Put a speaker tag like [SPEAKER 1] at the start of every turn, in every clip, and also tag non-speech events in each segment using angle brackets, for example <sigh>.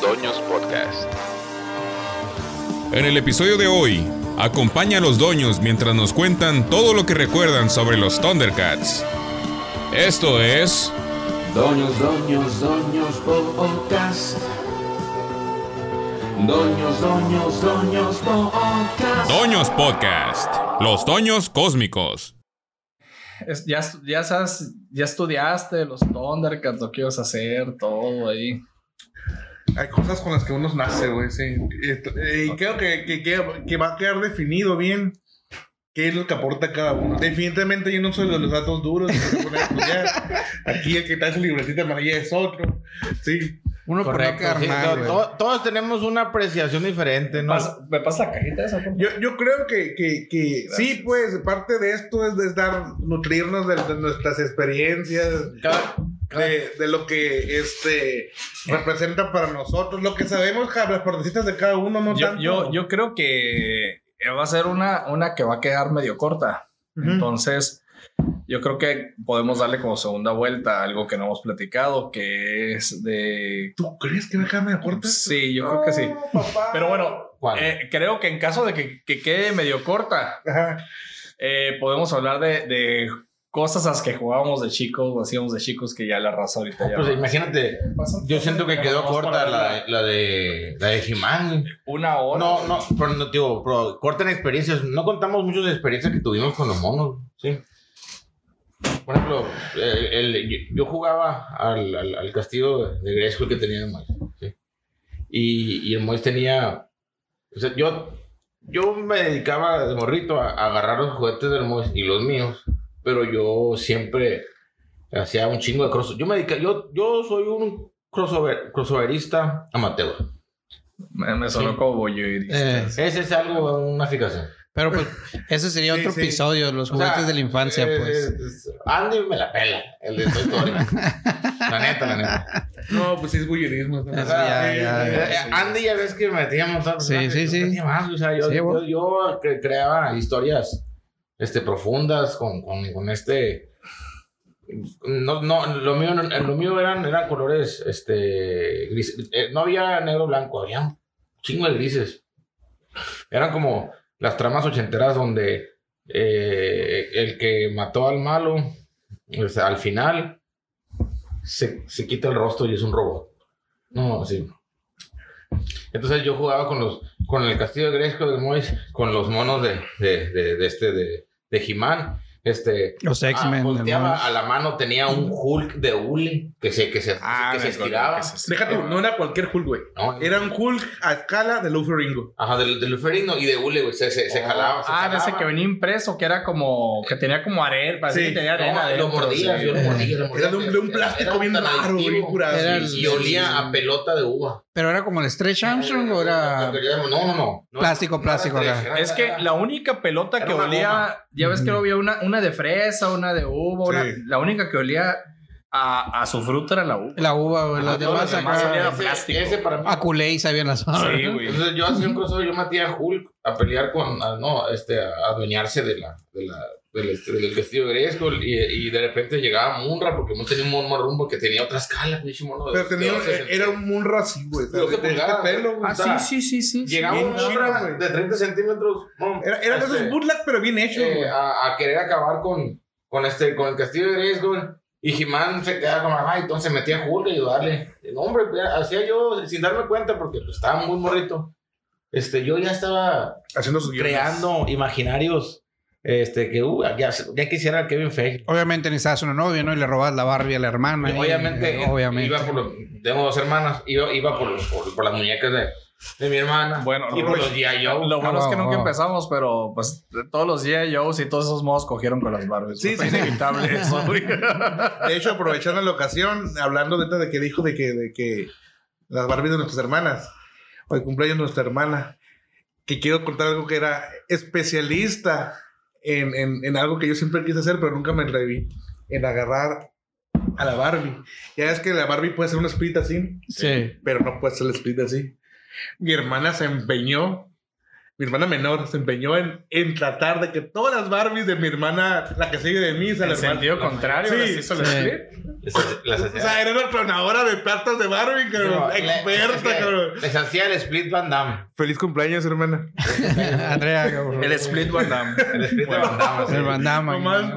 [SPEAKER 1] Doños Podcast.
[SPEAKER 2] En el episodio de hoy, acompaña a los doños mientras nos cuentan todo lo que recuerdan sobre los Thundercats. Esto es.
[SPEAKER 3] Doños, doños, doños, podcast. Doños, doños, doños, podcast.
[SPEAKER 2] Doños Podcast. Los doños cósmicos.
[SPEAKER 4] Es- ya, estu- ya, sabes, ya estudiaste los Thundercats, lo que ibas a hacer, todo ahí.
[SPEAKER 5] Hay cosas con las que uno nace, güey, sí. Esto- eh, Y creo que, que, que- que va a quedar definido bien qué es lo que aporta cada uno. Definitivamente yo no soy de los datos duros. que se ponen a estudiar. Aquí el que trae su libretita amarilla es otro. Sí.
[SPEAKER 6] Uno por
[SPEAKER 4] Correcto,
[SPEAKER 6] acá,
[SPEAKER 4] sí,
[SPEAKER 6] carnal,
[SPEAKER 4] no,
[SPEAKER 6] güey.
[SPEAKER 4] no.
[SPEAKER 6] To- Todos tenemos una apreciación diferente, ¿no?
[SPEAKER 4] Pasa- ¿Me pasa la cajita esa? por favor?
[SPEAKER 5] Yo, yo creo que, que, que sí, pues, parte de esto es de dar, nutrirnos de, de nuestras experiencias,
[SPEAKER 6] Cada-
[SPEAKER 5] de, de lo que este representa para nosotros, lo que sabemos, ja, las partecitas de cada uno, no
[SPEAKER 4] Yo,
[SPEAKER 5] tanto.
[SPEAKER 4] yo, yo creo que va a ser una, una que va a quedar medio corta.
[SPEAKER 5] Ujú.
[SPEAKER 4] Entonces, yo creo que podemos darle como segunda vuelta a algo que no hemos platicado, que es de...
[SPEAKER 5] ¿Tú crees que me acá me cortas?
[SPEAKER 4] Sí, yo creo que sí.
[SPEAKER 5] No, papá.
[SPEAKER 4] Pero bueno, eh, creo que en caso de que, que quede medio corta,
[SPEAKER 5] Ajá.
[SPEAKER 4] Eh, podemos hablar de, de cosas a las que jugábamos de chicos o hacíamos de chicos que ya la raza ahorita ya.
[SPEAKER 6] Pues imagínate, yo siento que quedó corta la, la de la de He-Man, güey.
[SPEAKER 4] Una hora.
[SPEAKER 6] No, no, pero no, digo, pero cortan experiencias. No contamos muchas experiencias que tuvimos con los monos, sí. Por ejemplo, eh, el- yo- yo jugaba al, al, al castillo de Grayskull que tenía el Mois, ¿sí? Y, y el Mois tenía. O sea, yo, yo me dedicaba de morrito a, a agarrar los juguetes del Mois y los míos, pero yo siempre hacía un chingo de crossover. Yo, me dedica- yo, yo soy un crossover, crossoverista amateur.
[SPEAKER 4] Me, me sonó como boyoidista.
[SPEAKER 7] Eh,
[SPEAKER 6] Ese es algo, una fijación. <laughs>
[SPEAKER 7] pero pues eso sería
[SPEAKER 5] Sí,
[SPEAKER 7] otro
[SPEAKER 5] sí.
[SPEAKER 7] episodio, los
[SPEAKER 6] O sea,
[SPEAKER 7] juguetes de la infancia,
[SPEAKER 6] eh,
[SPEAKER 7] pues.
[SPEAKER 6] eh, Andy me la pela, el de Toy
[SPEAKER 7] <laughs>
[SPEAKER 6] Story. la neta, la neta.
[SPEAKER 5] No, pues sí es bullerismo.
[SPEAKER 7] Ah, ya, ya,
[SPEAKER 6] Eh, eh, Andy ya ves que metía un montón de
[SPEAKER 7] Sí,
[SPEAKER 6] personajes,
[SPEAKER 7] sí,
[SPEAKER 6] yo
[SPEAKER 7] sí.
[SPEAKER 6] metía más, o sea, yo,
[SPEAKER 7] Sí,
[SPEAKER 6] yo-
[SPEAKER 7] bueno.
[SPEAKER 6] yo cre- creaba historias este, profundas con, con, con este... No, no, lo mío, no- lo mío eran, eran colores, este, gris- eh, no había negro blanco, había un chingo de grises. Eran como las tramas ochenteras donde eh, el que mató al malo, o sea, al final, se, se quita el rostro y es un robot. No, sí. Entonces yo jugaba con los con el castillo de Gresco de Mois, con los monos de, de, de, de este de, de He-Man. Este,
[SPEAKER 7] Los
[SPEAKER 6] ah,
[SPEAKER 7] X-Men.
[SPEAKER 6] volteaba
[SPEAKER 7] hermanos.
[SPEAKER 6] a la mano, tenía un Hulk de Uli que se, que se,
[SPEAKER 4] Ah,
[SPEAKER 6] que se
[SPEAKER 4] me acuerdo
[SPEAKER 6] estiraba.
[SPEAKER 4] que se-
[SPEAKER 5] Déjate, no era cualquier Hulk, güey.
[SPEAKER 6] No,
[SPEAKER 5] Era un Hulk a escala de Luffy Ringo.
[SPEAKER 6] Ajá, del, del Luferino y de Uli, güey, se, se, se jalaba. se
[SPEAKER 4] ah, de ese
[SPEAKER 6] jalaba.
[SPEAKER 4] que venía impreso, que era como. que tenía como arena. Parecía
[SPEAKER 5] Sí.
[SPEAKER 4] que tenía
[SPEAKER 6] No,
[SPEAKER 4] arena.
[SPEAKER 6] lo
[SPEAKER 4] adentro,
[SPEAKER 6] mordía,
[SPEAKER 4] sí.
[SPEAKER 6] yo lo mordía, lo mordía.
[SPEAKER 5] Era de un, de un plástico
[SPEAKER 6] Era
[SPEAKER 5] bien
[SPEAKER 6] tan
[SPEAKER 5] raro,
[SPEAKER 6] adictivo.
[SPEAKER 5] bien curado.
[SPEAKER 7] Era
[SPEAKER 5] sí.
[SPEAKER 7] el-
[SPEAKER 6] Y olía a pelota de uva.
[SPEAKER 7] Pero era como el
[SPEAKER 6] Eh,
[SPEAKER 7] Stretch Armstrong o era.
[SPEAKER 6] No, no, no. No,
[SPEAKER 7] Plástico,
[SPEAKER 6] no,
[SPEAKER 7] plástico,
[SPEAKER 6] era-
[SPEAKER 7] acá.
[SPEAKER 6] era-
[SPEAKER 4] Es que la única pelota
[SPEAKER 6] Era
[SPEAKER 4] que
[SPEAKER 6] una
[SPEAKER 4] olía.
[SPEAKER 6] goma.
[SPEAKER 4] Ya ves que
[SPEAKER 7] Ujú.
[SPEAKER 4] había una, una de fresa, una de uva. una-
[SPEAKER 5] Sí.
[SPEAKER 4] la única que olía a, a su fruta era la uva.
[SPEAKER 7] La uva, güey.
[SPEAKER 6] Ah, no,
[SPEAKER 7] Los demás
[SPEAKER 6] los demás
[SPEAKER 4] olían
[SPEAKER 7] acá.
[SPEAKER 4] a
[SPEAKER 6] ese-
[SPEAKER 4] plástico.
[SPEAKER 6] Ese para mí.
[SPEAKER 7] A culé y sabían las
[SPEAKER 4] Sí, güey.
[SPEAKER 6] Entonces yo hacía un crossover, yo metía a Hulk a pelear con, a- no, este, a adueñarse de la, de la, del, este, del castillo de Grayskull y, y de repente llegaba Munra porque Munra tenía un mono rumbo que tenía otra escala, pinche mono de-
[SPEAKER 5] Pero tenía,
[SPEAKER 6] de dos sesenta-
[SPEAKER 5] era un Munra así, güey. o sea,
[SPEAKER 6] de dos
[SPEAKER 5] De, de este
[SPEAKER 6] pulgadas,
[SPEAKER 5] pelo, güey.
[SPEAKER 6] o sea,
[SPEAKER 4] Ah, sí, sí.
[SPEAKER 6] Llegaba
[SPEAKER 5] bien
[SPEAKER 6] un
[SPEAKER 5] chido,
[SPEAKER 6] Munra
[SPEAKER 5] güey.
[SPEAKER 6] de 30 centímetros. no,
[SPEAKER 5] Era, era de
[SPEAKER 6] este,
[SPEAKER 5] esos bootleg, pero bien hechos,
[SPEAKER 6] eh,
[SPEAKER 5] güey.
[SPEAKER 6] a, a querer acabar con, con, este, con el castillo de Grayskull. Y He-Man se quedaba como, ay, entonces metía a Hulk a ayudarle. No, hombre, pues, hacía yo sin darme cuenta porque pues, estaba muy morrito. Este, yo ya estaba
[SPEAKER 5] haciendo sus guiones.
[SPEAKER 6] creando imaginarios este, que uh, ya, ya quisiera Kevin Feige.
[SPEAKER 7] Obviamente necesitas una novia, ¿no? Y le robas la Barbie a la hermana. y-
[SPEAKER 6] obviamente,
[SPEAKER 7] eh,
[SPEAKER 6] eh,
[SPEAKER 7] obviamente.
[SPEAKER 6] Iba por los, tengo dos hermanas, iba, iba por, los- por, por las muñecas de, de mi hermana.
[SPEAKER 4] Bueno,
[SPEAKER 6] y por
[SPEAKER 4] Robert,
[SPEAKER 6] los G.I. Joe.
[SPEAKER 4] Lo bueno
[SPEAKER 7] Ah,
[SPEAKER 4] es que
[SPEAKER 7] va,
[SPEAKER 4] nunca
[SPEAKER 7] va.
[SPEAKER 4] empezamos, pero pues de todos los G.I. Joes y todos esos modos cogieron con las Barbies.
[SPEAKER 5] Sí,
[SPEAKER 4] Fue
[SPEAKER 5] sí, sí. <laughs>
[SPEAKER 4] inevitable eso, güey.
[SPEAKER 5] De hecho, aprovechando la ocasión, hablando ahorita de que dijo de que, de que las Barbies de nuestras hermanas, o el cumpleaños de nuestra hermana, que quiero contar algo que era especialista en, en- en algo que yo siempre quise hacer, pero nunca me atreví, en agarrar a la Barbie. Ya ves que la Barbie puede ser un split así,
[SPEAKER 7] Sí. <laughs>
[SPEAKER 5] pero no puede ser el split así. Mi hermana se empeñó, mi hermana menor se empeñó en, en tratar de que todas las Barbies de mi hermana, la que sigue de mí, se
[SPEAKER 4] En
[SPEAKER 5] las
[SPEAKER 4] sentido contrario,
[SPEAKER 5] Sí,
[SPEAKER 4] les hizo el
[SPEAKER 7] sí.
[SPEAKER 4] split.
[SPEAKER 6] Les-
[SPEAKER 5] <laughs>
[SPEAKER 6] les
[SPEAKER 5] O
[SPEAKER 6] hacía-
[SPEAKER 5] sea, era una planadora de platos de Barbie, cabrón.
[SPEAKER 6] No, le-
[SPEAKER 5] experta,
[SPEAKER 6] les-
[SPEAKER 5] cabrón.
[SPEAKER 6] Les hacía el split Van Damme.
[SPEAKER 5] Feliz cumpleaños, hermana.
[SPEAKER 7] Andrea, cabrón.
[SPEAKER 4] El split Van Damme.
[SPEAKER 6] El split de Van Damme. así.
[SPEAKER 7] El Van Damme.
[SPEAKER 5] Nomás-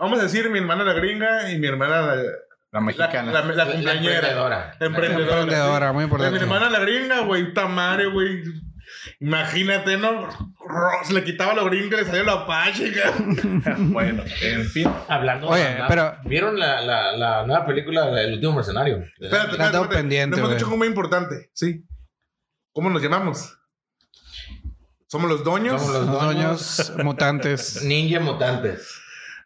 [SPEAKER 5] Vamos a decir mi hermana la gringa y mi hermana la,
[SPEAKER 4] La
[SPEAKER 5] la,
[SPEAKER 4] mexicana.
[SPEAKER 5] la, la
[SPEAKER 6] La
[SPEAKER 5] cumpleañera.
[SPEAKER 6] emprendedora.
[SPEAKER 5] La emprendedora. O
[SPEAKER 7] Emprendedora, muy
[SPEAKER 5] sea,
[SPEAKER 7] importante.
[SPEAKER 5] mi hermana la gringa, güey, tamare, güey. Imagínate, ¿no? Ro- Se le quitaba lo gringa y le salió la pache, cabrón.
[SPEAKER 4] Bueno, en fin.
[SPEAKER 6] Hablando
[SPEAKER 7] Oye,
[SPEAKER 6] de Van Damme,
[SPEAKER 7] pero-
[SPEAKER 6] ¿Vieron la, la, la nueva película, la- El último mercenario?
[SPEAKER 5] Espérate,
[SPEAKER 7] Está
[SPEAKER 5] espérate,
[SPEAKER 7] todo
[SPEAKER 5] espérate.
[SPEAKER 7] pendiente,
[SPEAKER 5] No hemos
[SPEAKER 7] güey.
[SPEAKER 5] dicho algo muy importante, sí. ¿Cómo nos llamamos? ¿Somos los dueños?
[SPEAKER 6] Somos
[SPEAKER 7] Los dueños
[SPEAKER 6] <laughs>
[SPEAKER 7] mutantes.
[SPEAKER 6] Ninja Mutantes.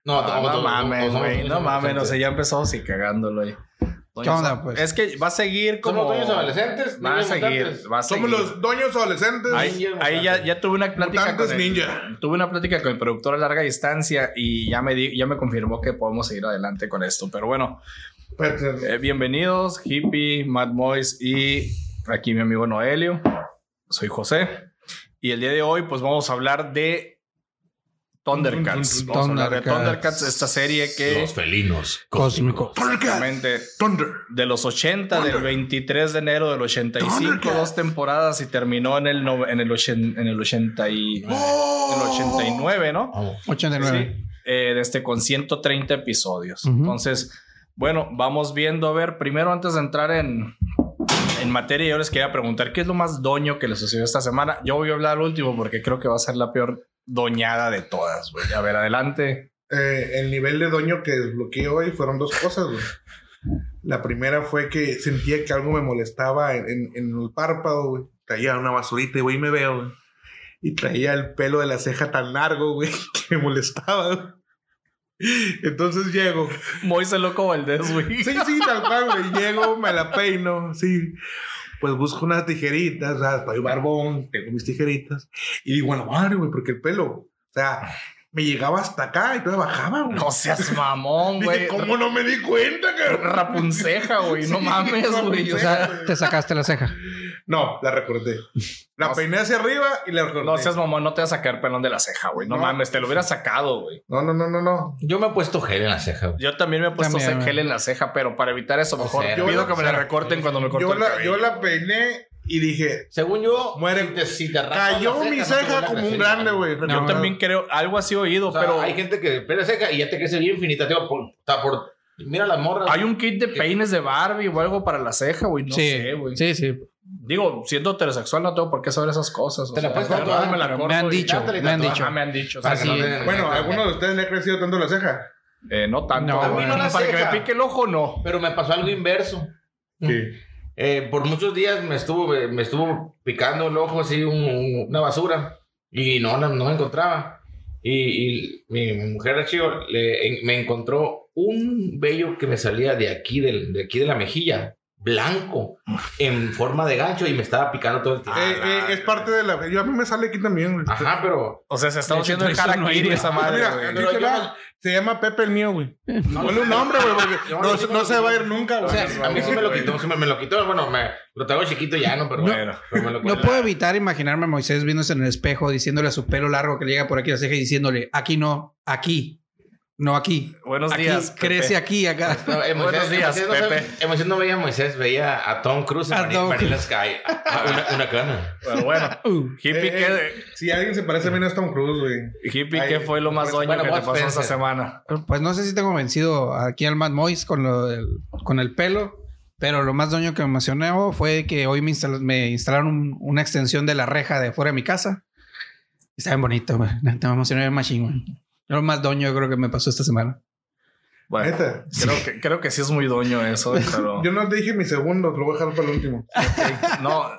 [SPEAKER 6] No,
[SPEAKER 4] Ah,
[SPEAKER 6] o- o-
[SPEAKER 4] no
[SPEAKER 6] o- o
[SPEAKER 4] mames,
[SPEAKER 6] somos
[SPEAKER 4] güey.
[SPEAKER 6] Ninja
[SPEAKER 4] No mames, no
[SPEAKER 6] Mutantes.
[SPEAKER 4] sé, ya empezó así cagándolo ahí.
[SPEAKER 7] ¿Qué onda, pues?
[SPEAKER 4] Es que va a seguir como.
[SPEAKER 6] Somos dueños adolescentes.
[SPEAKER 4] Va a
[SPEAKER 6] Ninja
[SPEAKER 4] seguir,
[SPEAKER 6] Mutantes.
[SPEAKER 4] va a seguir.
[SPEAKER 5] Somos los dueños adolescentes.
[SPEAKER 4] Ahí, ahí ya, ya tuve una plática
[SPEAKER 5] Mutantes
[SPEAKER 4] con el-
[SPEAKER 5] ninja.
[SPEAKER 4] tuve una plática con el productor a larga distancia y ya me di- ya me confirmó que podemos seguir adelante con esto. Pero bueno,
[SPEAKER 5] Espérate.
[SPEAKER 4] eh, bienvenidos Hippie, Mad Mois y aquí mi amigo Noelio. Soy José y el día de hoy pues vamos a hablar de Thundercats. Vamos a hablar de
[SPEAKER 7] Thundercats.
[SPEAKER 4] Thundercats, esta serie que
[SPEAKER 6] Los felinos.
[SPEAKER 7] Cósmicos.
[SPEAKER 4] realmente
[SPEAKER 5] Thunder.
[SPEAKER 4] de los 80, del 23 de enero del 85,
[SPEAKER 5] Thundercats.
[SPEAKER 4] dos temporadas y terminó en el, no- en el, ochen- en el, 80 y, en el 89, ¿no?
[SPEAKER 6] Vamos.
[SPEAKER 7] 89.
[SPEAKER 4] Sí, eh, de este, con 130 episodios.
[SPEAKER 7] Ujú.
[SPEAKER 4] Entonces, bueno, vamos viendo. A ver, primero antes de entrar en, en materia, yo les quería preguntar qué es lo más doño que les sucedió esta semana. Yo voy a hablar último porque creo que va a ser la peor doñada de todas, güey. A ver, adelante.
[SPEAKER 5] Eh, el nivel de doño que desbloqueé hoy fueron dos cosas, güey. La primera fue que sentía que algo me molestaba en, en- en el párpado, güey. Traía una basurita y güey, me veo, güey. Y traía el pelo de la ceja tan largo, güey, <laughs> que me molestaba, güey. Entonces llego.
[SPEAKER 4] Moise Loco Valdés, güey.
[SPEAKER 5] Sí, sí, tal cual, güey. Llego, me la peino, sí. Pues busco unas tijeritas, o sea, soy barbón, tengo mis tijeritas. Y digo, bueno, madre, güey, porque el pelo, o sea, me llegaba hasta acá y todavía bajaba, güey.
[SPEAKER 4] No seas mamón,
[SPEAKER 5] Dije,
[SPEAKER 4] güey.
[SPEAKER 5] ¿cómo no me di cuenta, cabrón?
[SPEAKER 4] Rapunceja, güey. No
[SPEAKER 5] Sí,
[SPEAKER 4] mames, güey. O
[SPEAKER 7] O
[SPEAKER 4] sea,
[SPEAKER 7] sea, te sacaste la ceja.
[SPEAKER 5] No, la recorté. La
[SPEAKER 4] No,
[SPEAKER 5] peiné hacia arriba y la recorté.
[SPEAKER 4] no seas mamón, no te vas a sacar pelón de la ceja, güey. No,
[SPEAKER 5] No.
[SPEAKER 4] mames, te lo hubieras sacado, güey.
[SPEAKER 5] No, no, no, no, no.
[SPEAKER 6] Yo me he puesto gel en la ceja. güey.
[SPEAKER 4] Yo también me he puesto
[SPEAKER 7] También,
[SPEAKER 4] ese gel
[SPEAKER 7] güey.
[SPEAKER 4] en la ceja, pero para evitar eso, mejor
[SPEAKER 6] cera,
[SPEAKER 4] pido
[SPEAKER 5] yo-
[SPEAKER 4] que me la recorten cuando me corto
[SPEAKER 5] Yo
[SPEAKER 4] el
[SPEAKER 5] la,
[SPEAKER 4] cabello.
[SPEAKER 5] yo la peiné y dije,
[SPEAKER 6] Según yo,
[SPEAKER 5] Muere.
[SPEAKER 6] si te- si te raspas
[SPEAKER 5] cayó
[SPEAKER 6] la
[SPEAKER 5] mi
[SPEAKER 6] no te vuelve
[SPEAKER 5] ceja
[SPEAKER 6] a
[SPEAKER 5] como un
[SPEAKER 6] crecer
[SPEAKER 5] grande,
[SPEAKER 6] igual.
[SPEAKER 5] güey.
[SPEAKER 4] Yo también creo, algo así he oído,
[SPEAKER 6] O sea,
[SPEAKER 4] pero
[SPEAKER 6] hay
[SPEAKER 4] hay,
[SPEAKER 6] gente que pela seca y ya te crece bien finita, tío. Por, está por, mira las morras.
[SPEAKER 4] un kit
[SPEAKER 6] Eh,
[SPEAKER 4] de peines de Barbie o algo para la ceja, güey. No
[SPEAKER 7] sí,
[SPEAKER 4] sé, güey.
[SPEAKER 7] sí, sí.
[SPEAKER 4] Digo, siendo heterosexual, no tengo por qué saber esas cosas. o
[SPEAKER 6] Te la
[SPEAKER 4] sea,
[SPEAKER 6] puedes
[SPEAKER 4] nada más
[SPEAKER 6] tatuar,
[SPEAKER 4] me la
[SPEAKER 6] pero
[SPEAKER 4] corto
[SPEAKER 7] Me han
[SPEAKER 4] y-
[SPEAKER 7] dicho,
[SPEAKER 6] dátale
[SPEAKER 7] me han
[SPEAKER 6] tatuaje.
[SPEAKER 7] dicho.
[SPEAKER 4] Ah, me han dicho. o sea,
[SPEAKER 6] Para
[SPEAKER 4] sí.
[SPEAKER 6] que no te-
[SPEAKER 5] Bueno,
[SPEAKER 4] Ah,
[SPEAKER 5] ¿a alguno de ustedes le ha crecido tanto la ceja?
[SPEAKER 4] Eh, no tanto.
[SPEAKER 7] No,
[SPEAKER 4] güey.
[SPEAKER 7] a mí no
[SPEAKER 6] la
[SPEAKER 4] para que
[SPEAKER 6] ceja.
[SPEAKER 4] me pique el ojo, no.
[SPEAKER 6] Pero me pasó algo inverso.
[SPEAKER 5] Sí.
[SPEAKER 6] Eh, por muchos días me estuvo, eh, me estuvo picando el ojo así un- un- una basura y no, no, no me encontraba. Y, y mi, mi mujer, chido, le- en- me encontró un vello que me salía de aquí, del, de aquí de la mejilla, blanco, en forma de gancho y me estaba picando todo el tiempo.
[SPEAKER 5] Eh, eh, es parte de la... Yo a mí me sale aquí también, güey.
[SPEAKER 6] Ajá, pero...
[SPEAKER 4] O sea, se está
[SPEAKER 7] De hecho,
[SPEAKER 4] haciendo el
[SPEAKER 7] traes uno ahí,
[SPEAKER 4] harakiri
[SPEAKER 7] güey.
[SPEAKER 4] esa
[SPEAKER 5] Ah,
[SPEAKER 4] madre,
[SPEAKER 5] mira,
[SPEAKER 4] güey.
[SPEAKER 6] yo-
[SPEAKER 5] dísela, se llama Pepe el mío, güey.
[SPEAKER 6] No,
[SPEAKER 5] Ponle un nombre, güey, porque
[SPEAKER 6] Yo
[SPEAKER 5] no,
[SPEAKER 6] sí me
[SPEAKER 5] no
[SPEAKER 6] lo
[SPEAKER 5] se
[SPEAKER 6] quité.
[SPEAKER 5] va a ir nunca,
[SPEAKER 6] O
[SPEAKER 5] güey.
[SPEAKER 6] sea, a mí sí me lo quitó, sí me, me lo quitó. Bueno, me, lo traigo chiquito ya, no, pero
[SPEAKER 4] No.
[SPEAKER 6] bueno. pero me lo
[SPEAKER 7] No
[SPEAKER 6] quitó.
[SPEAKER 7] puedo evitar imaginarme a Moisés viéndose en el espejo, diciéndole a su pelo largo que le llega por aquí la ceja y diciéndole, aquí no, aquí, no aquí.
[SPEAKER 4] Buenos
[SPEAKER 7] aquí,
[SPEAKER 4] días. Pepe.
[SPEAKER 7] crece aquí, acá.
[SPEAKER 4] <laughs>
[SPEAKER 6] No, eh,
[SPEAKER 4] Buenos
[SPEAKER 6] Moisés-
[SPEAKER 4] días,
[SPEAKER 6] Moisés no,
[SPEAKER 4] Pepe.
[SPEAKER 6] sabe- eh, Moisés no veía a Moisés, veía a Tom Cruise en
[SPEAKER 7] A
[SPEAKER 6] Mani-
[SPEAKER 7] Tom
[SPEAKER 6] Vanilla Sky. Ah, Una, una cana.
[SPEAKER 4] Pero bueno,
[SPEAKER 7] Uh,
[SPEAKER 4] hippie,
[SPEAKER 5] Eh, eh, Si alguien se parece a mí, no es Tom Cruise, güey.
[SPEAKER 4] ¿qué, hippie,
[SPEAKER 5] Ay,
[SPEAKER 4] ¿qué fue lo más doño
[SPEAKER 6] bueno,
[SPEAKER 4] que te
[SPEAKER 6] vos
[SPEAKER 4] pasó esta
[SPEAKER 6] Spencer.
[SPEAKER 4] semana?
[SPEAKER 7] Pues no sé si tengo vencido aquí al Mad Mois con, lo del- con el pelo, pero lo más doño que me emocionó fue que hoy me, instal- me instalaron un- una extensión de la reja de fuera de mi casa. Y Está bien bonito, güey. Neta, Me emocioné bien machín, güey. Lo más doño creo que me pasó esta semana.
[SPEAKER 4] Bueno,
[SPEAKER 5] Neta.
[SPEAKER 4] creo, que, creo que sí es muy doño
[SPEAKER 5] <laughs>
[SPEAKER 4] eso, pero...
[SPEAKER 5] Yo no te dije mi segundo, lo voy a dejar para el último.
[SPEAKER 4] <laughs> No,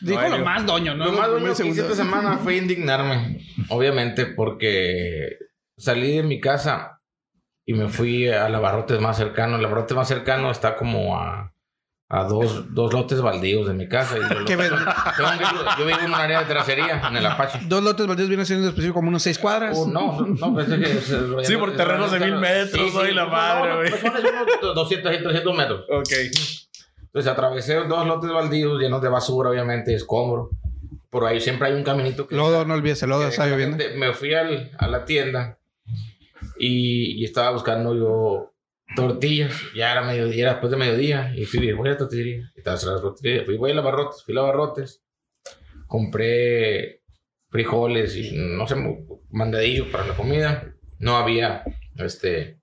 [SPEAKER 7] Dijo
[SPEAKER 4] Bueno.
[SPEAKER 7] lo más doño, ¿no?
[SPEAKER 6] Lo más
[SPEAKER 7] bueno
[SPEAKER 6] bueno que hice esta semana fue indignarme. Obviamente, porque salí de mi casa y me fui al abarrotes más cercano. El abarrotes más cercano está como a, a dos, dos lotes baldíos de mi casa.
[SPEAKER 4] <laughs>
[SPEAKER 6] Y yo, lo-
[SPEAKER 7] Que ven-
[SPEAKER 6] tengo que ir- yo vivo en un área de tracería, en el Apache.
[SPEAKER 7] Dos lotes baldíos vienen siendo en específico como unos seis cuadras.
[SPEAKER 6] Oh, no, no, pues es que... es- es-
[SPEAKER 4] Sí, por
[SPEAKER 6] es-
[SPEAKER 4] terrenos de mil metros, soy la madre, güey.
[SPEAKER 6] pues son unos 200, 300 metros.
[SPEAKER 4] ok.
[SPEAKER 6] Entonces atravesé dos lotes baldíos llenos de basura, obviamente, y escombro. por ahí siempre hay un caminito que...
[SPEAKER 7] Lodo, no olvides, el lodo
[SPEAKER 6] que
[SPEAKER 7] está
[SPEAKER 6] deja la
[SPEAKER 7] lloviendo.
[SPEAKER 6] gente. Me fui al- a la tienda y, y estaba buscando yo tortillas. Ya era mediodía, era después de mediodía. Y fui, voy a la tortillería. Y estaba cerrada la tortillería. Fui, voy a lavarrotes, fui a lavarrotes. Compré frijoles y no sé, mandadillos para la comida. No había este,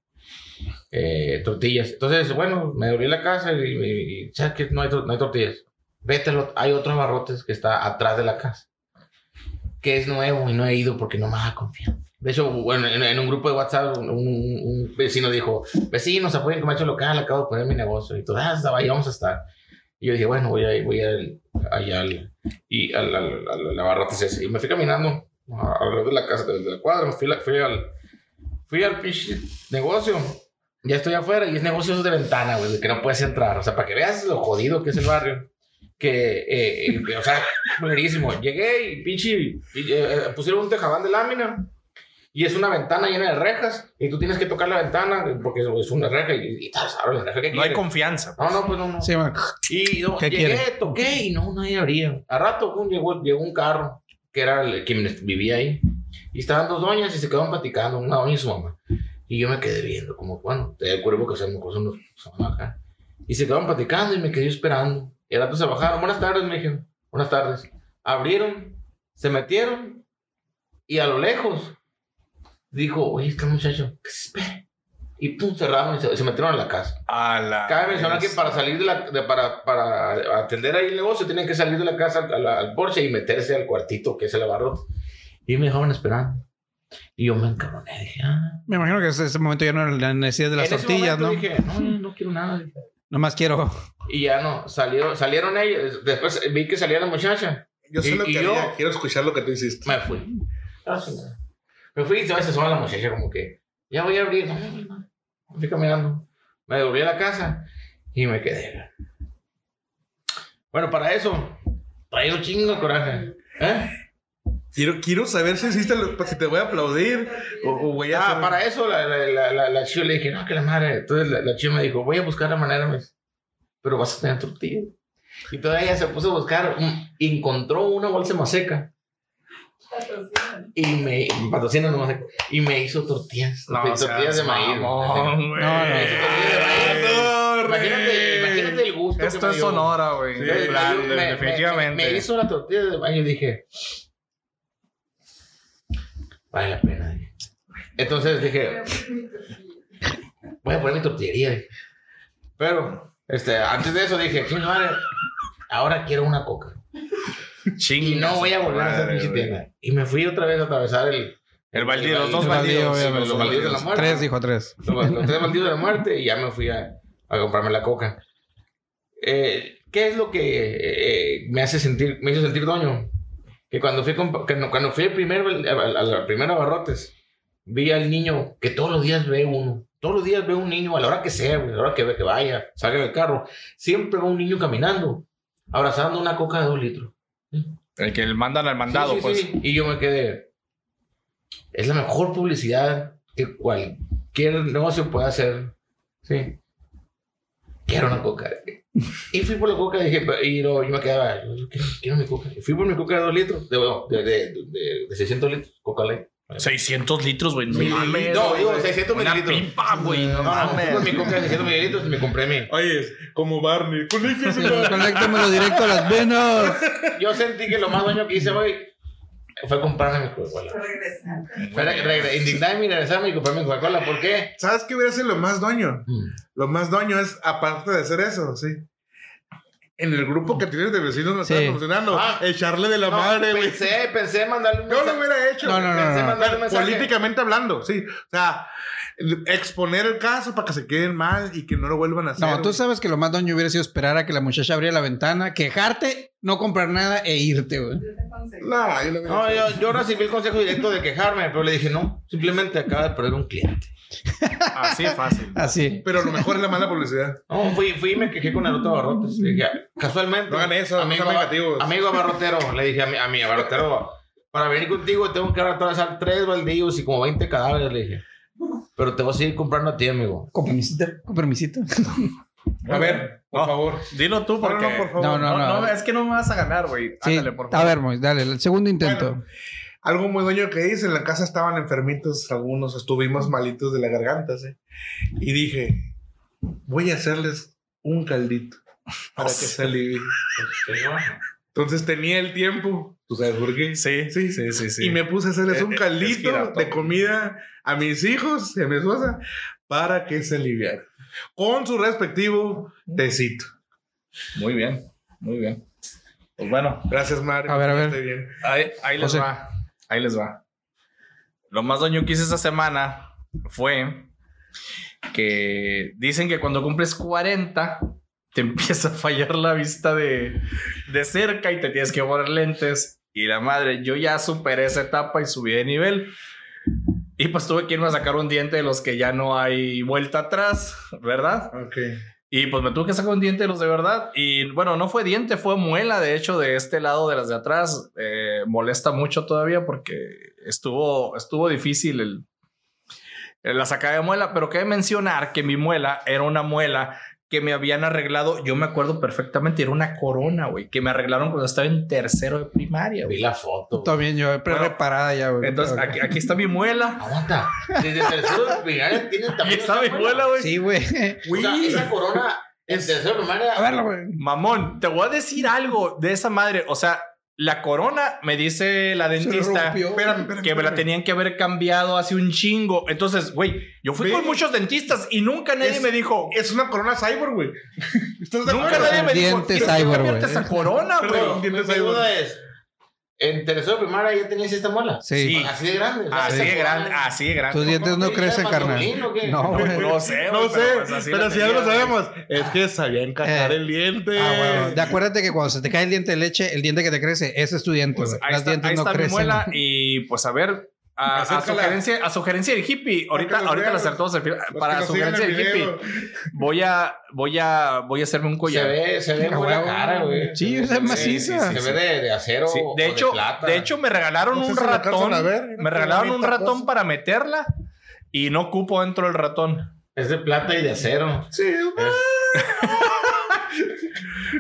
[SPEAKER 6] eh, tortillas. Entonces, bueno, me dolí la casa y, y- y, ¿sabes qué? No hay, tor- no hay tortillas. Vete, al ot- hay otros barrotes que está atrás de la casa que es nuevo y no he ido porque no me da confianza. De hecho, bueno, en, en un grupo de WhatsApp, un, un- un vecino dijo, vecinos, apoyen comercio local, acabo de poner mi negocio. Y todo, ah, está, ahí vamos a estar. Y yo dije, bueno, voy a ir, voy a ir allá al, y al, al, al- al abarrotes ese. Y me fui caminando a- alrededor de la casa, de, de la cuadra, fui, la- fui al, fui al pinche negocio. Ya estoy afuera y es negocio de ventana, güey, de que no puedes entrar. O sea, para que veas lo jodido que es el barrio. Que, eh, eh, que, o sea, culerísimo. Llegué y pinche, y, eh, eh, pusieron un tejabán de lámina y es una ventana llena de rejas y tú tienes que tocar la ventana porque es- es una reja y, y, tas, abre la reja. ¿qué
[SPEAKER 4] No hay
[SPEAKER 6] quieres?
[SPEAKER 4] confianza.
[SPEAKER 6] No, no, pues no, no.
[SPEAKER 7] Sí, man.
[SPEAKER 6] Y no,
[SPEAKER 7] ¿Qué
[SPEAKER 6] llegué,
[SPEAKER 7] quiere?
[SPEAKER 6] toqué y no, nadie abría. A rato pum, llegó, llegó un carro que era el, quien vivía ahí. Y estaban dos doñas y se quedaban platicando, una doña y su mamá. Y yo me quedé viendo, como, bueno, te cuervo que se me son unos se van acá. Y se quedaban platicando y me quedé esperando. Y a rato se bajaron. Buenas tardes, me dijeron. Buenas tardes. Abrieron, se metieron y a lo lejos dijo, oye, este muchacho, que se espere. Y pum, cerraron y se- se metieron a la casa.
[SPEAKER 4] A la.
[SPEAKER 6] Cabe mencionar
[SPEAKER 4] Este,
[SPEAKER 6] que para salir de la, de- para, para atender ahí el negocio tienen que salir de la casa al, al- al Porsche y meterse al cuartito que es el abarrote. Y me dejaron esperando. Y yo me encabroné. Dije, ah.
[SPEAKER 7] Me imagino que en ese momento ya no era la necesidad de las
[SPEAKER 6] En ese
[SPEAKER 7] tortillas,
[SPEAKER 6] momento
[SPEAKER 7] ¿no?
[SPEAKER 6] Dije, no, no, no quiero nada. Dije.
[SPEAKER 7] Nomás quiero.
[SPEAKER 6] Y ya no, salieron, salieron ellos. Después vi que salía la muchacha.
[SPEAKER 5] Yo sé
[SPEAKER 6] Y-
[SPEAKER 5] lo que
[SPEAKER 6] y
[SPEAKER 5] haría.
[SPEAKER 6] yo-
[SPEAKER 5] Quiero escuchar lo que tú hiciste.
[SPEAKER 6] Me fui. Ah, sí, no. Me fui y todavía se asoma la muchacha como que, ya voy a abrir. No, no, no. Fui caminando. Me devolví a la casa y me quedé. Bueno, para eso, traía un chingo de coraje. ¿Eh?
[SPEAKER 5] Quiero, quiero saber si hiciste lo, si te voy a aplaudir o, o voy a.
[SPEAKER 6] Ah,
[SPEAKER 5] hacer-
[SPEAKER 6] para eso la, la, la, la, la chio le dije, no, que la madre. Entonces la, la chio me dijo, voy a buscar la manera, me dice, pero vas a tener tortilla. Y todavía ella se puso a buscar, un- encontró una bolsa más seca. Y me, patrocina no más y me hizo tortillas,
[SPEAKER 4] No,
[SPEAKER 6] tortillas de maíz.
[SPEAKER 4] No, güey.
[SPEAKER 7] No, no.
[SPEAKER 6] Imagínate, imagínate el gusto. que
[SPEAKER 4] Esto
[SPEAKER 6] me
[SPEAKER 4] es
[SPEAKER 6] dio.
[SPEAKER 4] Sonora, güey.
[SPEAKER 5] Sí,
[SPEAKER 6] Yo-
[SPEAKER 4] De
[SPEAKER 6] yo-
[SPEAKER 4] plan,
[SPEAKER 6] me- me-
[SPEAKER 4] definitivamente.
[SPEAKER 6] Me, me hizo la tortilla de baño y dije, vale la pena. dije. Entonces dije, voy a poner mi tortillería. dije. Pero, este, antes de eso dije, "Chinga madre, ahora quiero una coca. Y
[SPEAKER 4] Chingas,
[SPEAKER 6] no voy a volver a hacer
[SPEAKER 5] madre,
[SPEAKER 6] pinche
[SPEAKER 5] güey.
[SPEAKER 6] tienda. Y me fui otra vez a atravesar el...
[SPEAKER 4] El baldío, los dos
[SPEAKER 6] el
[SPEAKER 7] baldíos,
[SPEAKER 6] sí,
[SPEAKER 7] obviamente.
[SPEAKER 6] Los baldíos de la muerte.
[SPEAKER 7] Tres, dijo tres.
[SPEAKER 6] Los, los tres malditos de la muerte y ya me fui a, a comprarme la coca. Eh, ¿Qué es lo que eh, eh, me hace sentir, me hizo sentir doño? Que cuando fui, comp- que no- cuando fui al primer, bal- al, al- al primer abarrotes, vi al niño que todos los días ve uno. Todos los días ve un niño a la hora que sea, güey, a la hora que, ve- que vaya, salga del carro. Siempre va un niño caminando, abrazando una coca de dos litros.
[SPEAKER 4] El que le mandan al mandado,
[SPEAKER 6] Sí, sí,
[SPEAKER 4] pues.
[SPEAKER 6] sí. Y yo me quedé. Es la mejor publicidad que cualquier negocio puede hacer. Sí. Quiero una coca. Y fui por la coca y dije, y luego yo me quedaba, yo, yo quiero, quiero mi coca. Y fui por mi coca de 2 litros, de, no, de, de, de, de 600 litros, coca light.
[SPEAKER 4] 600 litros, güey. No
[SPEAKER 6] <laughs> Mil-
[SPEAKER 4] mames.
[SPEAKER 6] no, digo,
[SPEAKER 4] güey.
[SPEAKER 6] 600
[SPEAKER 4] Una
[SPEAKER 6] mililitros.
[SPEAKER 4] pipa, güey. No
[SPEAKER 6] No, no, fui por
[SPEAKER 4] mames.
[SPEAKER 6] mi coca de 600 mililitros y me compré mi.
[SPEAKER 5] Oye, como Barney.
[SPEAKER 7] Sí,
[SPEAKER 5] conéctese.
[SPEAKER 7] conéctamelo directo a las venas.
[SPEAKER 6] Yo sentí que lo más dueño que hice hoy fue comprarme mi Coca-Cola. Fue re- re- Indignarme y regresarme y comprarme mi Coca-Cola. ¿Por qué?
[SPEAKER 5] <laughs> ¿Sabes qué hubiera sido lo más doño?
[SPEAKER 6] Mm.
[SPEAKER 5] Lo más doño es, aparte de hacer eso, sí. En el grupo que tienes de vecinos, nos
[SPEAKER 7] Sí.
[SPEAKER 5] estás mencionando,
[SPEAKER 6] Ah.
[SPEAKER 5] echarle de la
[SPEAKER 6] No,
[SPEAKER 5] madre, güey.
[SPEAKER 6] Pensé, pensé en mandarle un
[SPEAKER 5] Yo lo
[SPEAKER 6] mensaje.
[SPEAKER 5] hubiera hecho.
[SPEAKER 7] No, no, no,
[SPEAKER 6] Pensé
[SPEAKER 7] no,
[SPEAKER 6] en
[SPEAKER 7] no.
[SPEAKER 6] mandarle un mensaje.
[SPEAKER 5] Políticamente hablando, sí. O sea, exponer el caso para que se queden mal y que no lo vuelvan a hacer.
[SPEAKER 7] No, tú
[SPEAKER 5] güey.
[SPEAKER 7] sabes que lo más doño hubiera sido esperar a que la muchacha abriera la ventana, quejarte, no comprar nada e irte, güey.
[SPEAKER 5] No, yo lo hubiera
[SPEAKER 6] No,
[SPEAKER 5] hecho.
[SPEAKER 6] yo, yo recibí el consejo directo de quejarme, pero le dije, no, simplemente acaba de perder un cliente.
[SPEAKER 4] Así de fácil.
[SPEAKER 7] Así.
[SPEAKER 5] Pero lo mejor es la mala publicidad.
[SPEAKER 6] No, fui, fui y me quejé con el otro abarrote. Le dije, casualmente.
[SPEAKER 5] No hagan eso,
[SPEAKER 6] amigo,
[SPEAKER 5] no sean
[SPEAKER 6] aba-
[SPEAKER 5] negativos.
[SPEAKER 6] amigo abarrotero, le dije a mi, a mi abarrotero, para venir contigo tengo que atravesar tres baldíos y como 20 cadáveres, le dije. Pero te voy a seguir comprando a ti, amigo.
[SPEAKER 7] Compromisito, compromisito.
[SPEAKER 5] A ver, por
[SPEAKER 4] No.
[SPEAKER 5] favor.
[SPEAKER 4] Dilo tú porque...
[SPEAKER 5] No, no, por favor.
[SPEAKER 7] No,
[SPEAKER 4] No,
[SPEAKER 7] no, no.
[SPEAKER 4] no, es que no me vas a ganar, güey.
[SPEAKER 7] Sí.
[SPEAKER 4] Ándale, por favor.
[SPEAKER 7] A ver, Mois, dale, el segundo intento.
[SPEAKER 5] Bueno, algo muy dueño que hice. En la casa estaban enfermitos algunos, estuvimos malitos de la garganta, ¿sí? Y dije, voy a hacerles un caldito para que se alivie. Entonces tenía el tiempo. ¿Tú sabes por qué?
[SPEAKER 4] Sí, sí, sí, sí.
[SPEAKER 5] Y me puse a hacerles un
[SPEAKER 4] Eh, eh,
[SPEAKER 5] caldito
[SPEAKER 4] respira,
[SPEAKER 5] de
[SPEAKER 4] toma.
[SPEAKER 5] comida a mis hijos y a mi esposa para que se aliviaran. Con su respectivo tecito.
[SPEAKER 4] Muy bien, muy bien. Pues bueno,
[SPEAKER 5] Gracias, Mario.
[SPEAKER 7] A ver, a ver.
[SPEAKER 5] Estoy bien.
[SPEAKER 4] ahí, ahí les
[SPEAKER 7] José.
[SPEAKER 4] va. Ahí les va. Lo más doño que hice esta semana fue que dicen que cuando cumples 40 te <laughs> empieza a fallar la vista de, de cerca y te tienes que poner lentes. Y la madre, yo ya superé esa etapa y subí de nivel. Y pues tuve que irme a sacar un diente de los que ya no hay vuelta atrás, ¿verdad?
[SPEAKER 5] Ok.
[SPEAKER 4] Y pues me tuve que sacar un diente de los de verdad. Y bueno, no fue diente, fue muela. De hecho, de este lado de las de atrás eh, molesta mucho todavía porque estuvo, estuvo difícil el, el- la sacada de muela. Pero cabe mencionar que mi muela era una muela que me habían arreglado. Yo me acuerdo perfectamente, era una corona, güey, que me arreglaron cuando estaba en tercero de primaria,
[SPEAKER 6] Vi
[SPEAKER 4] güey.
[SPEAKER 6] la foto. güey.
[SPEAKER 7] También yo, pre-reparada ya, güey.
[SPEAKER 4] Entonces,
[SPEAKER 7] Pero-
[SPEAKER 4] aquí, aquí está mi
[SPEAKER 6] <laughs>
[SPEAKER 4] muela.
[SPEAKER 6] Aguanta. Desde tercero de
[SPEAKER 5] <laughs>
[SPEAKER 6] primaria tiene
[SPEAKER 4] Aquí
[SPEAKER 6] también.
[SPEAKER 4] está mi
[SPEAKER 6] esa
[SPEAKER 4] muela, güey.
[SPEAKER 7] Sí, güey.
[SPEAKER 6] O sea, esa corona en tercero de primaria.
[SPEAKER 7] A verlo, güey.
[SPEAKER 4] Mamón, te voy a decir algo de esa madre. O sea, la corona, me dice la
[SPEAKER 7] Se
[SPEAKER 4] dentista.
[SPEAKER 7] rompió.
[SPEAKER 5] Espérame, espérame.
[SPEAKER 4] que me la
[SPEAKER 5] espérame.
[SPEAKER 4] tenían que haber cambiado hace un chingo. Entonces, güey, yo fui
[SPEAKER 5] Ve.
[SPEAKER 4] con muchos dentistas y nunca nadie
[SPEAKER 5] Es-
[SPEAKER 4] me dijo.
[SPEAKER 5] Es una corona cyborg, güey. <laughs> ¿Estás de
[SPEAKER 4] nunca
[SPEAKER 5] acuerdo?
[SPEAKER 4] nadie me dijo.
[SPEAKER 7] Dientes
[SPEAKER 4] "Tienes que
[SPEAKER 7] cyber,
[SPEAKER 4] cambiarte
[SPEAKER 7] güey.
[SPEAKER 4] esa corona, güey.
[SPEAKER 5] Perdón.
[SPEAKER 6] Mi
[SPEAKER 5] Entiendes,
[SPEAKER 6] mi
[SPEAKER 5] ahí,
[SPEAKER 6] duda
[SPEAKER 5] güey.
[SPEAKER 6] es: en tercero de primaria ya tenías esta muela.
[SPEAKER 7] Sí.
[SPEAKER 4] Sí.
[SPEAKER 6] Así de grande. o sea,
[SPEAKER 4] Así
[SPEAKER 6] esa
[SPEAKER 4] de grande,
[SPEAKER 6] corona-
[SPEAKER 4] así de grande.
[SPEAKER 7] Tus dientes no
[SPEAKER 6] ¿Cómo te
[SPEAKER 7] crecen,
[SPEAKER 6] llamas,
[SPEAKER 7] carnal.
[SPEAKER 6] Pasolín, o qué?
[SPEAKER 7] No, güey.
[SPEAKER 4] No sé,
[SPEAKER 5] No
[SPEAKER 4] güey, pero
[SPEAKER 5] sé, pero,
[SPEAKER 4] pues así la
[SPEAKER 5] si algo
[SPEAKER 4] tenía, güey.
[SPEAKER 5] sabemos, es que sabía encajar
[SPEAKER 7] Eh.
[SPEAKER 5] el diente.
[SPEAKER 7] Ah, güey. De acuérdate que cuando se te cae el diente de leche, el diente que te crece, ese es tu diente.
[SPEAKER 4] Pues
[SPEAKER 7] güey.
[SPEAKER 4] ahí
[SPEAKER 7] Las
[SPEAKER 4] está,
[SPEAKER 7] dientes
[SPEAKER 4] ahí
[SPEAKER 7] no
[SPEAKER 4] está mi
[SPEAKER 7] crecen. <laughs>
[SPEAKER 4] muela y pues a ver. A, a
[SPEAKER 5] Acércala.
[SPEAKER 4] sugerencia, a sugerencia del hippie. Ahorita,
[SPEAKER 5] nos
[SPEAKER 4] ahorita
[SPEAKER 5] vean
[SPEAKER 4] la acertamos al final.
[SPEAKER 5] Los que
[SPEAKER 4] Para
[SPEAKER 5] nos sigan
[SPEAKER 4] sugerencia
[SPEAKER 5] el
[SPEAKER 4] del hippie,
[SPEAKER 5] video.
[SPEAKER 4] voy a, voy a, voy a hacerme un
[SPEAKER 6] Se
[SPEAKER 4] collar.
[SPEAKER 6] ve, se ve
[SPEAKER 7] Ah,
[SPEAKER 6] buena
[SPEAKER 7] güey.
[SPEAKER 6] cara, güey.
[SPEAKER 7] Sí, esa es maciza.
[SPEAKER 6] Se ve de, de acero.
[SPEAKER 4] Sí,
[SPEAKER 6] o
[SPEAKER 4] De hecho,
[SPEAKER 6] plata.
[SPEAKER 4] de hecho me regalaron
[SPEAKER 5] No sé
[SPEAKER 4] un
[SPEAKER 5] si lo alcanzan
[SPEAKER 4] ratón.
[SPEAKER 5] a ver,
[SPEAKER 4] me
[SPEAKER 5] mira qué
[SPEAKER 4] regalaron un
[SPEAKER 5] bonita
[SPEAKER 4] ratón
[SPEAKER 5] cosa.
[SPEAKER 4] para meterla y no cupo dentro del ratón.
[SPEAKER 6] Es de plata y de acero. Sí,
[SPEAKER 4] Eh,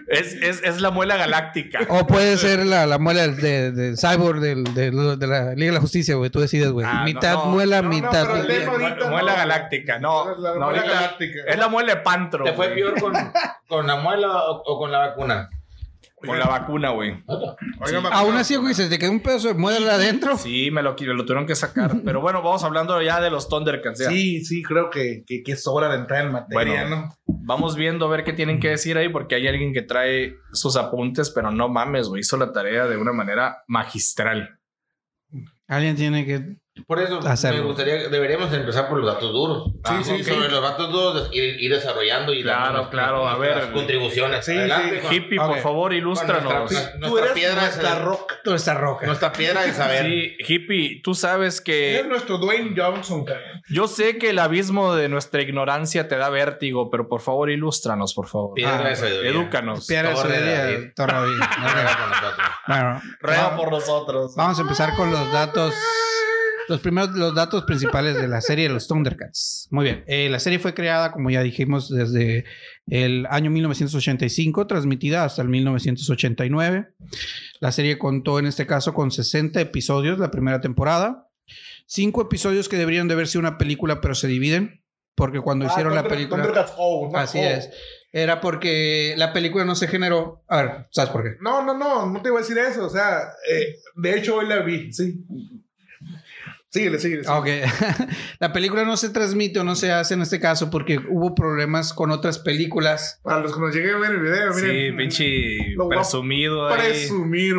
[SPEAKER 4] Es, es, es la muela galáctica.
[SPEAKER 7] O puede ser la, la muela del- de, de cyborg del- del- de la Liga de la Justicia, güey. Tú decides, güey.
[SPEAKER 4] Ah, no,
[SPEAKER 7] mitad
[SPEAKER 4] no,
[SPEAKER 7] muela,
[SPEAKER 5] no, no,
[SPEAKER 7] mitad.
[SPEAKER 5] pero el tema
[SPEAKER 4] Mu-
[SPEAKER 5] ahorita
[SPEAKER 4] muela
[SPEAKER 5] no.
[SPEAKER 4] galáctica, no.
[SPEAKER 5] La
[SPEAKER 4] no,
[SPEAKER 5] muela
[SPEAKER 4] ahorita-
[SPEAKER 5] galáctica.
[SPEAKER 4] Es la muela de Pantro.
[SPEAKER 6] ¿Te fue
[SPEAKER 4] güey,
[SPEAKER 6] peor
[SPEAKER 4] <laughs>
[SPEAKER 6] con, con la muela o, o con la vacuna?
[SPEAKER 4] Con la vacuna, güey.
[SPEAKER 5] Oigan, vamos
[SPEAKER 7] Aún
[SPEAKER 5] a-
[SPEAKER 7] así, güey, se te queda un pedazo de muela adentro.
[SPEAKER 4] Sí, me lo, qui- lo tuvieron que sacar. Pero bueno, vamos hablando ya de los Thundercats. ya.
[SPEAKER 5] Sí, sí, creo que, que, que es hora de entrar en materia,
[SPEAKER 4] Bueno.
[SPEAKER 5] ¿no?
[SPEAKER 4] Vamos viendo a ver qué tienen que decir ahí, porque hay alguien que trae sus apuntes, pero no mames, güey. Hizo la tarea de una manera magistral.
[SPEAKER 7] Alguien tiene que.
[SPEAKER 6] Por eso
[SPEAKER 7] Hacerlo.
[SPEAKER 6] me gustaría, deberíamos empezar por los datos duros. Ah,
[SPEAKER 5] sí,
[SPEAKER 6] ok.
[SPEAKER 5] sí.
[SPEAKER 6] Sobre los datos duros, ir, ir desarrollando y
[SPEAKER 4] Claro,
[SPEAKER 6] dando nuestras-
[SPEAKER 4] claro, a
[SPEAKER 6] nuestras
[SPEAKER 4] ver.
[SPEAKER 6] contribuciones.
[SPEAKER 5] Sí,
[SPEAKER 6] Adelante,
[SPEAKER 5] sí.
[SPEAKER 6] con-
[SPEAKER 4] Hippie,
[SPEAKER 7] ok.
[SPEAKER 4] por favor,
[SPEAKER 6] con nuestra-
[SPEAKER 4] ilústranos.
[SPEAKER 6] nuestra-
[SPEAKER 5] Tú
[SPEAKER 6] Nuestra
[SPEAKER 5] eres
[SPEAKER 6] piedra es
[SPEAKER 5] nuestra
[SPEAKER 6] el-
[SPEAKER 5] roca.
[SPEAKER 7] Toda esta roca.
[SPEAKER 6] nuestra piedra de saber.
[SPEAKER 4] Sí, hippie, tú sabes
[SPEAKER 5] Eres
[SPEAKER 4] que
[SPEAKER 5] nuestro Dwayne Johnson, cara.
[SPEAKER 4] yo sé que el abismo de nuestra ignorancia te da vértigo, pero por favor, ilústranos, por favor.
[SPEAKER 6] Piedra
[SPEAKER 7] Ah,
[SPEAKER 6] de sabiduría.
[SPEAKER 4] Edúcanos.
[SPEAKER 7] Piedra de
[SPEAKER 6] Torre de
[SPEAKER 7] sabiduría,
[SPEAKER 6] David.
[SPEAKER 4] <laughs>
[SPEAKER 7] Torre David.
[SPEAKER 6] Ruega por nosotros.
[SPEAKER 7] Bueno,
[SPEAKER 4] Ruega por nosotros.
[SPEAKER 7] Vamos a empezar con los datos. Los primeros, los datos principales de la serie de los Thundercats. Muy bien. Eh, la serie fue creada, como ya dijimos, desde el año 1985, transmitida hasta el 1989. La serie contó en este caso con 60 episodios la primera temporada. Cinco episodios que deberían de haber sido una película, pero se dividen. Porque cuando hicieron la película.
[SPEAKER 5] Ah, Thundercats Go, no,
[SPEAKER 7] Así
[SPEAKER 5] Go.
[SPEAKER 7] es. Era porque la película no se generó. A ver, ¿sabes por qué?
[SPEAKER 5] No, no, no, no te iba a decir eso. O sea, eh, de hecho hoy la vi, sí. Síguele, síguele. síguele.
[SPEAKER 7] Ah, ok. <laughs> la película no se transmite o no se hace en este caso porque hubo problemas con otras películas.
[SPEAKER 5] Para los que nos lleguen a ver el video,
[SPEAKER 4] Sí,
[SPEAKER 5] miren.
[SPEAKER 4] pinche
[SPEAKER 5] Lo voy a
[SPEAKER 4] presumido ahí.
[SPEAKER 5] Presumir.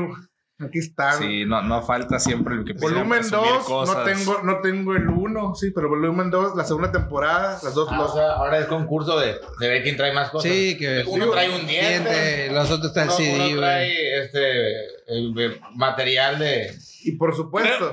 [SPEAKER 5] Aquí está.
[SPEAKER 4] Sí, no, no falta siempre el que pida
[SPEAKER 5] Volumen
[SPEAKER 4] presumir
[SPEAKER 5] 2, no
[SPEAKER 4] cosas.
[SPEAKER 5] tengo, no tengo el 1, sí, pero volumen 2, la segunda temporada, las dos.
[SPEAKER 6] Ah, o
[SPEAKER 5] los-
[SPEAKER 6] sea, ahora es concurso de, de ver quién trae más cosas.
[SPEAKER 7] Sí, que
[SPEAKER 6] Uno
[SPEAKER 7] sí,
[SPEAKER 6] trae un diente.
[SPEAKER 7] los otros traen
[SPEAKER 6] Uno-
[SPEAKER 7] CD,
[SPEAKER 6] uno
[SPEAKER 7] güey.
[SPEAKER 6] trae este el- el material de,
[SPEAKER 5] y por supuesto,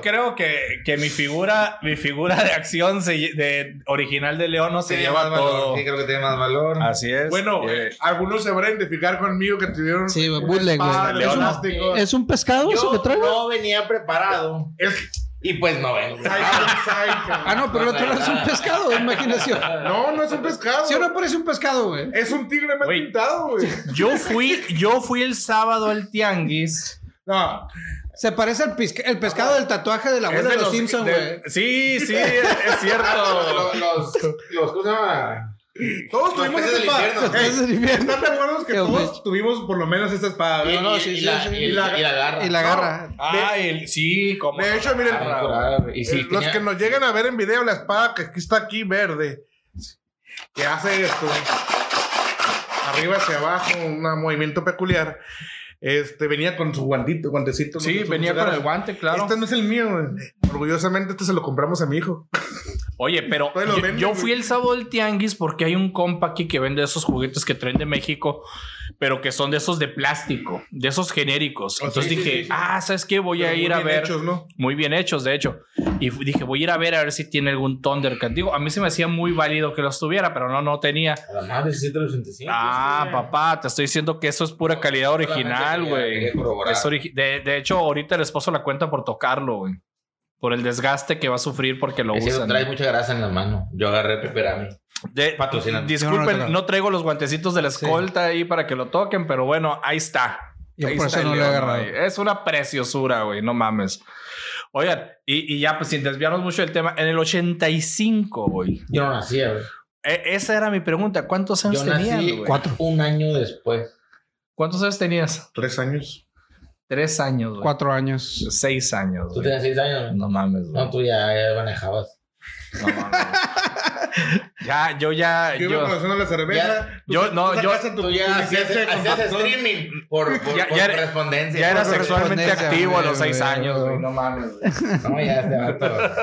[SPEAKER 4] Creo, creo que, que mi figura, mi figura de acción se lle- de original de León no se
[SPEAKER 6] Tiene
[SPEAKER 4] lleva
[SPEAKER 6] más valor,
[SPEAKER 4] todo.
[SPEAKER 6] Sí, creo que tiene más valor.
[SPEAKER 4] Así es.
[SPEAKER 5] bueno,
[SPEAKER 4] Eh,
[SPEAKER 5] algunos se van a identificar conmigo que tuvieron.
[SPEAKER 7] Sí, este, güey, bootleg, güey.
[SPEAKER 5] espada,
[SPEAKER 4] Leona.
[SPEAKER 5] plástico.
[SPEAKER 7] ¿Es un pescado eso
[SPEAKER 6] Yo
[SPEAKER 7] que trae?
[SPEAKER 6] no venía preparado.
[SPEAKER 5] Es,
[SPEAKER 6] Y pues no vengo.
[SPEAKER 7] Ah, no, pero el otro lado es un
[SPEAKER 6] <laughs>
[SPEAKER 7] pescado, es imaginación.
[SPEAKER 5] No, no es un pescado.
[SPEAKER 7] Si no parece un pescado, güey.
[SPEAKER 5] Es un tigre mal
[SPEAKER 4] Güey.
[SPEAKER 5] pintado, güey.
[SPEAKER 4] Yo fui, yo fui el sábado al tianguis.
[SPEAKER 5] No,
[SPEAKER 7] Se parece al pisca- el pescado del tatuaje de la
[SPEAKER 4] Es
[SPEAKER 7] abuela de los Simpsons,
[SPEAKER 4] de-
[SPEAKER 7] güey.
[SPEAKER 4] Sí, sí, es es
[SPEAKER 5] <laughs> Ah,
[SPEAKER 4] cierto.
[SPEAKER 6] Los, los, los, ¿cómo se llama?
[SPEAKER 5] todos
[SPEAKER 6] Los
[SPEAKER 5] tuvimos esa
[SPEAKER 6] peces del
[SPEAKER 5] espada.
[SPEAKER 6] infierno.
[SPEAKER 5] Ey,
[SPEAKER 7] Entonces, el infierno.
[SPEAKER 5] ¿Están de acuerdo que
[SPEAKER 7] Qué
[SPEAKER 5] todos
[SPEAKER 7] ofensa.
[SPEAKER 5] tuvimos por lo menos esa espada?
[SPEAKER 6] Y-
[SPEAKER 7] No, no,
[SPEAKER 6] y-
[SPEAKER 7] sí,
[SPEAKER 6] y
[SPEAKER 7] sí,
[SPEAKER 6] la-
[SPEAKER 7] sí.
[SPEAKER 6] Y la y la garra.
[SPEAKER 7] Y la garra.
[SPEAKER 4] Ah, el- sí, como.
[SPEAKER 5] De hecho, miren,
[SPEAKER 6] Ah, curada, Y sí,
[SPEAKER 5] eh, los
[SPEAKER 6] tenía-
[SPEAKER 5] que nos llegan a ver en video, la espada que aquí está aquí verde, que hace esto, arriba hacia abajo, un movimiento peculiar, este, venía con su guantito, guantecito.
[SPEAKER 4] Sí,
[SPEAKER 5] su-
[SPEAKER 4] venía
[SPEAKER 5] su
[SPEAKER 4] con
[SPEAKER 5] garra.
[SPEAKER 4] el guante, claro.
[SPEAKER 5] Este no es el mío, güey. orgullosamente este se lo compramos a mi hijo.
[SPEAKER 4] Oye, pero
[SPEAKER 5] Pues lo
[SPEAKER 4] yo,
[SPEAKER 5] venden,
[SPEAKER 4] yo
[SPEAKER 5] güey.
[SPEAKER 4] fui el sábado al tianguis porque hay un compa aquí que vende esos juguetes que traen de México, pero que son de esos de plástico, de esos genéricos.
[SPEAKER 5] Ah,
[SPEAKER 4] Entonces
[SPEAKER 5] sí, sí,
[SPEAKER 4] dije,
[SPEAKER 5] sí, sí.
[SPEAKER 4] ah, ¿sabes qué? Voy a
[SPEAKER 5] Pero muy
[SPEAKER 4] ir a
[SPEAKER 5] bien
[SPEAKER 4] ver.
[SPEAKER 5] hechos, ¿no?
[SPEAKER 4] Muy bien hechos, de hecho. Y fu- dije, voy a ir a ver a ver si tiene algún Thundercat. Digo, a mí se me hacía muy válido que los tuviera, pero no, no tenía.
[SPEAKER 6] A la madre, 785.
[SPEAKER 4] Ah, papá, te estoy diciendo que eso es pura calidad original,
[SPEAKER 6] quería-
[SPEAKER 4] güey.
[SPEAKER 6] quería corroborar.
[SPEAKER 4] Es origi- de, de hecho, ahorita el esposo la cuenta por tocarlo, güey. Por el desgaste que va a sufrir porque lo
[SPEAKER 6] Ese
[SPEAKER 4] usan.
[SPEAKER 6] trae mucha grasa en la mano. Yo agarré peperami.
[SPEAKER 4] De-
[SPEAKER 6] Patrocinan.
[SPEAKER 7] Yo no
[SPEAKER 4] Disculpen,
[SPEAKER 7] lo
[SPEAKER 4] no,
[SPEAKER 7] traigo.
[SPEAKER 4] traigo los guantecitos de la escolta ahí para que lo toquen, pero bueno, ahí está.
[SPEAKER 7] Yo
[SPEAKER 4] Ahí
[SPEAKER 7] por
[SPEAKER 4] está
[SPEAKER 7] eso no
[SPEAKER 4] el
[SPEAKER 7] lo he
[SPEAKER 4] león,
[SPEAKER 7] agarrado.
[SPEAKER 4] güey. Es una preciosura, güey, no mames. Oigan, y, y ya pues sin desviarnos mucho del tema, en el 85, güey.
[SPEAKER 6] Yo no nacía, güey.
[SPEAKER 4] E- esa era mi pregunta, ¿cuántos años
[SPEAKER 6] Yo
[SPEAKER 4] tenías?
[SPEAKER 6] nací
[SPEAKER 4] güey?
[SPEAKER 6] cuatro. un año después.
[SPEAKER 4] ¿Cuántos años tenías?
[SPEAKER 5] Tres años.
[SPEAKER 4] Tres años, güey.
[SPEAKER 7] Cuatro años.
[SPEAKER 4] Seis años,
[SPEAKER 6] Tú
[SPEAKER 4] güey.
[SPEAKER 6] tenías seis años, güey.
[SPEAKER 4] No mames, güey.
[SPEAKER 6] No, tú ya, ya manejabas.
[SPEAKER 4] No mames. ya, yo
[SPEAKER 7] <laughs>
[SPEAKER 4] ya...
[SPEAKER 5] Yo iba
[SPEAKER 4] yo-
[SPEAKER 5] conociendo la cerveza. tú-
[SPEAKER 4] yo- no,
[SPEAKER 5] tú
[SPEAKER 4] yo-
[SPEAKER 5] sacaste tu-
[SPEAKER 6] Tú
[SPEAKER 5] tu
[SPEAKER 6] ya hacías,
[SPEAKER 5] licencia de
[SPEAKER 6] hacías
[SPEAKER 5] conductor.
[SPEAKER 6] streaming por,
[SPEAKER 4] <laughs>
[SPEAKER 6] por,
[SPEAKER 4] Ya-
[SPEAKER 6] por
[SPEAKER 4] ya era-
[SPEAKER 6] correspondencia.
[SPEAKER 4] ya era
[SPEAKER 6] Por-
[SPEAKER 4] sexualmente
[SPEAKER 7] correspondencia,
[SPEAKER 4] activo a los
[SPEAKER 7] güey,
[SPEAKER 4] seis
[SPEAKER 7] güey,
[SPEAKER 4] años, güey.
[SPEAKER 7] güey.
[SPEAKER 4] No mames, güey.
[SPEAKER 6] No, ya este vato.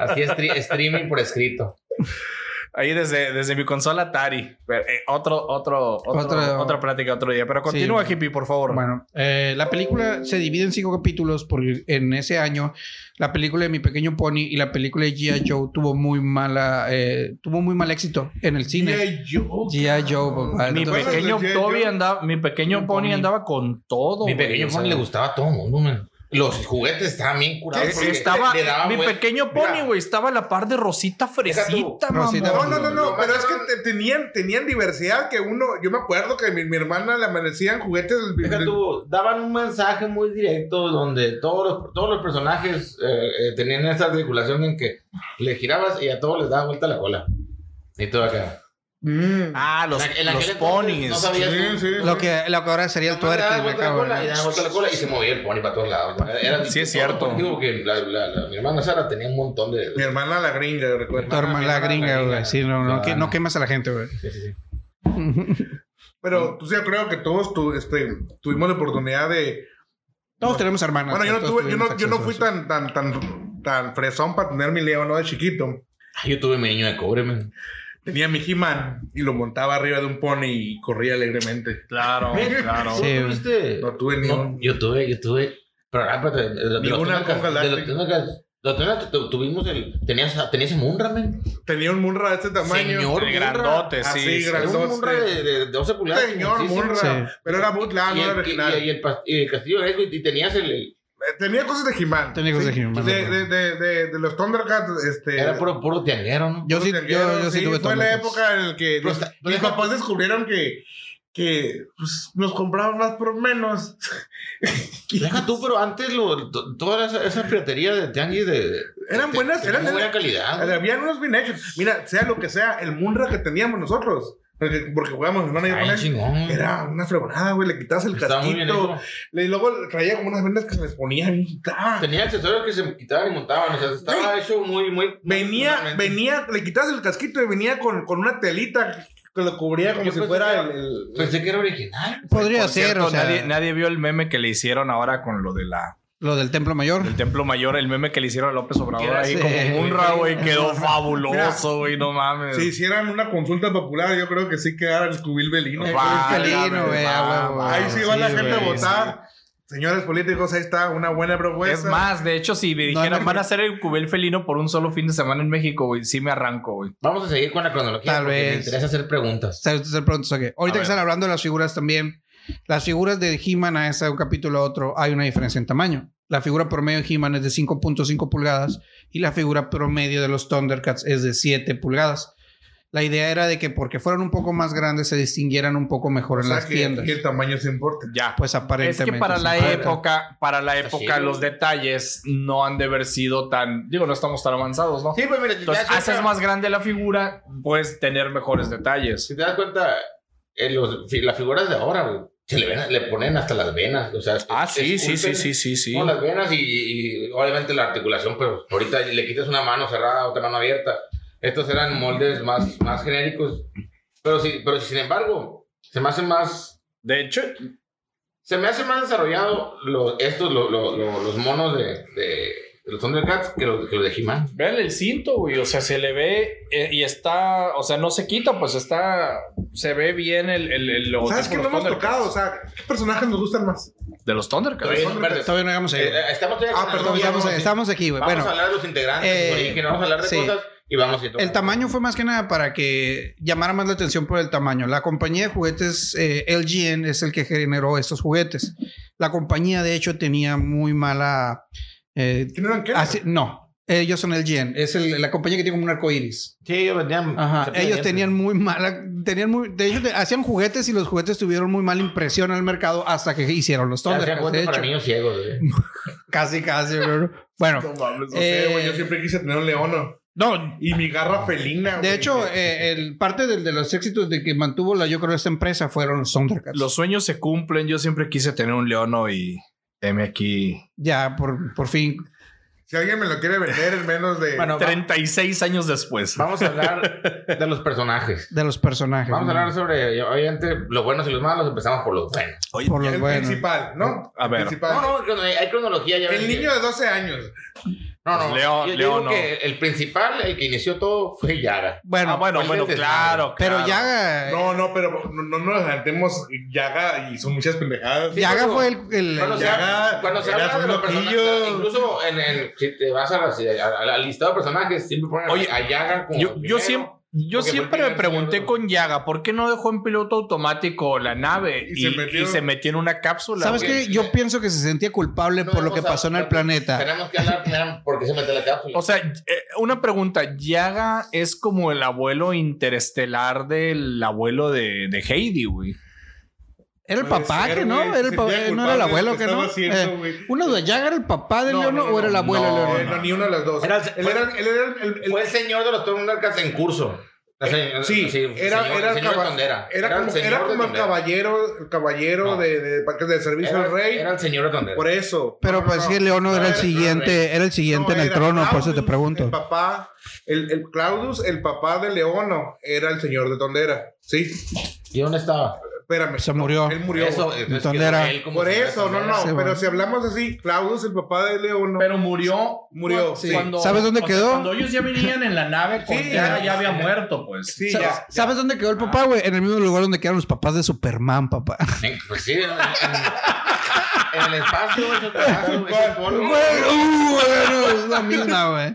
[SPEAKER 6] Así es tri- streaming por escrito.
[SPEAKER 4] Ahí desde, desde mi consola Atari. Pero, eh, otro, otro, otro,
[SPEAKER 7] Otro-
[SPEAKER 4] otra plática otro día. Pero continúa,
[SPEAKER 7] Sí.
[SPEAKER 4] hippie, por favor.
[SPEAKER 7] Bueno, eh, la película se divide en cinco capítulos porque en ese año la película de Mi Pequeño Pony y la película de G.I. Joe tuvo muy mala, eh, tuvo muy mal éxito en el cine.
[SPEAKER 5] G.I. Joe.
[SPEAKER 7] G.I. Joe, papá.
[SPEAKER 4] mi
[SPEAKER 7] Entonces,
[SPEAKER 4] pequeño
[SPEAKER 5] Entonces,
[SPEAKER 4] Toby
[SPEAKER 5] yo-
[SPEAKER 4] andaba, mi pequeño
[SPEAKER 7] Mi
[SPEAKER 4] Pony
[SPEAKER 7] Pony.
[SPEAKER 4] andaba con todo.
[SPEAKER 6] Mi
[SPEAKER 4] güey,
[SPEAKER 6] pequeño
[SPEAKER 4] o sea,
[SPEAKER 6] Pony le gustaba a todo el mundo, man. Los juguetes estaban bien
[SPEAKER 4] eh,
[SPEAKER 6] curados. porque
[SPEAKER 4] estaba,
[SPEAKER 6] le- le daban
[SPEAKER 4] mi
[SPEAKER 6] vuelta.
[SPEAKER 4] pequeño
[SPEAKER 6] Mira,
[SPEAKER 4] Pony, güey, estaba a la par de Rosita
[SPEAKER 6] Deja tú,
[SPEAKER 4] Fresita,
[SPEAKER 7] Rosita
[SPEAKER 5] No,
[SPEAKER 4] mamón.
[SPEAKER 5] no, no,
[SPEAKER 6] Lo
[SPEAKER 5] no, pero
[SPEAKER 6] más
[SPEAKER 5] es que te- tenían, tenían diversidad que uno, yo me acuerdo que mi, mi hermana le amanecían juguetes del-
[SPEAKER 6] Deja
[SPEAKER 5] del-
[SPEAKER 6] tú, daban un mensaje muy directo donde todos los, todos los personajes eh, eh, tenían esa articulación en que le girabas y a todos les daba vuelta la cola. Y todo acá.
[SPEAKER 5] Mm.
[SPEAKER 4] Ah, los,
[SPEAKER 6] En aquel
[SPEAKER 4] los
[SPEAKER 6] entonces
[SPEAKER 4] ponies.
[SPEAKER 6] No sabías
[SPEAKER 5] Sí,
[SPEAKER 6] tú.
[SPEAKER 5] sí.
[SPEAKER 7] Lo que, lo que ahora sería el
[SPEAKER 6] Nomás le
[SPEAKER 7] tuerto.
[SPEAKER 6] daba vuelta la cola, y daba vuelta la cola y se movía el pony para todos lados. Era-
[SPEAKER 4] Sí, es
[SPEAKER 6] todo
[SPEAKER 4] cierto.
[SPEAKER 6] contigo, porque la- la- la- mi hermana Sara tenía un montón de.
[SPEAKER 5] Mi hermana la gringa, recuerdo.
[SPEAKER 7] Tu hermana la gringa, güey. Sí, no, no,
[SPEAKER 6] Ah.
[SPEAKER 7] que- no quemas a la gente, güey.
[SPEAKER 6] Sí, sí, sí.
[SPEAKER 5] Pero tú sí, yo creo que todos tu- este, tuvimos la oportunidad de.
[SPEAKER 7] Todos tenemos hermanas.
[SPEAKER 5] Bueno, yo no
[SPEAKER 7] todos
[SPEAKER 5] tuve, yo no,
[SPEAKER 7] tuvimos
[SPEAKER 5] yo no
[SPEAKER 7] acceso a
[SPEAKER 5] fui
[SPEAKER 7] eso.
[SPEAKER 5] tan, tan, tan, tan fresón para tener mi Leo, ¿no? De chiquito.
[SPEAKER 6] Ah, Yo tuve mi niño de cobre, man.
[SPEAKER 5] Tenía mi He-Man y lo montaba arriba de un pony y corría alegremente. <laughs>
[SPEAKER 4] Claro, claro.
[SPEAKER 7] Sí. güey.
[SPEAKER 6] ¿Tuviste?
[SPEAKER 5] No tuve ni
[SPEAKER 6] No,
[SPEAKER 5] un.
[SPEAKER 6] yo tuve, yo tuve. Pero ah, espérate, de- de los
[SPEAKER 5] Ninguna
[SPEAKER 6] Thundercats,
[SPEAKER 5] con
[SPEAKER 6] de los
[SPEAKER 5] Galactic.
[SPEAKER 6] Thundercats, los Thundercats tu- tuvimos el. Tenías, tenías un Munra, men.
[SPEAKER 5] Tenía un Munra de este tamaño.
[SPEAKER 6] Señor
[SPEAKER 4] El grandote, sí.
[SPEAKER 5] Así,
[SPEAKER 4] sí.
[SPEAKER 5] gran-
[SPEAKER 6] Era un
[SPEAKER 5] Grandote.
[SPEAKER 6] Munra de, de, de 12 pulgadas.
[SPEAKER 5] Señor
[SPEAKER 6] inmensísimo.
[SPEAKER 5] Munra.
[SPEAKER 7] Sí.
[SPEAKER 5] Pero era bootleg, no
[SPEAKER 6] Y
[SPEAKER 5] era
[SPEAKER 6] el, y,
[SPEAKER 5] original.
[SPEAKER 6] y el, pas- y el castillo de Edwin, y tenías el. el-
[SPEAKER 5] Eh, Tenía cosas de He-Man.
[SPEAKER 7] Tenía cosas de He-Man.
[SPEAKER 5] De, de, de, de, de los Thundercats, este.
[SPEAKER 6] era puro, puro tianguero, ¿no?
[SPEAKER 7] Yo sí, yo,
[SPEAKER 5] Santiago,
[SPEAKER 7] yo sí tuve
[SPEAKER 5] Fue la
[SPEAKER 7] Thundercats.
[SPEAKER 5] época en la que
[SPEAKER 6] Pero
[SPEAKER 5] los-
[SPEAKER 6] está-
[SPEAKER 5] mis papás descubrieron que, que pues, nos compraban más por menos.
[SPEAKER 6] Deja tú, pero antes lo, to- toda esa, esa piratería de tianguis de. de-
[SPEAKER 5] Eran
[SPEAKER 6] de-
[SPEAKER 5] buenas,
[SPEAKER 6] de
[SPEAKER 5] eran-
[SPEAKER 6] muy buena
[SPEAKER 5] eran-
[SPEAKER 7] Ah.
[SPEAKER 6] calidad. güey.
[SPEAKER 5] <laughs> Habían unos bien hechos. Mira, sea lo que sea, el Munra que teníamos nosotros, porque, porque jugábamos hermano y yo
[SPEAKER 6] Ay,
[SPEAKER 5] con él,
[SPEAKER 6] chingón.
[SPEAKER 5] era una fregonada, güey. Le quitabas el
[SPEAKER 6] Estaba muy bien
[SPEAKER 5] casquito.
[SPEAKER 6] hecho.
[SPEAKER 5] le- Y luego traía como unas vendas que se les ponía bien quitadas.
[SPEAKER 6] Tenía accesorios que se quitaban y montaban. O sea, estaba hecho muy, muy.
[SPEAKER 5] Venía, venía, le quitabas el casquito y venía con, con una telita que lo cubría como
[SPEAKER 6] Yo
[SPEAKER 5] si
[SPEAKER 6] pensé que
[SPEAKER 5] fuera
[SPEAKER 6] era-
[SPEAKER 5] el- el-
[SPEAKER 6] Pensé que era original.
[SPEAKER 7] Podría
[SPEAKER 4] Por
[SPEAKER 7] ser,
[SPEAKER 4] cierto,
[SPEAKER 7] o sea,
[SPEAKER 4] nadie, nadie vio el meme que le hicieron ahora con lo de la
[SPEAKER 7] lo del Templo Mayor.
[SPEAKER 4] El templo mayor, el meme que le hicieron a López Obrador
[SPEAKER 7] Era
[SPEAKER 4] ahí
[SPEAKER 7] ese,
[SPEAKER 4] como
[SPEAKER 7] güey.
[SPEAKER 4] Munra, güey,
[SPEAKER 6] <laughs>
[SPEAKER 4] quedó fabuloso, güey, no mames.
[SPEAKER 5] Si hicieran una consulta popular, yo creo que sí quedara el cubil belino.
[SPEAKER 7] El
[SPEAKER 4] Va,
[SPEAKER 7] felino, güey,
[SPEAKER 4] va,
[SPEAKER 7] a huevo,
[SPEAKER 4] va.
[SPEAKER 5] Ahí sí va la
[SPEAKER 7] sí,
[SPEAKER 5] gente a
[SPEAKER 7] güey,
[SPEAKER 5] votar. Señores políticos, ahí está una buena
[SPEAKER 4] Es
[SPEAKER 5] propuesta.
[SPEAKER 4] más, de hecho, si me dijeran,
[SPEAKER 7] No, no,
[SPEAKER 4] van a hacer el cubel felino por un solo fin de semana en México, güey, sí me arranco, güey.
[SPEAKER 6] Vamos a seguir con la cronología.
[SPEAKER 7] Tal
[SPEAKER 6] porque
[SPEAKER 7] vez.
[SPEAKER 6] Me interesa hacer preguntas.
[SPEAKER 7] Ser- ser prontos, ok. Ahorita
[SPEAKER 4] ver.
[SPEAKER 7] que están hablando de las figuras también, las figuras de He-Man a ese, de un capítulo a otro, hay una diferencia en tamaño. La figura promedio de He-Man es de 5.5 pulgadas y la figura promedio de los Thundercats es de 7 pulgadas. La idea era de que porque fueran un poco más grandes se distinguieran un poco mejor
[SPEAKER 5] O
[SPEAKER 7] en
[SPEAKER 5] sea,
[SPEAKER 7] las
[SPEAKER 5] que,
[SPEAKER 7] tiendas.
[SPEAKER 5] que el tamaño se importa.
[SPEAKER 4] Ya.
[SPEAKER 7] Pues
[SPEAKER 4] Es
[SPEAKER 7] aparentemente.
[SPEAKER 4] que para
[SPEAKER 7] sí.
[SPEAKER 4] la época, para la época,
[SPEAKER 6] chido.
[SPEAKER 4] los detalles no han de haber sido tan. Digo, no estamos tan avanzados, ¿no?
[SPEAKER 6] Sí, pues mira, si te, das
[SPEAKER 4] Entonces, haces
[SPEAKER 6] cuenta,
[SPEAKER 4] más grande la figura, puedes tener mejores detalles.
[SPEAKER 6] si te das cuenta, en los- fi- las figuras de ahora, güey, se le, ven- le ponen hasta las venas. O sea, esculpen
[SPEAKER 4] Ah, sí, sí.
[SPEAKER 6] con las venas y, y- y obviamente la articulación, pero ahorita le quitas una mano cerrada, otra mano abierta. Estos eran moldes más, más genéricos. Pero, sí, pero sin embargo, se me hace más
[SPEAKER 4] De hecho,
[SPEAKER 6] Se me hace más desarrollado los, estos, lo- lo- lo- los monos de, de, de los Thundercats que los, que los de He-Man.
[SPEAKER 4] vean el cinto, güey. O sea, se le ve eh, y está. O sea, no se quita, pues está. Se ve bien el, el, el logotipo
[SPEAKER 5] ¿Sabes qué
[SPEAKER 4] de
[SPEAKER 5] no
[SPEAKER 4] los
[SPEAKER 5] hemos
[SPEAKER 4] Thundercats.
[SPEAKER 5] tocado? O sea, ¿qué personajes nos gustan más?
[SPEAKER 4] De los Thundercats.
[SPEAKER 6] Todavía no, verdes.
[SPEAKER 7] Todavía no llegamos ahí.
[SPEAKER 6] Eh, eh, estamos todavía
[SPEAKER 5] Ah,
[SPEAKER 6] con-
[SPEAKER 5] perdón,
[SPEAKER 6] vamos,
[SPEAKER 5] ya
[SPEAKER 7] Estamos,
[SPEAKER 5] vamos-
[SPEAKER 7] estamos aquí, güey.
[SPEAKER 6] vamos
[SPEAKER 7] Bueno,
[SPEAKER 6] a hablar de los integrantes,
[SPEAKER 7] eh,
[SPEAKER 6] güey, que no vamos a hablar de
[SPEAKER 7] sí.
[SPEAKER 6] cosas y vamos a
[SPEAKER 7] El tamaño fue más que nada para que llamara más la atención por el tamaño. La compañía de juguetes eh, LGN es el que generó estos juguetes. La compañía, de hecho, tenía muy mala. eh,
[SPEAKER 5] ¿Quién eran qué?
[SPEAKER 7] así- no, ellos son LGN. Es el- la compañía que tiene como un arco iris.
[SPEAKER 6] Sí, ellos vendían.
[SPEAKER 7] Ajá. Ellos tenían muy mala. Tenían muy, de hecho, te- hacían juguetes y los juguetes tuvieron muy mala impresión al mercado hasta que hicieron los Thundercats. De
[SPEAKER 6] para
[SPEAKER 7] hecho,
[SPEAKER 6] niños ciegos, ¿eh? güey.
[SPEAKER 7] casi, casi. bro. Bueno,
[SPEAKER 5] No mames, no
[SPEAKER 7] Eh,
[SPEAKER 5] sé, güey. Yo siempre quise tener un león.
[SPEAKER 7] no,
[SPEAKER 5] Y mi garra felina,
[SPEAKER 7] De
[SPEAKER 5] güey.
[SPEAKER 7] hecho, eh, el, parte del- de los éxitos de que mantuvo la, yo creo, esta empresa fueron los Thundercats.
[SPEAKER 4] Los sueños se cumplen. Yo siempre quise tener un leono y M aquí.
[SPEAKER 7] Ya, por, por fin.
[SPEAKER 5] Si alguien me lo quiere vender en menos de...
[SPEAKER 6] Bueno, va-
[SPEAKER 4] 36 años después.
[SPEAKER 6] <laughs> vamos a hablar de los personajes.
[SPEAKER 7] De los
[SPEAKER 6] <laughs>
[SPEAKER 7] personajes.
[SPEAKER 6] Vamos a
[SPEAKER 7] ¿no?
[SPEAKER 6] hablar sobre, obviamente, los buenos y los malos. Empezamos por los buenos.
[SPEAKER 7] Por los
[SPEAKER 5] el
[SPEAKER 7] buenos.
[SPEAKER 5] principal, ¿no?
[SPEAKER 4] A ver.
[SPEAKER 5] El principal.
[SPEAKER 6] No, no, crono- hay cronología. Ya ves
[SPEAKER 5] El
[SPEAKER 6] que-
[SPEAKER 5] niño de 12 años.
[SPEAKER 6] No,
[SPEAKER 4] Pues
[SPEAKER 6] no.
[SPEAKER 4] Leo-
[SPEAKER 6] yo
[SPEAKER 4] Leo
[SPEAKER 6] digo
[SPEAKER 4] no.
[SPEAKER 6] que el principal, el que inició todo, fue Yaga.
[SPEAKER 7] Bueno,
[SPEAKER 4] Ah, bueno,
[SPEAKER 6] pues,
[SPEAKER 4] bueno,
[SPEAKER 6] lentes,
[SPEAKER 4] claro,
[SPEAKER 7] pero eh,
[SPEAKER 4] claro.
[SPEAKER 7] Yaga.
[SPEAKER 5] No, no, pero no, no nos adelantemos. Yaga y son muchas pendejadas.
[SPEAKER 6] Sí,
[SPEAKER 7] Yaga
[SPEAKER 6] pero-
[SPEAKER 7] fue el. el-
[SPEAKER 6] Cuando se,
[SPEAKER 5] Yaga,
[SPEAKER 6] habla- cuando se
[SPEAKER 5] eras
[SPEAKER 6] habla de
[SPEAKER 5] un
[SPEAKER 6] los personajes,
[SPEAKER 5] loquillo.
[SPEAKER 6] incluso en el, si te vas a las- a- a- al listado de personajes, siempre ponen
[SPEAKER 4] Oye,
[SPEAKER 6] a Yaga como
[SPEAKER 4] Yo, yo
[SPEAKER 6] primero.
[SPEAKER 4] siempre, yo
[SPEAKER 6] porque fue
[SPEAKER 4] siempre
[SPEAKER 6] el
[SPEAKER 4] me
[SPEAKER 6] primer
[SPEAKER 4] pregunté
[SPEAKER 6] piloto.
[SPEAKER 4] con Yaga, ¿por qué no dejó en piloto automático la nave
[SPEAKER 5] Y se
[SPEAKER 4] y,
[SPEAKER 5] metió-
[SPEAKER 4] y se metió en una cápsula?
[SPEAKER 7] ¿Sabes
[SPEAKER 4] güey?
[SPEAKER 7] qué? Yo pienso que se sentía culpable
[SPEAKER 6] No
[SPEAKER 7] por lo que
[SPEAKER 6] vamos a-
[SPEAKER 7] pasó en el planeta.
[SPEAKER 6] Tenemos que hablar primero porque se mete la cápsula.
[SPEAKER 4] O sea, eh, una pregunta, Yaga es como el abuelo interestelar del abuelo de, de Heidi, güey.
[SPEAKER 7] Era el
[SPEAKER 5] Puede
[SPEAKER 7] papá,
[SPEAKER 5] ser,
[SPEAKER 7] que no,
[SPEAKER 5] pues, güey,
[SPEAKER 7] era el
[SPEAKER 5] se
[SPEAKER 7] pa-
[SPEAKER 5] sentía
[SPEAKER 7] eh, no era
[SPEAKER 5] culpable
[SPEAKER 7] el
[SPEAKER 5] de
[SPEAKER 7] abuelo,
[SPEAKER 5] lo
[SPEAKER 7] que
[SPEAKER 5] que
[SPEAKER 7] no.
[SPEAKER 5] estaba haciendo,
[SPEAKER 7] Eh,
[SPEAKER 5] güey.
[SPEAKER 7] uno de Yaga era el papá de
[SPEAKER 5] No,
[SPEAKER 7] Leono
[SPEAKER 5] no, no,
[SPEAKER 7] o era el
[SPEAKER 5] no.
[SPEAKER 7] abuelo de
[SPEAKER 5] Eh,
[SPEAKER 7] Leono.
[SPEAKER 5] no, ni uno de las dos.
[SPEAKER 6] Era-
[SPEAKER 5] él era, él era el- el- el-
[SPEAKER 6] fue el señor de los Thundercats en curso. La se-
[SPEAKER 5] sí, era,
[SPEAKER 6] señor-
[SPEAKER 5] era,
[SPEAKER 6] el señor
[SPEAKER 5] caba-
[SPEAKER 6] Tondera.
[SPEAKER 5] era
[SPEAKER 6] el
[SPEAKER 5] como,
[SPEAKER 6] señor
[SPEAKER 5] era
[SPEAKER 6] de
[SPEAKER 5] como el
[SPEAKER 6] Tondera.
[SPEAKER 5] caballero, el caballero
[SPEAKER 6] No.
[SPEAKER 5] de, de, parques de servicio
[SPEAKER 6] Era-
[SPEAKER 5] al rey.
[SPEAKER 6] Era el señor de Tondera.
[SPEAKER 5] por eso.
[SPEAKER 7] Pero
[SPEAKER 5] No,
[SPEAKER 7] pues
[SPEAKER 5] no,
[SPEAKER 7] que Leono
[SPEAKER 5] no,
[SPEAKER 7] era el
[SPEAKER 5] no,
[SPEAKER 7] siguiente, era el siguiente en el
[SPEAKER 5] era
[SPEAKER 7] trono, por eso te
[SPEAKER 5] Claudius, El
[SPEAKER 7] pregunto.
[SPEAKER 5] papá, el, el Claudus, el papá de Leono, era el señor de Tondera. Sí,
[SPEAKER 6] ¿Y dónde estaba?
[SPEAKER 5] espérame.
[SPEAKER 7] Se murió.
[SPEAKER 5] Él murió.
[SPEAKER 6] Eso, entonces
[SPEAKER 7] Tondera.
[SPEAKER 6] quedó él como
[SPEAKER 5] por
[SPEAKER 6] señor de
[SPEAKER 5] eso, no,
[SPEAKER 6] Tondera.
[SPEAKER 5] no.
[SPEAKER 7] Sí,
[SPEAKER 5] pero
[SPEAKER 7] bueno.
[SPEAKER 5] si hablamos así, Claudus, el papá de Leono.
[SPEAKER 4] murió.
[SPEAKER 5] Murió, sí.
[SPEAKER 7] ¿Sabes dónde
[SPEAKER 4] o sea,
[SPEAKER 7] quedó?
[SPEAKER 4] cuando ellos ya venían en la nave, con
[SPEAKER 5] Sí,
[SPEAKER 4] Yaga
[SPEAKER 5] ya-
[SPEAKER 4] ya había muerto, pues.
[SPEAKER 5] sí,
[SPEAKER 7] ¿Sabes,
[SPEAKER 5] ya.
[SPEAKER 7] sabes dónde quedó el papá, güey? En el mismo lugar donde quedaron los papás de Superman, papá. <laughs>
[SPEAKER 6] Sí, Pues sí, en, en- en el
[SPEAKER 5] <laughs>
[SPEAKER 6] espacio, es el espacio, es el polvo.
[SPEAKER 7] Güey, uh, bueno, es la misma, güey.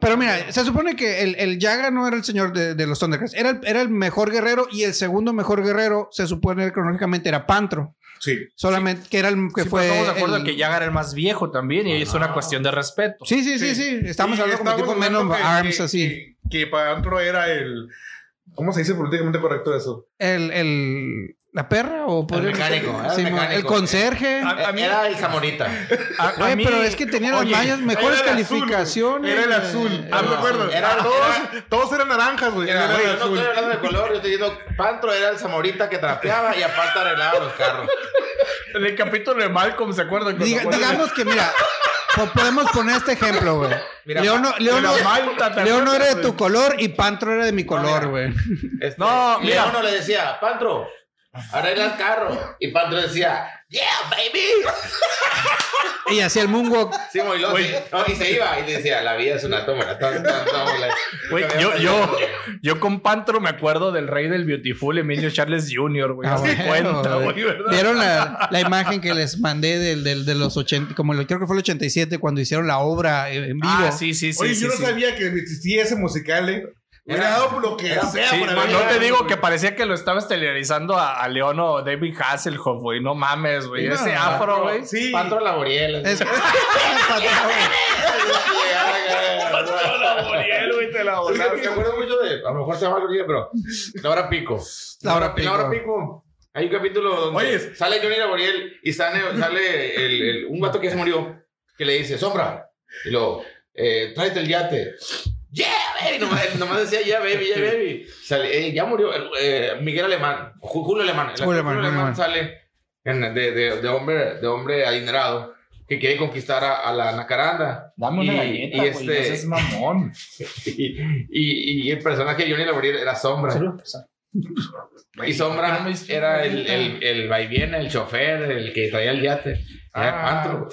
[SPEAKER 7] Pero mira, se supone que el, el Yaga no era el señor de, de los Thundercats. Era el, era el mejor guerrero y el segundo mejor guerrero, se supone cronológicamente, era Pantro.
[SPEAKER 5] Sí.
[SPEAKER 7] Solamente que era el que
[SPEAKER 4] Sí, pero
[SPEAKER 7] fue.
[SPEAKER 4] estamos de acuerdo
[SPEAKER 7] el-
[SPEAKER 4] que Yaga era el más viejo también y es una cuestión de respeto.
[SPEAKER 7] Sí, sí, sí,
[SPEAKER 5] Sí.
[SPEAKER 7] sí. Estamos
[SPEAKER 5] Sí,
[SPEAKER 7] hablando como tipo
[SPEAKER 5] hablando
[SPEAKER 7] menos
[SPEAKER 5] que-
[SPEAKER 7] arms,
[SPEAKER 5] que-
[SPEAKER 7] así.
[SPEAKER 5] Que, que Pantro era el. ¿Cómo se dice políticamente correcto eso?
[SPEAKER 7] El, el- ¿La perra? O podría-
[SPEAKER 6] mecánico, era el
[SPEAKER 7] Sí, mo-
[SPEAKER 6] mecánico.
[SPEAKER 7] el
[SPEAKER 5] ¿eh?
[SPEAKER 7] conserje.
[SPEAKER 4] A- a mí-
[SPEAKER 6] Era el Zamorita.
[SPEAKER 4] A- a
[SPEAKER 7] Ah, Güey,
[SPEAKER 4] mí-
[SPEAKER 7] pero es que tenía las
[SPEAKER 4] oye,
[SPEAKER 7] mayas mejores
[SPEAKER 5] era el azul,
[SPEAKER 7] calificaciones.
[SPEAKER 5] Era el
[SPEAKER 7] güey.
[SPEAKER 5] azul.
[SPEAKER 6] Ah,
[SPEAKER 5] Ah,
[SPEAKER 6] no,
[SPEAKER 5] me acuerdo.
[SPEAKER 6] era-
[SPEAKER 5] Ah, todos, todos eran naranjas, güey.
[SPEAKER 6] Mira,
[SPEAKER 5] Era
[SPEAKER 6] güey,
[SPEAKER 5] el
[SPEAKER 6] yo no
[SPEAKER 5] azul.
[SPEAKER 6] estoy hablando de color, yo estoy diciendo Pantro era el Zamorita que trapeaba y aparte arreglaba los carros.
[SPEAKER 4] En el capítulo de Malcolm, ¿se acuerdan? Cuando
[SPEAKER 7] Diga-
[SPEAKER 4] ponen-
[SPEAKER 7] digamos que, mira, po- podemos poner este ejemplo, güey.
[SPEAKER 6] Mira,
[SPEAKER 7] Leono, Leono,
[SPEAKER 4] Mira, Malta, ¿te
[SPEAKER 7] Leono era
[SPEAKER 4] acuerdas,
[SPEAKER 7] de
[SPEAKER 4] güey?
[SPEAKER 7] tu color y Pantro era de mi color, güey. <laughs>
[SPEAKER 6] Este,
[SPEAKER 4] No, mira.
[SPEAKER 6] Leono le decía, Pantro, arregla el carro. Y Pantro decía, yeah, baby.
[SPEAKER 7] Y hacía el moonwalk.
[SPEAKER 6] Sí, muy loco.
[SPEAKER 4] Güey.
[SPEAKER 6] No, y se iba y decía, la vida es una tómbola. Tan, tan, tómbola.
[SPEAKER 4] Güey, yo, yo, yo con Pantro me acuerdo del rey del Beautiful, Emilio Charles Jr., <laughs> güey.
[SPEAKER 7] Ah,
[SPEAKER 4] Hazte
[SPEAKER 7] bueno,
[SPEAKER 4] cuenta,
[SPEAKER 7] güey.
[SPEAKER 4] güey, ¿verdad?
[SPEAKER 7] ¿Vieron la, la imagen que les mandé del, del- de los 80, como el- creo que fue el 87, cuando hicieron la obra eh, en vivo?
[SPEAKER 4] Ah, sí, sí, sí.
[SPEAKER 5] Oye,
[SPEAKER 4] sí,
[SPEAKER 5] yo no
[SPEAKER 4] sí.
[SPEAKER 5] sabía que existía ese musical, ¿eh? Hubiera dado lo que sea
[SPEAKER 4] Sí,
[SPEAKER 5] para
[SPEAKER 4] no,
[SPEAKER 5] ver-
[SPEAKER 4] no te digo que parecía que lo estaba estelarizando a, a León o David Hasselhoff, güey. No mames, güey.
[SPEAKER 7] No,
[SPEAKER 4] Ese afro, güey.
[SPEAKER 5] Sí.
[SPEAKER 6] Patro Laboriel. <laughs>
[SPEAKER 7] Es-
[SPEAKER 6] Me acuerdo mucho de. A lo mejor se llama Laboriel, pero. La hora pico.
[SPEAKER 7] La hora pico.
[SPEAKER 6] La hora pico. Hay un capítulo donde
[SPEAKER 5] Oye.
[SPEAKER 6] sale Johnny Laboriel y sale, sale el, el- un vato que ya se murió que le dice: Sombra. Y luego, eh, tráete el yate. Yeah, baby. Nomás, nomás decía, yeah, baby, yeah, baby. Sale, eh, ya murió el, eh, Miguel Alemán, Ju- Julio Alemán. El actor
[SPEAKER 7] Julio Alemán, Julio Alemán.
[SPEAKER 6] sale en- de, de, de, hombre, de hombre adinerado que quiere conquistar a, a la Nacaranda.
[SPEAKER 4] Dame una
[SPEAKER 6] y,
[SPEAKER 4] galleta,
[SPEAKER 6] y
[SPEAKER 4] güey.
[SPEAKER 6] este,
[SPEAKER 4] no seas mamón.
[SPEAKER 6] y, <laughs> y- y el personaje de Johnny Laboriel era Sombra. Y Sombra era el, el, el vaivén, el chofer, el que traía el yate. Era
[SPEAKER 4] Ah.
[SPEAKER 6] Pantro.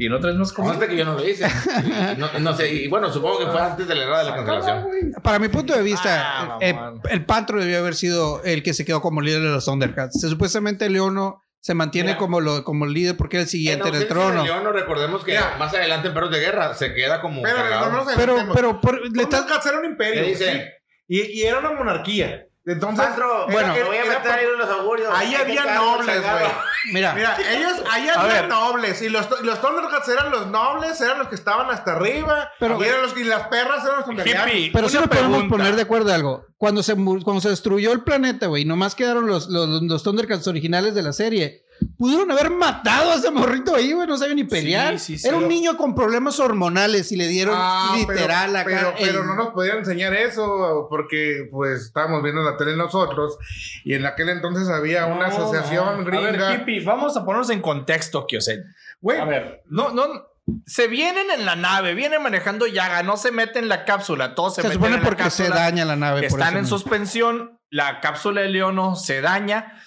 [SPEAKER 4] Y no traes más cosas.
[SPEAKER 6] Conste que yo no lo hice. Y No, no sé, y bueno, supongo que fue antes de la era de la cancelación.
[SPEAKER 7] <laughs> Para mi punto de vista,
[SPEAKER 4] Ah,
[SPEAKER 7] eh,
[SPEAKER 4] mamón.
[SPEAKER 7] el Pantro debió haber sido el que se quedó como líder de los Thundercats. Se- Supuestamente Leono se mantiene
[SPEAKER 6] Mira.
[SPEAKER 7] como, lo, como el líder porque era el siguiente en el
[SPEAKER 6] ausencia
[SPEAKER 7] trono.
[SPEAKER 6] de Leono, recordemos que
[SPEAKER 5] Mira.
[SPEAKER 6] más adelante en Perros de Guerra se queda como.
[SPEAKER 5] Espérame,
[SPEAKER 6] cargado.
[SPEAKER 5] no nos
[SPEAKER 7] Pero,
[SPEAKER 5] adelantemos.
[SPEAKER 7] pero, por- le
[SPEAKER 5] Le
[SPEAKER 7] estás-
[SPEAKER 5] un imperio.
[SPEAKER 6] Le dicen,
[SPEAKER 5] sí. Y, y era una monarquía. Entonces,
[SPEAKER 1] Sandro,
[SPEAKER 7] Bueno,
[SPEAKER 1] me voy a
[SPEAKER 5] era
[SPEAKER 1] meter ahí en los augurios.
[SPEAKER 5] ahí había
[SPEAKER 1] Sacaron,
[SPEAKER 5] nobles,
[SPEAKER 1] sacaron.
[SPEAKER 5] güey.
[SPEAKER 7] mira,
[SPEAKER 5] Mira, ellos, ahí
[SPEAKER 4] A
[SPEAKER 5] había
[SPEAKER 4] ver.
[SPEAKER 5] nobles. Y los, los Thundercats eran los nobles, eran los que estaban hasta arriba.
[SPEAKER 7] Pero-
[SPEAKER 5] y, eran los, y las perras eran los Thundercats.
[SPEAKER 4] Hippie,
[SPEAKER 7] pero
[SPEAKER 4] una
[SPEAKER 7] sí nos podemos
[SPEAKER 4] pregunta.
[SPEAKER 7] poner de acuerdo de algo. Cuando se, mu- cuando se destruyó el planeta, güey, nomás quedaron los, los, los Thundercats originales de la serie. Pudieron haber matado a ese morrito ahí, güey, no sabía ni pelear.
[SPEAKER 4] sí, sí,
[SPEAKER 7] era un
[SPEAKER 4] pero-
[SPEAKER 7] niño con problemas hormonales y le dieron
[SPEAKER 5] Ah, pero-
[SPEAKER 7] literal acá.
[SPEAKER 5] pero,
[SPEAKER 7] el-
[SPEAKER 5] pero no nos podían enseñar eso porque pues estábamos viendo la tele nosotros y en aquel entonces había una
[SPEAKER 4] No,
[SPEAKER 5] asociación
[SPEAKER 4] no. A ver,
[SPEAKER 5] gringa.
[SPEAKER 4] hippie, vamos a ponernos en contexto, Kiosen.
[SPEAKER 5] Güey,
[SPEAKER 4] A ver, no, no. Se vienen en la nave, vienen manejando Yaga, no se meten en la cápsula, todos se,
[SPEAKER 7] se
[SPEAKER 4] meten
[SPEAKER 7] supone
[SPEAKER 4] en la
[SPEAKER 7] porque se
[SPEAKER 4] cápsula.
[SPEAKER 7] daña la nave. por
[SPEAKER 4] Están
[SPEAKER 7] eso
[SPEAKER 4] en
[SPEAKER 7] mismo.
[SPEAKER 4] suspensión, la cápsula de Leono se daña.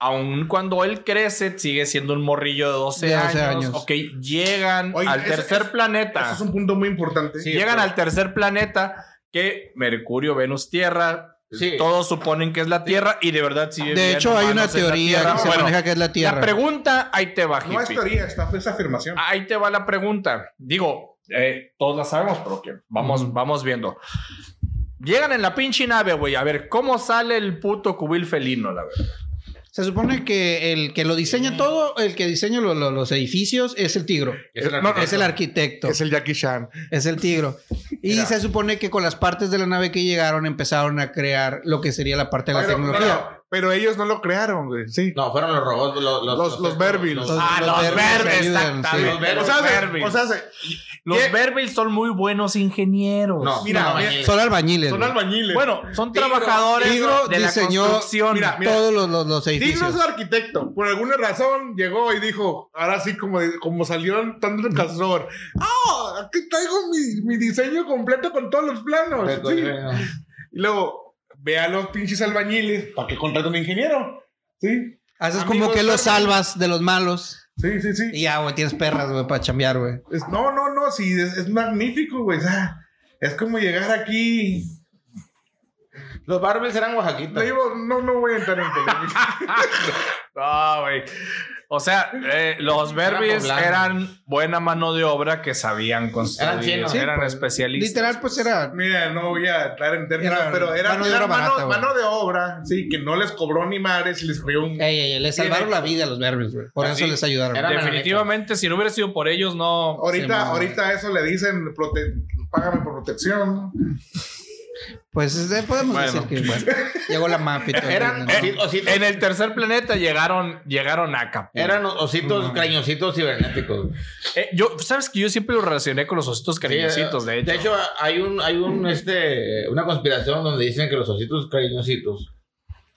[SPEAKER 4] Aun cuando él crece, sigue siendo un morrillo de 12,
[SPEAKER 7] De 12
[SPEAKER 4] años.
[SPEAKER 7] años.
[SPEAKER 4] Ok, llegan
[SPEAKER 5] Oye,
[SPEAKER 4] al
[SPEAKER 5] eso-
[SPEAKER 4] tercer
[SPEAKER 5] eso-
[SPEAKER 4] planeta.
[SPEAKER 5] eso es un punto muy importante.
[SPEAKER 4] llegan al tercer planeta que Mercurio, Venus, Tierra.
[SPEAKER 6] Sí.
[SPEAKER 4] Todos suponen que es la Tierra y de verdad sí.
[SPEAKER 7] De
[SPEAKER 4] vivían
[SPEAKER 7] hecho, hay una
[SPEAKER 4] humanos en la
[SPEAKER 7] teoría
[SPEAKER 4] Tierra.
[SPEAKER 7] que se
[SPEAKER 4] Bueno,
[SPEAKER 7] maneja que es la
[SPEAKER 4] La
[SPEAKER 7] Tierra.
[SPEAKER 4] pregunta, ahí te va,
[SPEAKER 5] No es
[SPEAKER 4] hippie. Ah,
[SPEAKER 5] teoría, esta es afirmación.
[SPEAKER 4] Ahí te va la pregunta. Digo, eh, todos la sabemos, pero que vamos, vamos viendo. Llegan en la pinche nave, güey. A ver, ¿cómo sale el puto cubil felino, la verdad?
[SPEAKER 7] Se supone que el que lo diseña todo, el que diseña lo- lo- los edificios, es el tigro.
[SPEAKER 6] Es el
[SPEAKER 7] No,
[SPEAKER 6] arquitecto.
[SPEAKER 7] es el arquitecto, es el,
[SPEAKER 5] el Jackie Chan.
[SPEAKER 7] tigro. Y se supone que con las partes de la nave que llegaron empezaron a crear lo que sería la parte de la
[SPEAKER 5] Pero,
[SPEAKER 7] tecnología.
[SPEAKER 5] pero- pero ellos no lo crearon, güey. Sí.
[SPEAKER 6] No, fueron los robots, los. Los,
[SPEAKER 5] Los- los Verbil.
[SPEAKER 7] Los-
[SPEAKER 4] ah, los,
[SPEAKER 7] los Verbil
[SPEAKER 4] Verbil,
[SPEAKER 7] ayudan,
[SPEAKER 4] exactamente.
[SPEAKER 6] sí. pero
[SPEAKER 5] o
[SPEAKER 4] Los
[SPEAKER 5] sea, se-
[SPEAKER 4] Verbil.
[SPEAKER 5] o sea, se-
[SPEAKER 4] los
[SPEAKER 5] ¿qué?
[SPEAKER 4] Verbil son muy buenos ingenieros.
[SPEAKER 6] No,
[SPEAKER 5] Mira,
[SPEAKER 6] no,
[SPEAKER 5] mira,
[SPEAKER 6] albañiles.
[SPEAKER 7] Son albañiles.
[SPEAKER 5] son
[SPEAKER 7] güey.
[SPEAKER 5] albañiles.
[SPEAKER 4] Bueno, son
[SPEAKER 6] Tigro-
[SPEAKER 4] trabajadores
[SPEAKER 7] Tigro
[SPEAKER 4] de la
[SPEAKER 7] diseñó-
[SPEAKER 4] construcción.
[SPEAKER 5] mira, mira,
[SPEAKER 7] Todos los, los- los
[SPEAKER 5] Tigro
[SPEAKER 7] edificios.
[SPEAKER 5] es arquitecto. Por alguna razón llegó y dijo, ahora sí, como, como salió en Thunder Castor. ¡Ah! Aquí traigo mi, mi diseño completo con todos los planos. Sí. Y luego, ve a los pinches albañiles para que contraten un ingeniero. Sí,
[SPEAKER 7] Haces como
[SPEAKER 5] amigos,
[SPEAKER 7] que los
[SPEAKER 5] son-
[SPEAKER 7] salvas de los malos.
[SPEAKER 5] sí, sí, sí.
[SPEAKER 7] Y ya, güey, tienes perras, güey, para chambear, güey.
[SPEAKER 5] Es- no, no, no, sí, es, es magnífico, güey. O sea, es como llegar aquí.
[SPEAKER 6] Los Barbels eran
[SPEAKER 5] No,
[SPEAKER 6] Oaxaquitas.
[SPEAKER 5] digo, no, no voy a entrar en <laughs> polémica.
[SPEAKER 4] Ah, güey. O sea, eh, los Verbis
[SPEAKER 6] poblanos.
[SPEAKER 4] eran buena mano de obra que sabían construir.
[SPEAKER 6] Eran
[SPEAKER 4] Eran,
[SPEAKER 6] chinos.
[SPEAKER 7] Sí, pues,
[SPEAKER 4] especialistas.
[SPEAKER 7] Literal, pues era.
[SPEAKER 5] Mira, no voy a entrar en términos,
[SPEAKER 7] Era
[SPEAKER 5] pero era,
[SPEAKER 7] mano de
[SPEAKER 5] era
[SPEAKER 7] obra
[SPEAKER 5] mano,
[SPEAKER 7] barata, güey.
[SPEAKER 5] mano de obra, sí, que no les cobró ni madres y les cobró un.
[SPEAKER 7] Ey, ey, ey, les
[SPEAKER 5] Bien
[SPEAKER 7] salvaron
[SPEAKER 5] hecho.
[SPEAKER 7] la vida a los verdes, güey. Por
[SPEAKER 6] Así,
[SPEAKER 7] eso les ayudaron.
[SPEAKER 6] eran
[SPEAKER 4] Definitivamente, si no hubiera sido por ellos, no.
[SPEAKER 5] Ahorita,
[SPEAKER 7] Sí,
[SPEAKER 5] ahorita eso le dicen, prote- págame por protección.
[SPEAKER 7] Pues eh, podemos
[SPEAKER 4] Bueno.
[SPEAKER 7] decir que bueno, llegó la mafia. y todo el
[SPEAKER 6] Eran
[SPEAKER 7] rollo, ¿no?
[SPEAKER 6] osi- ositos.
[SPEAKER 4] En el tercer planeta llegaron, llegaron a Acapulco.
[SPEAKER 6] Eran ositos crañositos cibernéticos.
[SPEAKER 4] Eh, yo, ¿sabes que yo siempre lo relacioné con los ositos cariñositos,
[SPEAKER 6] Sí,
[SPEAKER 4] de hecho?
[SPEAKER 6] De hecho, hay un, hay un, este, una conspiración donde dicen que los ositos cariñositos,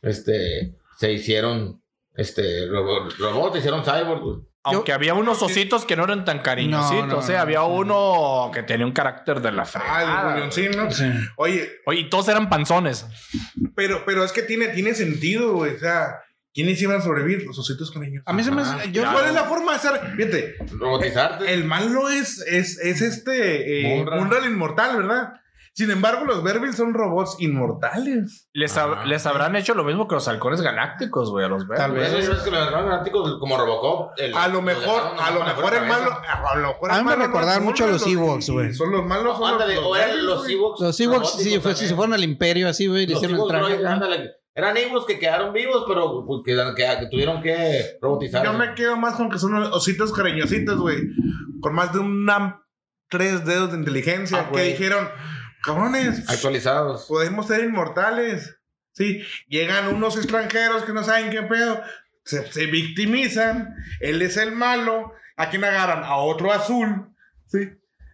[SPEAKER 6] este, se hicieron, este, robots, robots, se hicieron cyborg. güey.
[SPEAKER 4] Aunque había unos ositos que no eran tan cariñositos.
[SPEAKER 7] No, no,
[SPEAKER 4] o sea,
[SPEAKER 7] no,
[SPEAKER 4] había
[SPEAKER 7] no.
[SPEAKER 4] uno que tenía un carácter de la
[SPEAKER 5] Ah, el
[SPEAKER 4] fregada.
[SPEAKER 5] Julioncín, ¿no? Oye,
[SPEAKER 4] Oye, y todos eran panzones.
[SPEAKER 5] pero, pero es que tiene, tiene sentido, güey. O sea, ¿quiénes iban a sobrevivir? Los ositos con ellos. Ah,
[SPEAKER 7] A mí se me hace. Yo,
[SPEAKER 5] ¿Cuál es la forma de hacer? Fíjate,
[SPEAKER 6] Robotizarte.
[SPEAKER 5] el malo es, es, es este eh,
[SPEAKER 6] Munra.
[SPEAKER 5] Munra el inmortal, ¿verdad? Sin embargo, los Verbil son robots inmortales.
[SPEAKER 4] Les, hab-
[SPEAKER 6] Ah.
[SPEAKER 4] les habrán hecho lo mismo que los halcones galácticos, güey, a los verdes.
[SPEAKER 7] Tal
[SPEAKER 6] Por eso
[SPEAKER 7] vez.
[SPEAKER 6] yo creo que los hermanos galácticos como Robocop. el-
[SPEAKER 5] A lo mejor,
[SPEAKER 6] los dejaron
[SPEAKER 5] a lo
[SPEAKER 6] nomás con
[SPEAKER 5] mejor
[SPEAKER 6] la
[SPEAKER 5] es
[SPEAKER 6] cabeza.
[SPEAKER 5] malo. A lo mejor
[SPEAKER 7] A
[SPEAKER 5] es
[SPEAKER 7] mí me
[SPEAKER 5] malo,
[SPEAKER 7] recordaban
[SPEAKER 5] no,
[SPEAKER 7] mucho a los
[SPEAKER 5] y-
[SPEAKER 7] Ewoks,
[SPEAKER 5] y
[SPEAKER 7] güey.
[SPEAKER 5] Son los malos. son
[SPEAKER 6] Ándale,
[SPEAKER 5] los-
[SPEAKER 6] o
[SPEAKER 5] los
[SPEAKER 6] eran
[SPEAKER 5] Verbil,
[SPEAKER 6] los
[SPEAKER 5] güey.
[SPEAKER 6] Ewoks.
[SPEAKER 7] Los Ewoks
[SPEAKER 6] robóticos
[SPEAKER 7] sí, fue, sí
[SPEAKER 6] también.
[SPEAKER 7] se fueron al imperio así, güey, le
[SPEAKER 6] Los
[SPEAKER 7] hicieron el
[SPEAKER 6] Ewoks
[SPEAKER 7] traje.
[SPEAKER 6] droides, ándale. Eran Ewoks que quedaron vivos, pero pues, que, que- que tuvieron que robotizar.
[SPEAKER 5] Yo me quedo más con que son ositos cariñositos, güey. Con más de un am- tres dedos de inteligencia
[SPEAKER 6] Ah,
[SPEAKER 5] que
[SPEAKER 6] güey. pues,
[SPEAKER 5] dijeron, cabrones,
[SPEAKER 6] Actualizados.
[SPEAKER 5] podemos ser inmortales. Sí, llegan unos extranjeros que no saben qué pedo, se, se victimizan, él es el malo, ¿a quién agarran? A otro azul, sí.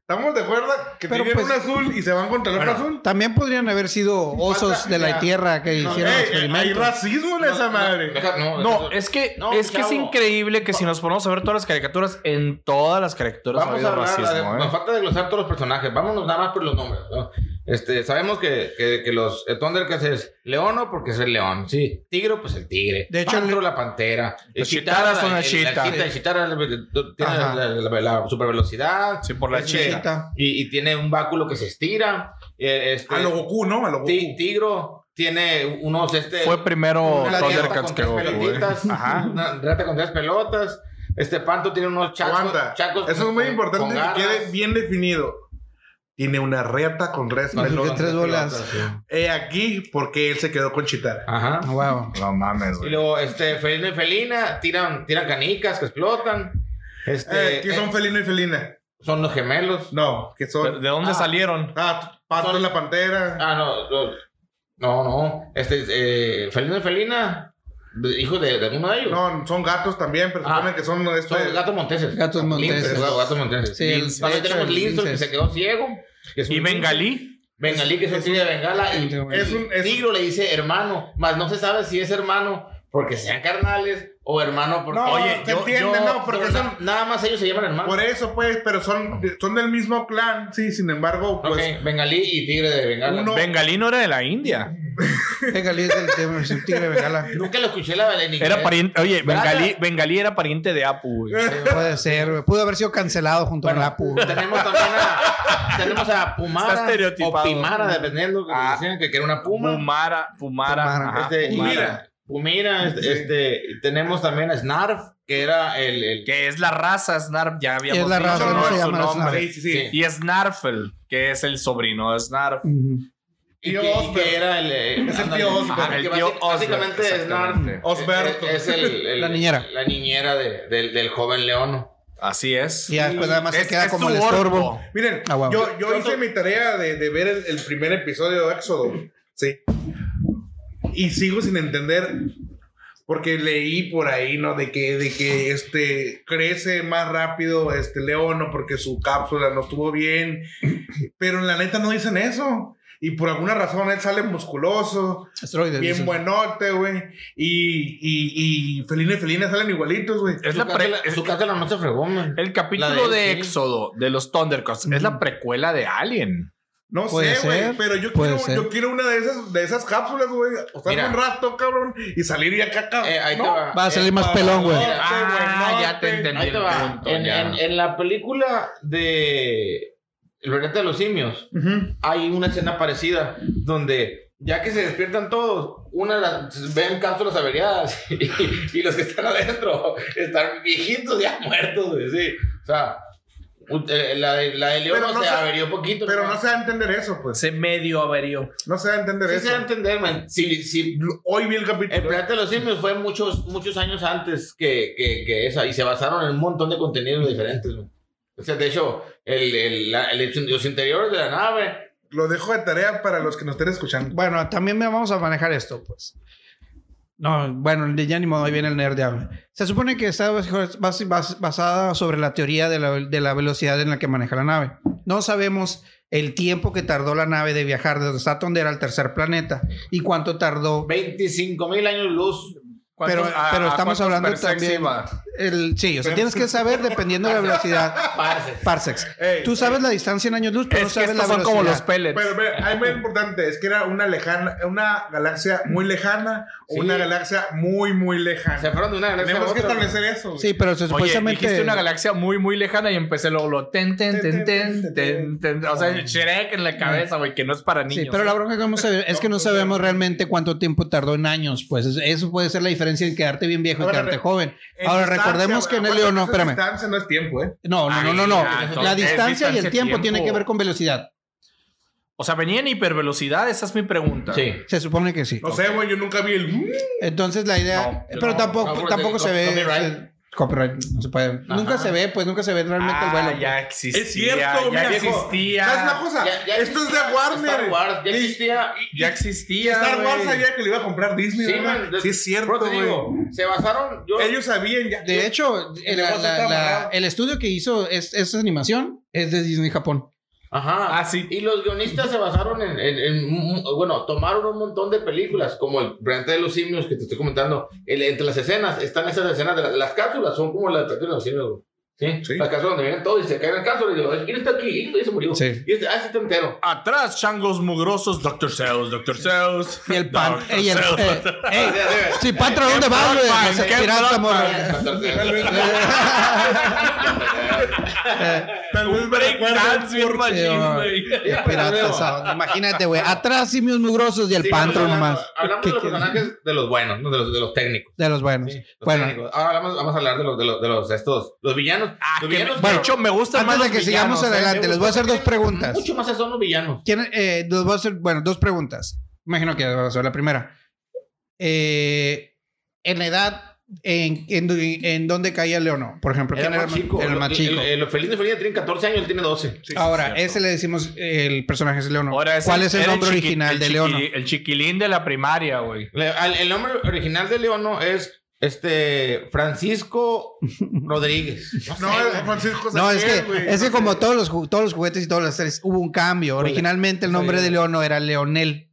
[SPEAKER 5] ¿Estamos de acuerdo? Que
[SPEAKER 7] Pero
[SPEAKER 5] tienen
[SPEAKER 7] pues-
[SPEAKER 5] un azul y se van contra el otro azul.
[SPEAKER 7] También podrían haber sido osos de la
[SPEAKER 6] mira,
[SPEAKER 7] tierra que
[SPEAKER 5] No,
[SPEAKER 7] hicieron
[SPEAKER 5] ey, hay
[SPEAKER 7] experimentos.
[SPEAKER 5] racismo en esa madre.
[SPEAKER 6] Deja- No, este,
[SPEAKER 4] No,
[SPEAKER 6] deja-
[SPEAKER 4] es que,
[SPEAKER 6] No,
[SPEAKER 4] es, que es
[SPEAKER 6] chavo.
[SPEAKER 4] increíble que si nos ponemos a ver todas las caricaturas, en todas las caricaturas ha
[SPEAKER 6] Vamos a
[SPEAKER 4] habido
[SPEAKER 6] hablar,
[SPEAKER 4] racismo,
[SPEAKER 6] de-
[SPEAKER 4] ¿eh?
[SPEAKER 6] nos falta desglosar todos los personajes. Vámonos nada más por los nombres. ¿no? Este, sabemos que, que, que los eh, Thundercats es leono porque es el león. Sí. Tigro, pues el tigre.
[SPEAKER 7] De hecho,
[SPEAKER 6] Pantro, la pantera.
[SPEAKER 4] Los
[SPEAKER 6] Chitara
[SPEAKER 4] chitaras son las
[SPEAKER 6] La,
[SPEAKER 4] chitas.
[SPEAKER 6] chita, el chitara el- el- tiene
[SPEAKER 7] Ajá.
[SPEAKER 6] la, super velocidad.
[SPEAKER 4] Sí, por la chita.
[SPEAKER 6] Y, y tiene un báculo que se estira. Eh, este,
[SPEAKER 5] A lo Goku, Ah, ¿no? uh. A lo Goku.
[SPEAKER 6] ti- tigro tiene unos... Este,
[SPEAKER 4] Fue primero
[SPEAKER 6] una rata
[SPEAKER 4] Thundercats
[SPEAKER 6] con
[SPEAKER 4] que
[SPEAKER 6] tres
[SPEAKER 4] Goku, güey.
[SPEAKER 6] pelotitas.
[SPEAKER 4] Ajá.
[SPEAKER 6] Una rata con tres pelotas. Este panto tiene unos chacos.
[SPEAKER 5] Aguanta.
[SPEAKER 6] chacos
[SPEAKER 5] Eso es muy
[SPEAKER 6] con- con
[SPEAKER 5] importante
[SPEAKER 6] garras.
[SPEAKER 5] que quede bien definido. Tiene una reta con tres
[SPEAKER 7] No,
[SPEAKER 5] pelotas.
[SPEAKER 7] de tres bolas.
[SPEAKER 5] He aquí porque él se quedó con Chitara.
[SPEAKER 6] Ajá.
[SPEAKER 7] Wow.
[SPEAKER 4] No mames,
[SPEAKER 6] Y
[SPEAKER 4] güey.
[SPEAKER 6] luego, este, felino y felina, tiran, tiran canicas que explotan. Este,
[SPEAKER 5] Eh, ¿Qué son
[SPEAKER 6] eh,
[SPEAKER 5] felino y felina?
[SPEAKER 6] son los gemelos.
[SPEAKER 5] No, que
[SPEAKER 4] ¿De
[SPEAKER 5] son.
[SPEAKER 4] de dónde
[SPEAKER 6] Ah.
[SPEAKER 4] salieron?
[SPEAKER 5] Ah, Pato
[SPEAKER 6] son-
[SPEAKER 5] la Pantera.
[SPEAKER 6] Ah, no, los- no, no. Este, eh, felino y felina, hijo de, de alguno de ellos.
[SPEAKER 5] No, son gatos también, pero
[SPEAKER 6] Ah.
[SPEAKER 5] suponen que son. este-
[SPEAKER 6] Son gatos monteses.
[SPEAKER 7] Gatos monteses.
[SPEAKER 6] Linces, gatos gatos monteses.
[SPEAKER 7] Sí,
[SPEAKER 6] Lin-
[SPEAKER 7] el-
[SPEAKER 6] También
[SPEAKER 7] de hecho,
[SPEAKER 6] tenemos
[SPEAKER 7] el
[SPEAKER 6] Linson que
[SPEAKER 7] linces.
[SPEAKER 6] se quedó ciego. que es
[SPEAKER 4] ¿Y
[SPEAKER 6] un-
[SPEAKER 4] Bengalí?
[SPEAKER 6] Bengalí, que es un tigre de Bengala. Y,
[SPEAKER 5] Es un- es-
[SPEAKER 6] Tigro le dice hermano, más no se sabe si es hermano porque sean carnales o hermano porque.
[SPEAKER 5] No,
[SPEAKER 4] Oye,
[SPEAKER 5] se
[SPEAKER 4] yo-
[SPEAKER 5] entiende,
[SPEAKER 4] yo-
[SPEAKER 5] no, porque
[SPEAKER 6] Pero na-
[SPEAKER 5] son.
[SPEAKER 6] nada más ellos se llaman hermanos.
[SPEAKER 5] Por eso, pues, pero son, son del mismo clan, sí, sin embargo, pues.
[SPEAKER 6] Ok, Bengalí y Tigre de Bengala.
[SPEAKER 5] Uno- No.
[SPEAKER 4] Bengalí no era de la India.
[SPEAKER 7] Bengalí es el tema, es el tigre de Bengala.
[SPEAKER 6] Nunca lo escuché la ¿eh? en inglés.
[SPEAKER 4] Era pariente. Oye,
[SPEAKER 6] ¿Verdad?
[SPEAKER 4] Bengalí, Bengalí era pariente de Apu,
[SPEAKER 6] Eh,
[SPEAKER 4] güey.
[SPEAKER 7] Puede ser, güey. Pudo haber sido cancelado junto
[SPEAKER 6] Bueno,
[SPEAKER 7] con Apu. güey.
[SPEAKER 6] Tenemos también
[SPEAKER 4] <laughs>
[SPEAKER 6] a, tenemos a
[SPEAKER 4] Está
[SPEAKER 6] Pumara
[SPEAKER 4] estereotipado.
[SPEAKER 6] o Pimara, dependiendo que
[SPEAKER 4] Ah.
[SPEAKER 6] decían que que era una puma.
[SPEAKER 4] Pumara, Pumara.
[SPEAKER 7] Pumara.
[SPEAKER 4] ajá,
[SPEAKER 6] Este, y
[SPEAKER 4] Pumara.
[SPEAKER 6] mira, Pumira, este, este, tenemos también a Snarf, que era el, el
[SPEAKER 4] Que es la raza Snarf, ya habíamos
[SPEAKER 7] Es la
[SPEAKER 4] dicho,
[SPEAKER 7] raza,
[SPEAKER 4] ¿no?
[SPEAKER 7] no se
[SPEAKER 4] Es su
[SPEAKER 7] llama
[SPEAKER 4] nombre.
[SPEAKER 5] Sí, sí, sí.
[SPEAKER 6] Sí.
[SPEAKER 4] Y Snarfel, que es el sobrino de Snarf.
[SPEAKER 7] Ujú.
[SPEAKER 6] y
[SPEAKER 5] Tío
[SPEAKER 6] que, y que
[SPEAKER 5] Osberg.
[SPEAKER 6] era el, eh,
[SPEAKER 5] Es el
[SPEAKER 6] ándale.
[SPEAKER 5] tío Osberg.
[SPEAKER 6] Ajá,
[SPEAKER 4] El
[SPEAKER 6] que
[SPEAKER 4] tío
[SPEAKER 6] basi-
[SPEAKER 4] Osberg,
[SPEAKER 6] Básicamente
[SPEAKER 4] exactamente.
[SPEAKER 6] Snarf
[SPEAKER 5] Osberto.
[SPEAKER 6] Eh, es, es el, el-
[SPEAKER 7] La niñera.
[SPEAKER 6] La niñera de- del, del joven leono.
[SPEAKER 4] Así es.
[SPEAKER 7] Y ya después nada más se
[SPEAKER 4] Es-
[SPEAKER 7] queda
[SPEAKER 4] es
[SPEAKER 7] como el
[SPEAKER 4] su orco.
[SPEAKER 7] estorbo.
[SPEAKER 5] Miren,
[SPEAKER 7] Ah, bueno.
[SPEAKER 5] yo, yo hice mi tarea de, de ver el, el primer episodio de Éxodo. Sí. Y sigo sin entender. Porque leí por ahí, ¿no? De que, de que este, crece más rápido este león, ¿no? Porque su cápsula no estuvo bien. Pero en la neta no dicen eso. Y por alguna razón él sale musculoso,
[SPEAKER 7] Asteroides,
[SPEAKER 5] bien
[SPEAKER 7] dicen.
[SPEAKER 5] buenote, güey. Y, y, y felina y felina salen igualitos, güey.
[SPEAKER 4] Es
[SPEAKER 6] su,
[SPEAKER 4] la pre-
[SPEAKER 6] cápsula-
[SPEAKER 4] es-
[SPEAKER 6] su cápsula no se fregó, man.
[SPEAKER 4] el
[SPEAKER 6] La
[SPEAKER 4] capítulo
[SPEAKER 6] de-
[SPEAKER 4] de,
[SPEAKER 6] sí.
[SPEAKER 4] Éxodo de los Thundercats es la precuela de Alien.
[SPEAKER 5] No
[SPEAKER 7] Puede
[SPEAKER 5] sé, güey,
[SPEAKER 7] ser,
[SPEAKER 5] pero yo
[SPEAKER 7] puede
[SPEAKER 5] quiero,
[SPEAKER 7] ser.
[SPEAKER 5] yo quiero una de esas, de esas cápsulas, güey. O sea,
[SPEAKER 6] Mira.
[SPEAKER 5] un rato, cabrón, y salir y acá, cabrón.
[SPEAKER 6] Eh, ahí te
[SPEAKER 5] No,
[SPEAKER 6] va.
[SPEAKER 7] Va a salir
[SPEAKER 6] Eh,
[SPEAKER 7] más pelón, güey.
[SPEAKER 5] Mira, Ah, güey, no, ya te te-
[SPEAKER 6] Ahí te va. En, en- en la película de El planeta de los simios
[SPEAKER 5] Ujú.
[SPEAKER 6] hay una escena parecida donde ya que se despiertan todos, una de las- ven cápsulas averiadas <laughs> y, y los que están adentro están viejitos ya muertos, güey, sí. O sea, u- eh, la, de- la de León
[SPEAKER 5] Pero no
[SPEAKER 6] se
[SPEAKER 5] se-
[SPEAKER 6] averió poquito.
[SPEAKER 5] Pero
[SPEAKER 6] ¿no?
[SPEAKER 5] no se va a entender eso, pues.
[SPEAKER 4] Se medio averió.
[SPEAKER 5] No se va a entender
[SPEAKER 6] Sí se
[SPEAKER 5] eso.
[SPEAKER 6] va a entender, Eh, man. Si, si
[SPEAKER 5] Hoy vi el
[SPEAKER 6] El
[SPEAKER 5] capítulo.
[SPEAKER 6] planeta de los simios fue muchos, muchos años antes que, que, que esa y se basaron en un montón de contenidos diferentes. güey. O sea, de hecho, el, el- la- el- los interiores de la nave.
[SPEAKER 5] Lo dejo de tarea para los que nos estén escuchando.
[SPEAKER 7] Bueno, también vamos a manejar esto, pues. No, bueno, ya ni modo, ahí viene el nerd ya. Se supone que está bas- bas- bas- basada sobre la teoría de la, de la velocidad en la que maneja la nave. No sabemos el tiempo que tardó la nave de viajar de donde está Tondera al tercer planeta y cuánto tardó.
[SPEAKER 6] 25 mil años luz.
[SPEAKER 7] ah, Pero- pero estamos hablando también- el, sí, o sea, tienes que saber dependiendo de la velocidad. <laughs>
[SPEAKER 6] Parce.
[SPEAKER 7] Parsecs.
[SPEAKER 5] Ey,
[SPEAKER 7] Tú sabes la distancia en años luz, pero no
[SPEAKER 4] Es que
[SPEAKER 7] sabes la
[SPEAKER 4] estos son como los
[SPEAKER 7] velocidad.
[SPEAKER 4] pellets.
[SPEAKER 5] Pero, pero, hay muy importante, es que era una lejana, una galaxia muy lejana o
[SPEAKER 6] Sí.
[SPEAKER 5] una galaxia muy, muy lejana.
[SPEAKER 6] Se fueron de una galaxia a
[SPEAKER 5] Tenemos que
[SPEAKER 6] otra, güey.
[SPEAKER 5] establecer eso. güey.
[SPEAKER 7] Sí, pero se-
[SPEAKER 4] Oye,
[SPEAKER 7] supuestamente.
[SPEAKER 4] dijiste una galaxia muy, muy lejana y empecé luego lo ten, ten, ten, ten, ten, ten. O sea, Shrek en la cabeza, güey, que no pues, es para niños.
[SPEAKER 7] Sí, pero la bronca que vamos a ver
[SPEAKER 4] <laughs>
[SPEAKER 7] es que no sabemos realmente cuánto tiempo tardó en años. Pues es- eso puede ser la diferencia en quedarte bien viejo y
[SPEAKER 5] Ahora,
[SPEAKER 7] quedarte
[SPEAKER 5] re-
[SPEAKER 7] joven.
[SPEAKER 5] En
[SPEAKER 7] Ahora
[SPEAKER 5] distancia,
[SPEAKER 7] recordemos
[SPEAKER 5] güey,
[SPEAKER 7] que en el
[SPEAKER 5] aguanta,
[SPEAKER 7] León, no,
[SPEAKER 5] esa
[SPEAKER 7] espérame.
[SPEAKER 5] Distancia no es tiempo, ¿eh?
[SPEAKER 7] No, no, no, no, no.
[SPEAKER 4] Ay, ah, entonces,
[SPEAKER 7] La
[SPEAKER 4] es
[SPEAKER 7] distancia y el
[SPEAKER 4] distancia,
[SPEAKER 7] tiempo tiene
[SPEAKER 4] tiempo.
[SPEAKER 7] que ver con velocidad.
[SPEAKER 4] O sea, venía en hipervelocidad, esa es mi pregunta.
[SPEAKER 6] Sí.
[SPEAKER 7] Se supone que sí.
[SPEAKER 5] No sé, güey, yo nunca vi el.
[SPEAKER 7] Entonces la idea, eh,
[SPEAKER 4] No, yo
[SPEAKER 7] pero
[SPEAKER 4] no.
[SPEAKER 7] tampoco,
[SPEAKER 6] No, porque
[SPEAKER 7] tampoco se
[SPEAKER 6] cop-
[SPEAKER 7] ve
[SPEAKER 6] copyright.
[SPEAKER 7] eh, copyright, no se puede. Nunca se ve, pues nunca se ve realmente
[SPEAKER 4] Ah,
[SPEAKER 7] el vuelo.
[SPEAKER 4] ya existía.
[SPEAKER 5] Es cierto,
[SPEAKER 4] ya
[SPEAKER 5] mira, viejo.
[SPEAKER 4] existía.
[SPEAKER 5] ¿Sabes una cosa?
[SPEAKER 6] Ya- ya
[SPEAKER 5] Esto es de Warner.
[SPEAKER 6] Star Wars ya existía.
[SPEAKER 4] Ya existía.
[SPEAKER 5] Star Wars
[SPEAKER 4] güey.
[SPEAKER 5] sabía que le iba a comprar Disney,
[SPEAKER 6] Sí,
[SPEAKER 5] ¿verdad?
[SPEAKER 6] man.
[SPEAKER 5] Sí, es cierto,
[SPEAKER 6] Pero te
[SPEAKER 5] güey.
[SPEAKER 6] digo, se basaron. Yo,
[SPEAKER 5] Ellos sabían ya.
[SPEAKER 7] De hecho, el, la- la- la- el estudio que hizo es- esta animación es de Disney Japón.
[SPEAKER 6] Ajá.
[SPEAKER 4] Ah, sí.
[SPEAKER 6] Y los guionistas se basaron en, en- en mu- mu- Bueno, tomaron un montón de películas, como el Planeta de los Simios que te estoy comentando. El- entre las escenas están esas escenas de la- las cápsulas, son como las Planeta de los Simios. güey. ¿Sí?
[SPEAKER 5] Sí.
[SPEAKER 6] Las cápsulas donde vienen todos y se caen las cápsulas. Y digo, ¿quién está aquí? Y se murió.
[SPEAKER 7] Sí.
[SPEAKER 6] Y este, ah, sí, está entero.
[SPEAKER 4] Atrás, changos mugrosos, Dr. Seuss, Dr. Seuss.
[SPEAKER 7] Y el pan.
[SPEAKER 4] Dr.
[SPEAKER 7] Ey, el,
[SPEAKER 4] Seuss.
[SPEAKER 7] <laughs> eh, ey,
[SPEAKER 6] Sí, sí, sí.
[SPEAKER 7] si Patra, ¿dónde vas, güey?
[SPEAKER 4] Broadband,
[SPEAKER 7] No seas
[SPEAKER 4] qué
[SPEAKER 7] pirata, morro.
[SPEAKER 4] Broadband.
[SPEAKER 6] <laughs>
[SPEAKER 5] Tal vez, tal vez
[SPEAKER 4] Un
[SPEAKER 5] me
[SPEAKER 4] break
[SPEAKER 5] recuerdan
[SPEAKER 4] dance bien machín,
[SPEAKER 7] Sí, va.
[SPEAKER 4] güey.
[SPEAKER 7] Qué Eh, pirata, esa- Imagínate, güey. Atrás simios mugrosos y el
[SPEAKER 6] Sí,
[SPEAKER 7] pan
[SPEAKER 6] hablamos-
[SPEAKER 7] nomás.
[SPEAKER 6] Hablamos
[SPEAKER 7] ¿Qué
[SPEAKER 6] de los
[SPEAKER 7] quieres?
[SPEAKER 6] personajes de los buenos, no de los, de los técnicos.
[SPEAKER 7] De los buenos.
[SPEAKER 6] Sí, los
[SPEAKER 7] bueno,
[SPEAKER 6] técnicos. ahora vamos, vamos a hablar de los, de los, de los estos, los villanos.
[SPEAKER 4] Ah,
[SPEAKER 6] los
[SPEAKER 4] que me-
[SPEAKER 6] villanos
[SPEAKER 4] de hecho, me gusta más
[SPEAKER 7] antes de
[SPEAKER 4] los
[SPEAKER 7] que sigamos
[SPEAKER 4] villanos, ¿eh?
[SPEAKER 7] adelante, les voy a hacer dos preguntas.
[SPEAKER 6] mucho más son los villanos.
[SPEAKER 7] ¿Quién, eh, los voy a hacer, bueno, dos preguntas. Imagino que va a ser la primera. Eh, en la edad, en, en, en dónde caía Leono, por ejemplo. ¿quién
[SPEAKER 6] Era más
[SPEAKER 7] ma-
[SPEAKER 6] chico.
[SPEAKER 7] Era el más
[SPEAKER 6] El-
[SPEAKER 7] chico.
[SPEAKER 6] El, el, Feliz de Felina tiene 14 años, él tiene 12.
[SPEAKER 7] Ahora, ese le decimos eh, el personaje es Leono.
[SPEAKER 4] Ahora
[SPEAKER 7] ¿Cuál es el
[SPEAKER 4] era
[SPEAKER 7] nombre
[SPEAKER 4] chiqui-
[SPEAKER 7] original
[SPEAKER 4] el
[SPEAKER 7] de
[SPEAKER 4] chiqui-
[SPEAKER 7] Leono?
[SPEAKER 4] El chiquilín de la primaria, güey.
[SPEAKER 6] Le- al- el nombre original de Leono es este <laughs> Francisco Rodríguez.
[SPEAKER 5] No,
[SPEAKER 6] eh.
[SPEAKER 5] es Francisco
[SPEAKER 7] No, es
[SPEAKER 5] Xavier,
[SPEAKER 7] que,
[SPEAKER 5] güey.
[SPEAKER 7] es que como todos los, ju- todos los juguetes y todas las series, hubo un cambio. Originalmente el nombre de Leono era Leonel.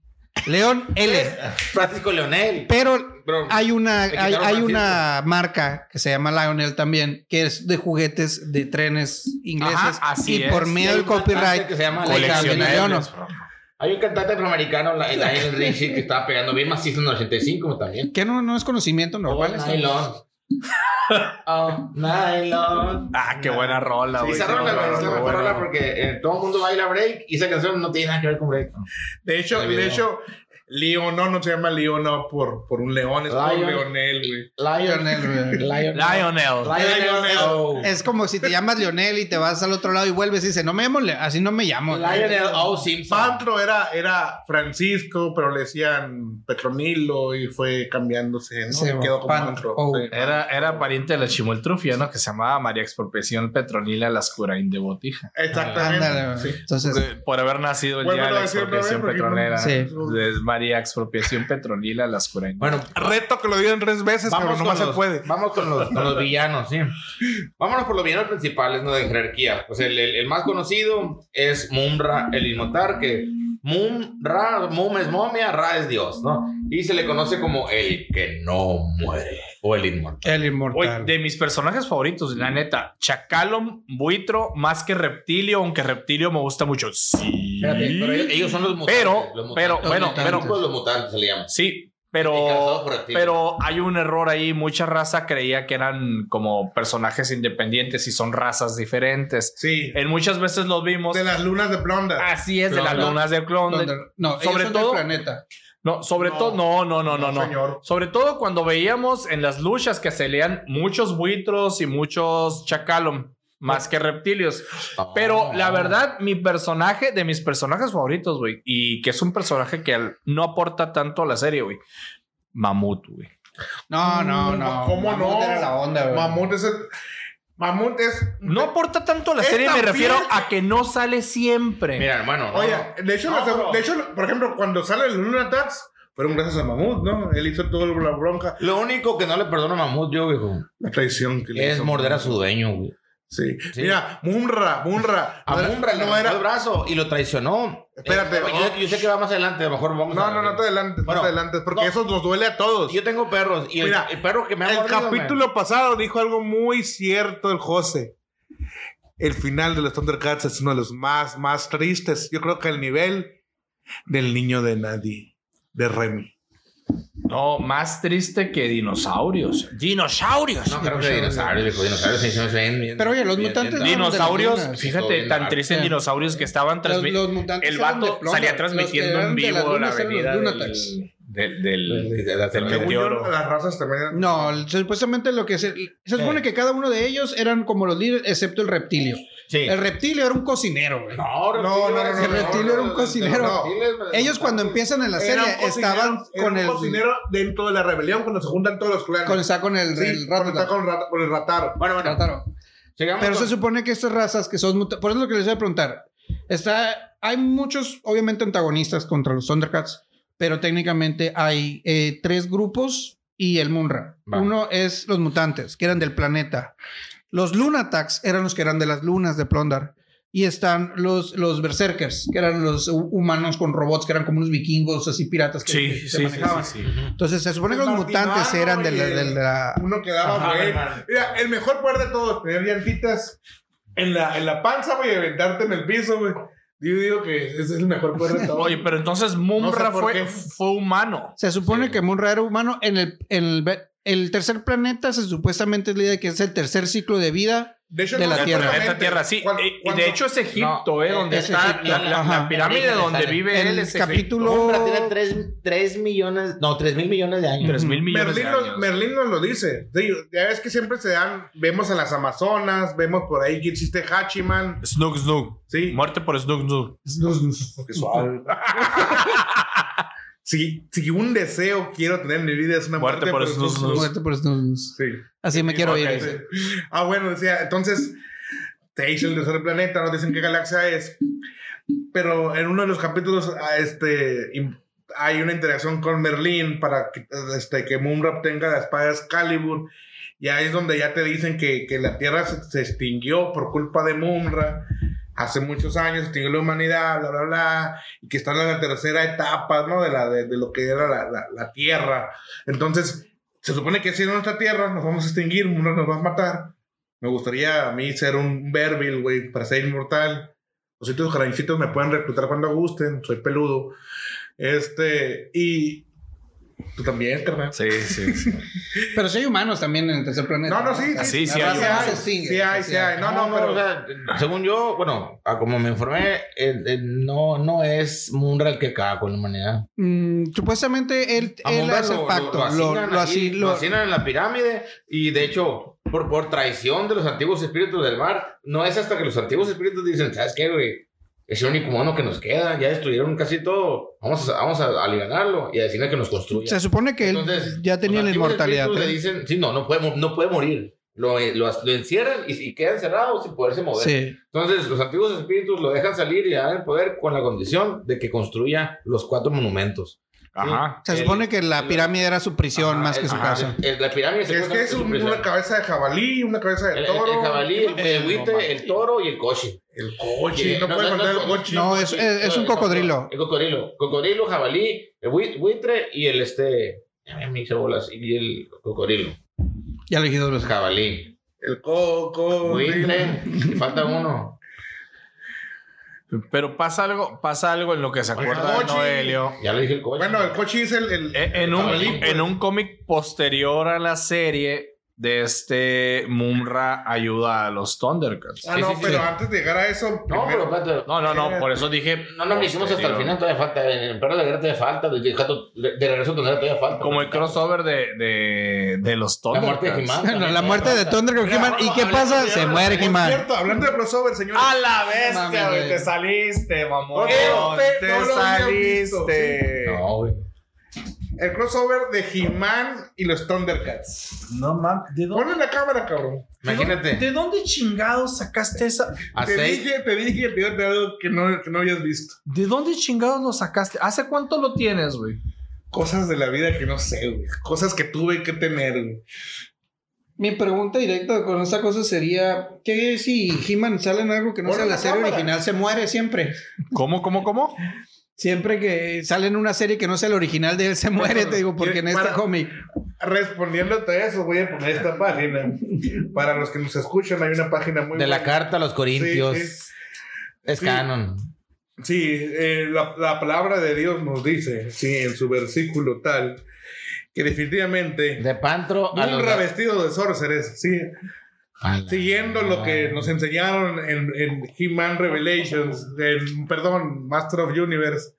[SPEAKER 7] León L.
[SPEAKER 6] Francisco Leonel.
[SPEAKER 7] Pero
[SPEAKER 6] Pero-
[SPEAKER 7] hay una,
[SPEAKER 6] Le
[SPEAKER 7] hay,
[SPEAKER 6] quitaron
[SPEAKER 7] hay
[SPEAKER 6] la
[SPEAKER 7] una marca que se llama Lionel también, que es de juguetes de trenes ingleses.
[SPEAKER 4] Ajá, así
[SPEAKER 7] y
[SPEAKER 4] es.
[SPEAKER 7] por
[SPEAKER 6] Y
[SPEAKER 7] medio
[SPEAKER 6] hay
[SPEAKER 7] del
[SPEAKER 6] un cantante
[SPEAKER 7] copyright
[SPEAKER 6] que se llama
[SPEAKER 7] le cambian el
[SPEAKER 4] Coleccionables,
[SPEAKER 7] leono.
[SPEAKER 6] Hay un cantante afroamericano, la- <laughs> Lionel Richie, que estaba pegando bien macizo en el 85 también.
[SPEAKER 7] Que no, no es conocimiento
[SPEAKER 6] Oh,
[SPEAKER 7] normal. esto?
[SPEAKER 6] nylon. <laughs> Oh, nylon.
[SPEAKER 4] Ah, qué buena rola,
[SPEAKER 6] Sí,
[SPEAKER 4] güey.
[SPEAKER 6] esa
[SPEAKER 4] qué
[SPEAKER 6] rola,
[SPEAKER 4] buena
[SPEAKER 6] güey, es la
[SPEAKER 4] rola,
[SPEAKER 6] mejor
[SPEAKER 4] buena
[SPEAKER 6] rola porque eh, todo el mundo baila break y esa canción no tiene nada que ver con break.
[SPEAKER 5] De hecho,
[SPEAKER 6] El video.
[SPEAKER 5] de hecho, Leono no se llama Leono por, por un león, es por
[SPEAKER 6] Lion.
[SPEAKER 5] Leonel, güey.
[SPEAKER 7] Lionel, güey.
[SPEAKER 6] Lion.
[SPEAKER 4] Lionel.
[SPEAKER 6] Lionel. O.
[SPEAKER 7] Es como si te llamas Lionel y te vas al otro lado y vuelves y dices, no me llamo, Le- así no me llamo.
[SPEAKER 6] Lionel O. Simpson.
[SPEAKER 5] Pantro era, era Francisco, pero le decían Petronilo y fue cambiándose, ¿no?
[SPEAKER 7] Sí,
[SPEAKER 5] Y quedó como
[SPEAKER 7] Pantro.
[SPEAKER 5] Pantro.
[SPEAKER 7] Oh.
[SPEAKER 5] sí.
[SPEAKER 4] Era, era pariente de la chimoltrufia, ¿no? Que se llamaba María Expropiación Petronila Lascurain de Botija.
[SPEAKER 5] Exactamente.
[SPEAKER 7] Ándale,
[SPEAKER 5] sí.
[SPEAKER 7] güey. Entonces,
[SPEAKER 4] De- Por haber nacido el día de
[SPEAKER 5] Vuélvelo a
[SPEAKER 4] la
[SPEAKER 5] decir otra
[SPEAKER 4] expropiación
[SPEAKER 5] vez, porque
[SPEAKER 4] petronera.
[SPEAKER 7] no-
[SPEAKER 5] Sí.
[SPEAKER 4] Es María Expropiación Petronila Lascurain.
[SPEAKER 6] Bueno,
[SPEAKER 5] Reto que lo dieron tres veces, pero nomás se
[SPEAKER 6] los-
[SPEAKER 5] puede.
[SPEAKER 6] Vamos con los, con los villanos, sí. Vámonos por los villanos principales, ¿no? De jerarquía. Pues el, el- el más conocido es Mumra el Inmotar, que Mum, Ra, Mum es momia, Ra es Dios, ¿no? Y se le conoce como el que no muere o el inmortal.
[SPEAKER 7] el
[SPEAKER 4] Oye,
[SPEAKER 7] inmortal.
[SPEAKER 4] de mis personajes favoritos, la neta, Chacalom, Buitro, más que Reptilio, aunque Reptilio me gusta mucho. Sí.
[SPEAKER 6] Espérate, pero ellos, ellos son los mutantes.
[SPEAKER 4] Pero,
[SPEAKER 6] los mutantes.
[SPEAKER 4] pero,
[SPEAKER 6] Los
[SPEAKER 4] bueno,
[SPEAKER 6] mutantes,
[SPEAKER 4] pero,
[SPEAKER 6] los mutantes se le llaman.
[SPEAKER 4] sí,
[SPEAKER 6] Y
[SPEAKER 4] pero,
[SPEAKER 6] causado por reptiles.
[SPEAKER 4] pero hay un error ahí. Mucha raza creía que eran como personajes independientes y son razas diferentes.
[SPEAKER 5] Sí.
[SPEAKER 4] En muchas veces los vimos.
[SPEAKER 5] De las lunas de
[SPEAKER 6] Ah,
[SPEAKER 5] Blonda.
[SPEAKER 4] Así es, de las
[SPEAKER 7] Clonda.
[SPEAKER 4] lunas de Clonda.
[SPEAKER 7] Donde- no,
[SPEAKER 4] sobre
[SPEAKER 7] sobre
[SPEAKER 4] todo-
[SPEAKER 7] todo planeta.
[SPEAKER 4] No, sobre
[SPEAKER 5] No.
[SPEAKER 4] todo, no, no, no, no, no.
[SPEAKER 5] señor.
[SPEAKER 4] Sobre todo cuando veíamos en las luchas que se leían muchos buitros y muchos chacalom, más que reptilios.
[SPEAKER 6] Ah.
[SPEAKER 4] Pero la verdad, mi personaje, de mis personajes favoritos, güey, y que es un personaje que al- no aporta tanto a la serie, güey. Mamut, güey.
[SPEAKER 7] No, no, no.
[SPEAKER 5] ¿Cómo
[SPEAKER 7] Mamut
[SPEAKER 5] no?
[SPEAKER 7] Era la onda, güey.
[SPEAKER 5] Mamut es. el- Mamut es.
[SPEAKER 4] No aporta tanto a la
[SPEAKER 5] Es
[SPEAKER 4] serie, me
[SPEAKER 5] tan
[SPEAKER 4] refiero
[SPEAKER 5] fiel.
[SPEAKER 4] a que no sale siempre.
[SPEAKER 6] Mira, hermano. no,
[SPEAKER 5] Oye,
[SPEAKER 6] no.
[SPEAKER 5] de hecho,
[SPEAKER 6] No,
[SPEAKER 5] la-
[SPEAKER 6] pero-
[SPEAKER 5] de hecho, por ejemplo, cuando sale el Luna Tax, fueron gracias a Mamut, ¿no? Él hizo toda la bronca,
[SPEAKER 6] Lo único que no le perdono a Mamut, yo, viejo,
[SPEAKER 5] la traición que le
[SPEAKER 6] es
[SPEAKER 5] hizo.
[SPEAKER 6] morder a su dueño, güey.
[SPEAKER 5] Sí.
[SPEAKER 6] Sí.
[SPEAKER 5] Mira, Munra, Munra.
[SPEAKER 6] A
[SPEAKER 5] No,
[SPEAKER 6] Munra le
[SPEAKER 5] no
[SPEAKER 6] arrancó el
[SPEAKER 5] era.
[SPEAKER 6] brazo y lo traicionó.
[SPEAKER 5] Espérate,
[SPEAKER 6] Eh, yo,
[SPEAKER 5] oh.
[SPEAKER 6] yo sé que va más adelante, a lo mejor vamos
[SPEAKER 5] No,
[SPEAKER 6] a-
[SPEAKER 5] no, no te adelantes,
[SPEAKER 6] Bueno,
[SPEAKER 5] no te adelantes, porque
[SPEAKER 6] no.
[SPEAKER 5] eso nos duele a todos.
[SPEAKER 6] Yo tengo perros y el,
[SPEAKER 5] Mira,
[SPEAKER 6] el perro que me ha
[SPEAKER 5] El
[SPEAKER 6] mordido, man.
[SPEAKER 5] capítulo pasado dijo algo muy cierto el José. El final de los Thundercats es uno de los más, más tristes. Yo creo que al nivel del niño de nadie, de Remy.
[SPEAKER 4] No, más triste que dinosaurios. ¡Dinosaurios!
[SPEAKER 6] No, creo que dinosaurios, viejo, dinosaurios sí, sí, sí, bien-
[SPEAKER 7] Pero oye, los
[SPEAKER 6] bien-
[SPEAKER 7] mutantes-
[SPEAKER 6] bien-
[SPEAKER 7] de
[SPEAKER 4] Dinosaurios,
[SPEAKER 7] las
[SPEAKER 4] fíjate,
[SPEAKER 6] lunas.
[SPEAKER 4] tan triste en
[SPEAKER 7] Sí.
[SPEAKER 4] dinosaurios que estaban
[SPEAKER 7] Los-
[SPEAKER 4] transmitiendo.
[SPEAKER 7] los mutantes
[SPEAKER 4] El
[SPEAKER 7] eran de
[SPEAKER 4] vato
[SPEAKER 7] plomo.
[SPEAKER 4] salía
[SPEAKER 7] Los
[SPEAKER 4] transmitiendo
[SPEAKER 7] que eran
[SPEAKER 4] en
[SPEAKER 7] de las
[SPEAKER 4] vivo la
[SPEAKER 7] lunas eran los
[SPEAKER 4] avenida
[SPEAKER 7] Lunatax.
[SPEAKER 4] del, del, del-
[SPEAKER 6] bien- bien-
[SPEAKER 4] del
[SPEAKER 6] bien-
[SPEAKER 5] Según
[SPEAKER 4] meteoro.
[SPEAKER 5] yo, las razas también.
[SPEAKER 7] No, el- supuestamente lo que se, se supone
[SPEAKER 6] Eh.
[SPEAKER 7] que cada uno de ellos eran como los líderes, excepto el reptilio.
[SPEAKER 6] Sí.
[SPEAKER 7] El reptilio era un cocinero, güey.
[SPEAKER 6] No,
[SPEAKER 5] No,
[SPEAKER 6] reptilio
[SPEAKER 5] no, no,
[SPEAKER 6] era-
[SPEAKER 5] no, El no,
[SPEAKER 7] reptilio no, era un no, cocinero.
[SPEAKER 5] no,
[SPEAKER 7] Ellos cuando empiezan en la
[SPEAKER 5] Era un
[SPEAKER 7] serie
[SPEAKER 5] cocinero-
[SPEAKER 7] estaban
[SPEAKER 5] era
[SPEAKER 7] con
[SPEAKER 5] un
[SPEAKER 7] el
[SPEAKER 5] cocinero dentro de la rebelión cuando se juntan todos los clanes.
[SPEAKER 7] con está con el,
[SPEAKER 5] Sí,
[SPEAKER 7] el
[SPEAKER 5] cuando
[SPEAKER 7] rato.
[SPEAKER 5] está con, rat- con el ratar.
[SPEAKER 6] Bueno, bueno.
[SPEAKER 7] Rataro.
[SPEAKER 6] sigamos
[SPEAKER 7] Pero
[SPEAKER 6] con-
[SPEAKER 7] se supone que estas razas que son muta- por eso es lo que les voy a preguntar. Está hay muchos obviamente antagonistas contra los Thundercats, pero técnicamente hay eh, tres grupos y el Munra.
[SPEAKER 6] Va.
[SPEAKER 7] Uno es los mutantes, que eran del planeta. Los Lunatax eran los que eran de las lunas de Plondar. Y están los, los Berserkers, que eran los hu- humanos con robots, que eran como unos vikingos así piratas que, que se manejaban. Entonces se supone que los
[SPEAKER 5] Martinano
[SPEAKER 7] mutantes eran de la,
[SPEAKER 5] y el-
[SPEAKER 7] de la-
[SPEAKER 5] Uno que daba
[SPEAKER 6] Ajá,
[SPEAKER 5] güey.
[SPEAKER 6] hermano.
[SPEAKER 5] Mira, el mejor poder de todos, tener llantitas en la, en la panza, güey, y aventarte en el piso, güey. Yo digo que ese es el mejor poder de todos.
[SPEAKER 7] <laughs>
[SPEAKER 4] Oye, pero entonces Mumra
[SPEAKER 5] No sé por
[SPEAKER 4] fue,
[SPEAKER 5] qué.
[SPEAKER 4] fue humano.
[SPEAKER 7] Se supone que Munra era humano. En el, en el, ve- el tercer planeta se supuestamente es la idea que es el tercer ciclo de vida.
[SPEAKER 5] hecho,
[SPEAKER 7] de
[SPEAKER 5] no
[SPEAKER 7] la
[SPEAKER 5] sé
[SPEAKER 7] Tierra.
[SPEAKER 5] exactamente
[SPEAKER 4] Planeta Tierra, sí.
[SPEAKER 5] cuán-
[SPEAKER 4] Y- y
[SPEAKER 5] cuándo-
[SPEAKER 4] de hecho es Egipto, ¿eh? Donde
[SPEAKER 7] es
[SPEAKER 4] está
[SPEAKER 7] Egipto.
[SPEAKER 4] la, la- la
[SPEAKER 7] Ajá.
[SPEAKER 4] pirámide
[SPEAKER 6] Origen
[SPEAKER 4] donde
[SPEAKER 6] sale.
[SPEAKER 4] vive él.
[SPEAKER 7] El
[SPEAKER 4] Es Egipto.
[SPEAKER 7] capítulo...
[SPEAKER 6] Hombre, tiene 3, millones, no, 3 mil millones de años.
[SPEAKER 4] 3 mil millones
[SPEAKER 5] Merlín,
[SPEAKER 4] de
[SPEAKER 5] nos,
[SPEAKER 4] años.
[SPEAKER 5] Merlín nos lo dice. Sí, ya ves que siempre se dan, vemos a las Amazonas, vemos por ahí que existe Hachiman.
[SPEAKER 4] Snook Snook.
[SPEAKER 5] Sí.
[SPEAKER 4] Muerte por Snook Snook.
[SPEAKER 5] Qué suave. si, si un deseo quiero tener en mi vida es una
[SPEAKER 4] Muerte
[SPEAKER 5] muerte,
[SPEAKER 4] por
[SPEAKER 5] por
[SPEAKER 4] esos
[SPEAKER 5] esos-
[SPEAKER 4] dos.
[SPEAKER 7] Muerte por snus.
[SPEAKER 5] Sí.
[SPEAKER 7] Así me quiero ir.
[SPEAKER 4] Ok.
[SPEAKER 7] dice.
[SPEAKER 5] Ah, bueno, decía, entonces, te hice el tercer planeta, nos dicen qué galaxia es. Pero en uno de los capítulos ah, este, im- hay una interacción con Merlín para que, este, que Moonrap tenga la espada Excalibur. Y ahí es donde ya te dicen que, que la Tierra se, se extinguió por culpa de Mumra. Hace muchos años se extinguió la humanidad, bla, bla, bla. Y que está en la tercera etapa, ¿no? De, la, de, de lo que era la, la- la Tierra. Entonces, se supone que si en nuestra Tierra nos vamos a extinguir, Mumra nos va a matar. Me gustaría a mí ser un Verbil, güey, para ser inmortal. Los sitios jardincitos me pueden reclutar cuando gusten, soy peludo. Este, y tú también, carnal.
[SPEAKER 4] Sí, sí, sí.
[SPEAKER 7] Pero sí hay humanos también en el tercer planeta.
[SPEAKER 5] No, no, sí,
[SPEAKER 4] Ah, sí,
[SPEAKER 5] sí,
[SPEAKER 4] sí
[SPEAKER 5] la
[SPEAKER 4] hay
[SPEAKER 5] raza
[SPEAKER 7] humanos.
[SPEAKER 5] Sí, sí hay, sí hay. No, no, pero.
[SPEAKER 6] o sea, según yo, bueno, a como me informé, el- el- no, no es Munra el que caga con la humanidad.
[SPEAKER 7] Mm, supuestamente él,
[SPEAKER 6] A
[SPEAKER 7] él
[SPEAKER 6] Munra lo-
[SPEAKER 7] hace el
[SPEAKER 6] lo-
[SPEAKER 7] pacto.
[SPEAKER 6] Lo,
[SPEAKER 7] Lo,
[SPEAKER 6] hacinan
[SPEAKER 7] lo
[SPEAKER 6] ahí,
[SPEAKER 7] así-
[SPEAKER 6] lo
[SPEAKER 7] lo-
[SPEAKER 6] hacinan en la pirámide y de hecho, por, por traición de los antiguos espíritus del mar, no es hasta que los antiguos espíritus dicen, ¿sabes qué, güey? Es el único humano que nos queda, ya destruyeron casi todo, vamos a, vamos a aliviarlo y a decirle que nos construya.
[SPEAKER 7] se supone que él
[SPEAKER 6] Entonces,
[SPEAKER 7] ya tenía
[SPEAKER 6] los
[SPEAKER 7] la
[SPEAKER 6] antiguos
[SPEAKER 7] inmortalidad.
[SPEAKER 6] espíritus Le
[SPEAKER 7] ¿eh?
[SPEAKER 6] dicen, sí, no, no puede, mo- no puede morir. Lo, eh, lo, lo encierran y, y queda encerrado sin poderse mover.
[SPEAKER 7] Sí.
[SPEAKER 6] Entonces, los antiguos espíritus lo dejan salir y le dan el poder con la condición de que construya los cuatro monumentos.
[SPEAKER 4] Ajá.
[SPEAKER 7] Se
[SPEAKER 6] El-
[SPEAKER 7] supone que la
[SPEAKER 6] el-
[SPEAKER 7] pirámide era su prisión
[SPEAKER 6] Ajá,
[SPEAKER 7] más que su
[SPEAKER 6] ajá,
[SPEAKER 7] casa.
[SPEAKER 6] el- la pirámide se
[SPEAKER 5] es que
[SPEAKER 6] cuenta
[SPEAKER 5] es
[SPEAKER 6] su
[SPEAKER 5] un-
[SPEAKER 6] prisión.
[SPEAKER 5] una cabeza de jabalí, una cabeza
[SPEAKER 6] El,
[SPEAKER 5] de
[SPEAKER 6] el-
[SPEAKER 5] toro.
[SPEAKER 6] el jabalí, el, el
[SPEAKER 7] Eh, no,
[SPEAKER 6] buitre,
[SPEAKER 7] man.
[SPEAKER 6] el toro y el coche.
[SPEAKER 5] El coche.
[SPEAKER 6] Eh,
[SPEAKER 5] No,
[SPEAKER 6] no,
[SPEAKER 5] puedes
[SPEAKER 6] no,
[SPEAKER 5] contar
[SPEAKER 6] no,
[SPEAKER 5] el
[SPEAKER 6] no,
[SPEAKER 5] coche.
[SPEAKER 7] No, es, es- Pues, eh, es un cocodrilo.
[SPEAKER 6] El cocodrilo. Cocodrilo, jabalí, el bui- buitre y el este. Ya me hice bolas. Y el cocodrilo.
[SPEAKER 7] Ya lo dije dos veces.
[SPEAKER 6] Jabalí.
[SPEAKER 5] El coco.
[SPEAKER 6] Buitre. y falta uno.
[SPEAKER 4] Pero pasa algo, pasa algo en lo que se acuerda de
[SPEAKER 5] Oye.
[SPEAKER 4] Noelio.
[SPEAKER 6] Ya le dije el coche.
[SPEAKER 5] Bueno, el coche es el. el-
[SPEAKER 4] Eh, En un,
[SPEAKER 6] Jabalí, pues.
[SPEAKER 4] en un cómic posterior a la serie de este Mumra ayuda a los Thundercats.
[SPEAKER 5] ah,
[SPEAKER 6] sí,
[SPEAKER 5] no,
[SPEAKER 6] sí, sí.
[SPEAKER 5] pero antes de llegar a eso.
[SPEAKER 6] No, pero
[SPEAKER 5] primero-
[SPEAKER 6] espérate.
[SPEAKER 4] No, no, no, por eso dije.
[SPEAKER 6] No nos hicimos hasta el
[SPEAKER 4] posterior.
[SPEAKER 6] final, todavía falta. En el perro de la guerra todavía falta. De, de, de regreso todavía, todavía falta.
[SPEAKER 4] Como el crossover de, de, de los
[SPEAKER 6] La muerte
[SPEAKER 4] <laughs> Thundercats.
[SPEAKER 6] de Jimán.
[SPEAKER 7] Bueno, la muerte de Thunder con He-Man. ¿Y qué pasa? Se muere
[SPEAKER 5] Por
[SPEAKER 7] He-Man.
[SPEAKER 5] cierto, hablando de crossover, señor.
[SPEAKER 4] A la bestia,
[SPEAKER 7] Mames,
[SPEAKER 4] güey.
[SPEAKER 7] güey.
[SPEAKER 4] Te saliste, mamón.
[SPEAKER 5] Porque usted
[SPEAKER 4] te
[SPEAKER 5] no lo había visto,
[SPEAKER 4] saliste.
[SPEAKER 6] No, güey.
[SPEAKER 5] El crossover de He-Man y los Thundercats.
[SPEAKER 4] No mames. ¿De
[SPEAKER 5] Ponle la cámara, cabrón.
[SPEAKER 6] Imagínate.
[SPEAKER 4] ¿De dónde chingados sacaste esa?
[SPEAKER 6] A
[SPEAKER 5] Te
[SPEAKER 6] seis.
[SPEAKER 5] dije, te dije, te dije algo que no, que no habías visto.
[SPEAKER 4] ¿De dónde chingados lo sacaste? ¿Hace cuánto lo tienes, güey?
[SPEAKER 5] Cosas de la vida que no sé, güey. Cosas que tuve que tener, güey.
[SPEAKER 7] Mi pregunta directa con esta cosa sería: ¿qué si He-Man sale en algo que no sea la serie original? Se muere siempre.
[SPEAKER 4] ¿Cómo, cómo, cómo?
[SPEAKER 7] Siempre que sale en una serie que no sea la original de él, se muere, te digo, porque en este
[SPEAKER 5] Para-
[SPEAKER 7] cómic.
[SPEAKER 5] Respondiéndote a eso, voy a poner esta página. Para los que nos escuchan, hay una página muy
[SPEAKER 6] De la
[SPEAKER 5] buena.
[SPEAKER 6] carta a los Corintios.
[SPEAKER 5] Sí, sí.
[SPEAKER 6] Es
[SPEAKER 5] Sí.
[SPEAKER 6] canon.
[SPEAKER 5] Sí, eh, la, la palabra de Dios nos dice, sí, en su versículo tal, que definitivamente
[SPEAKER 6] De Pantro a los.
[SPEAKER 5] un revestido de sorceres, sí,
[SPEAKER 6] a la-
[SPEAKER 5] siguiendo lo que nos enseñaron en, en He-Man Revelations, en- perdón, Master of Universe,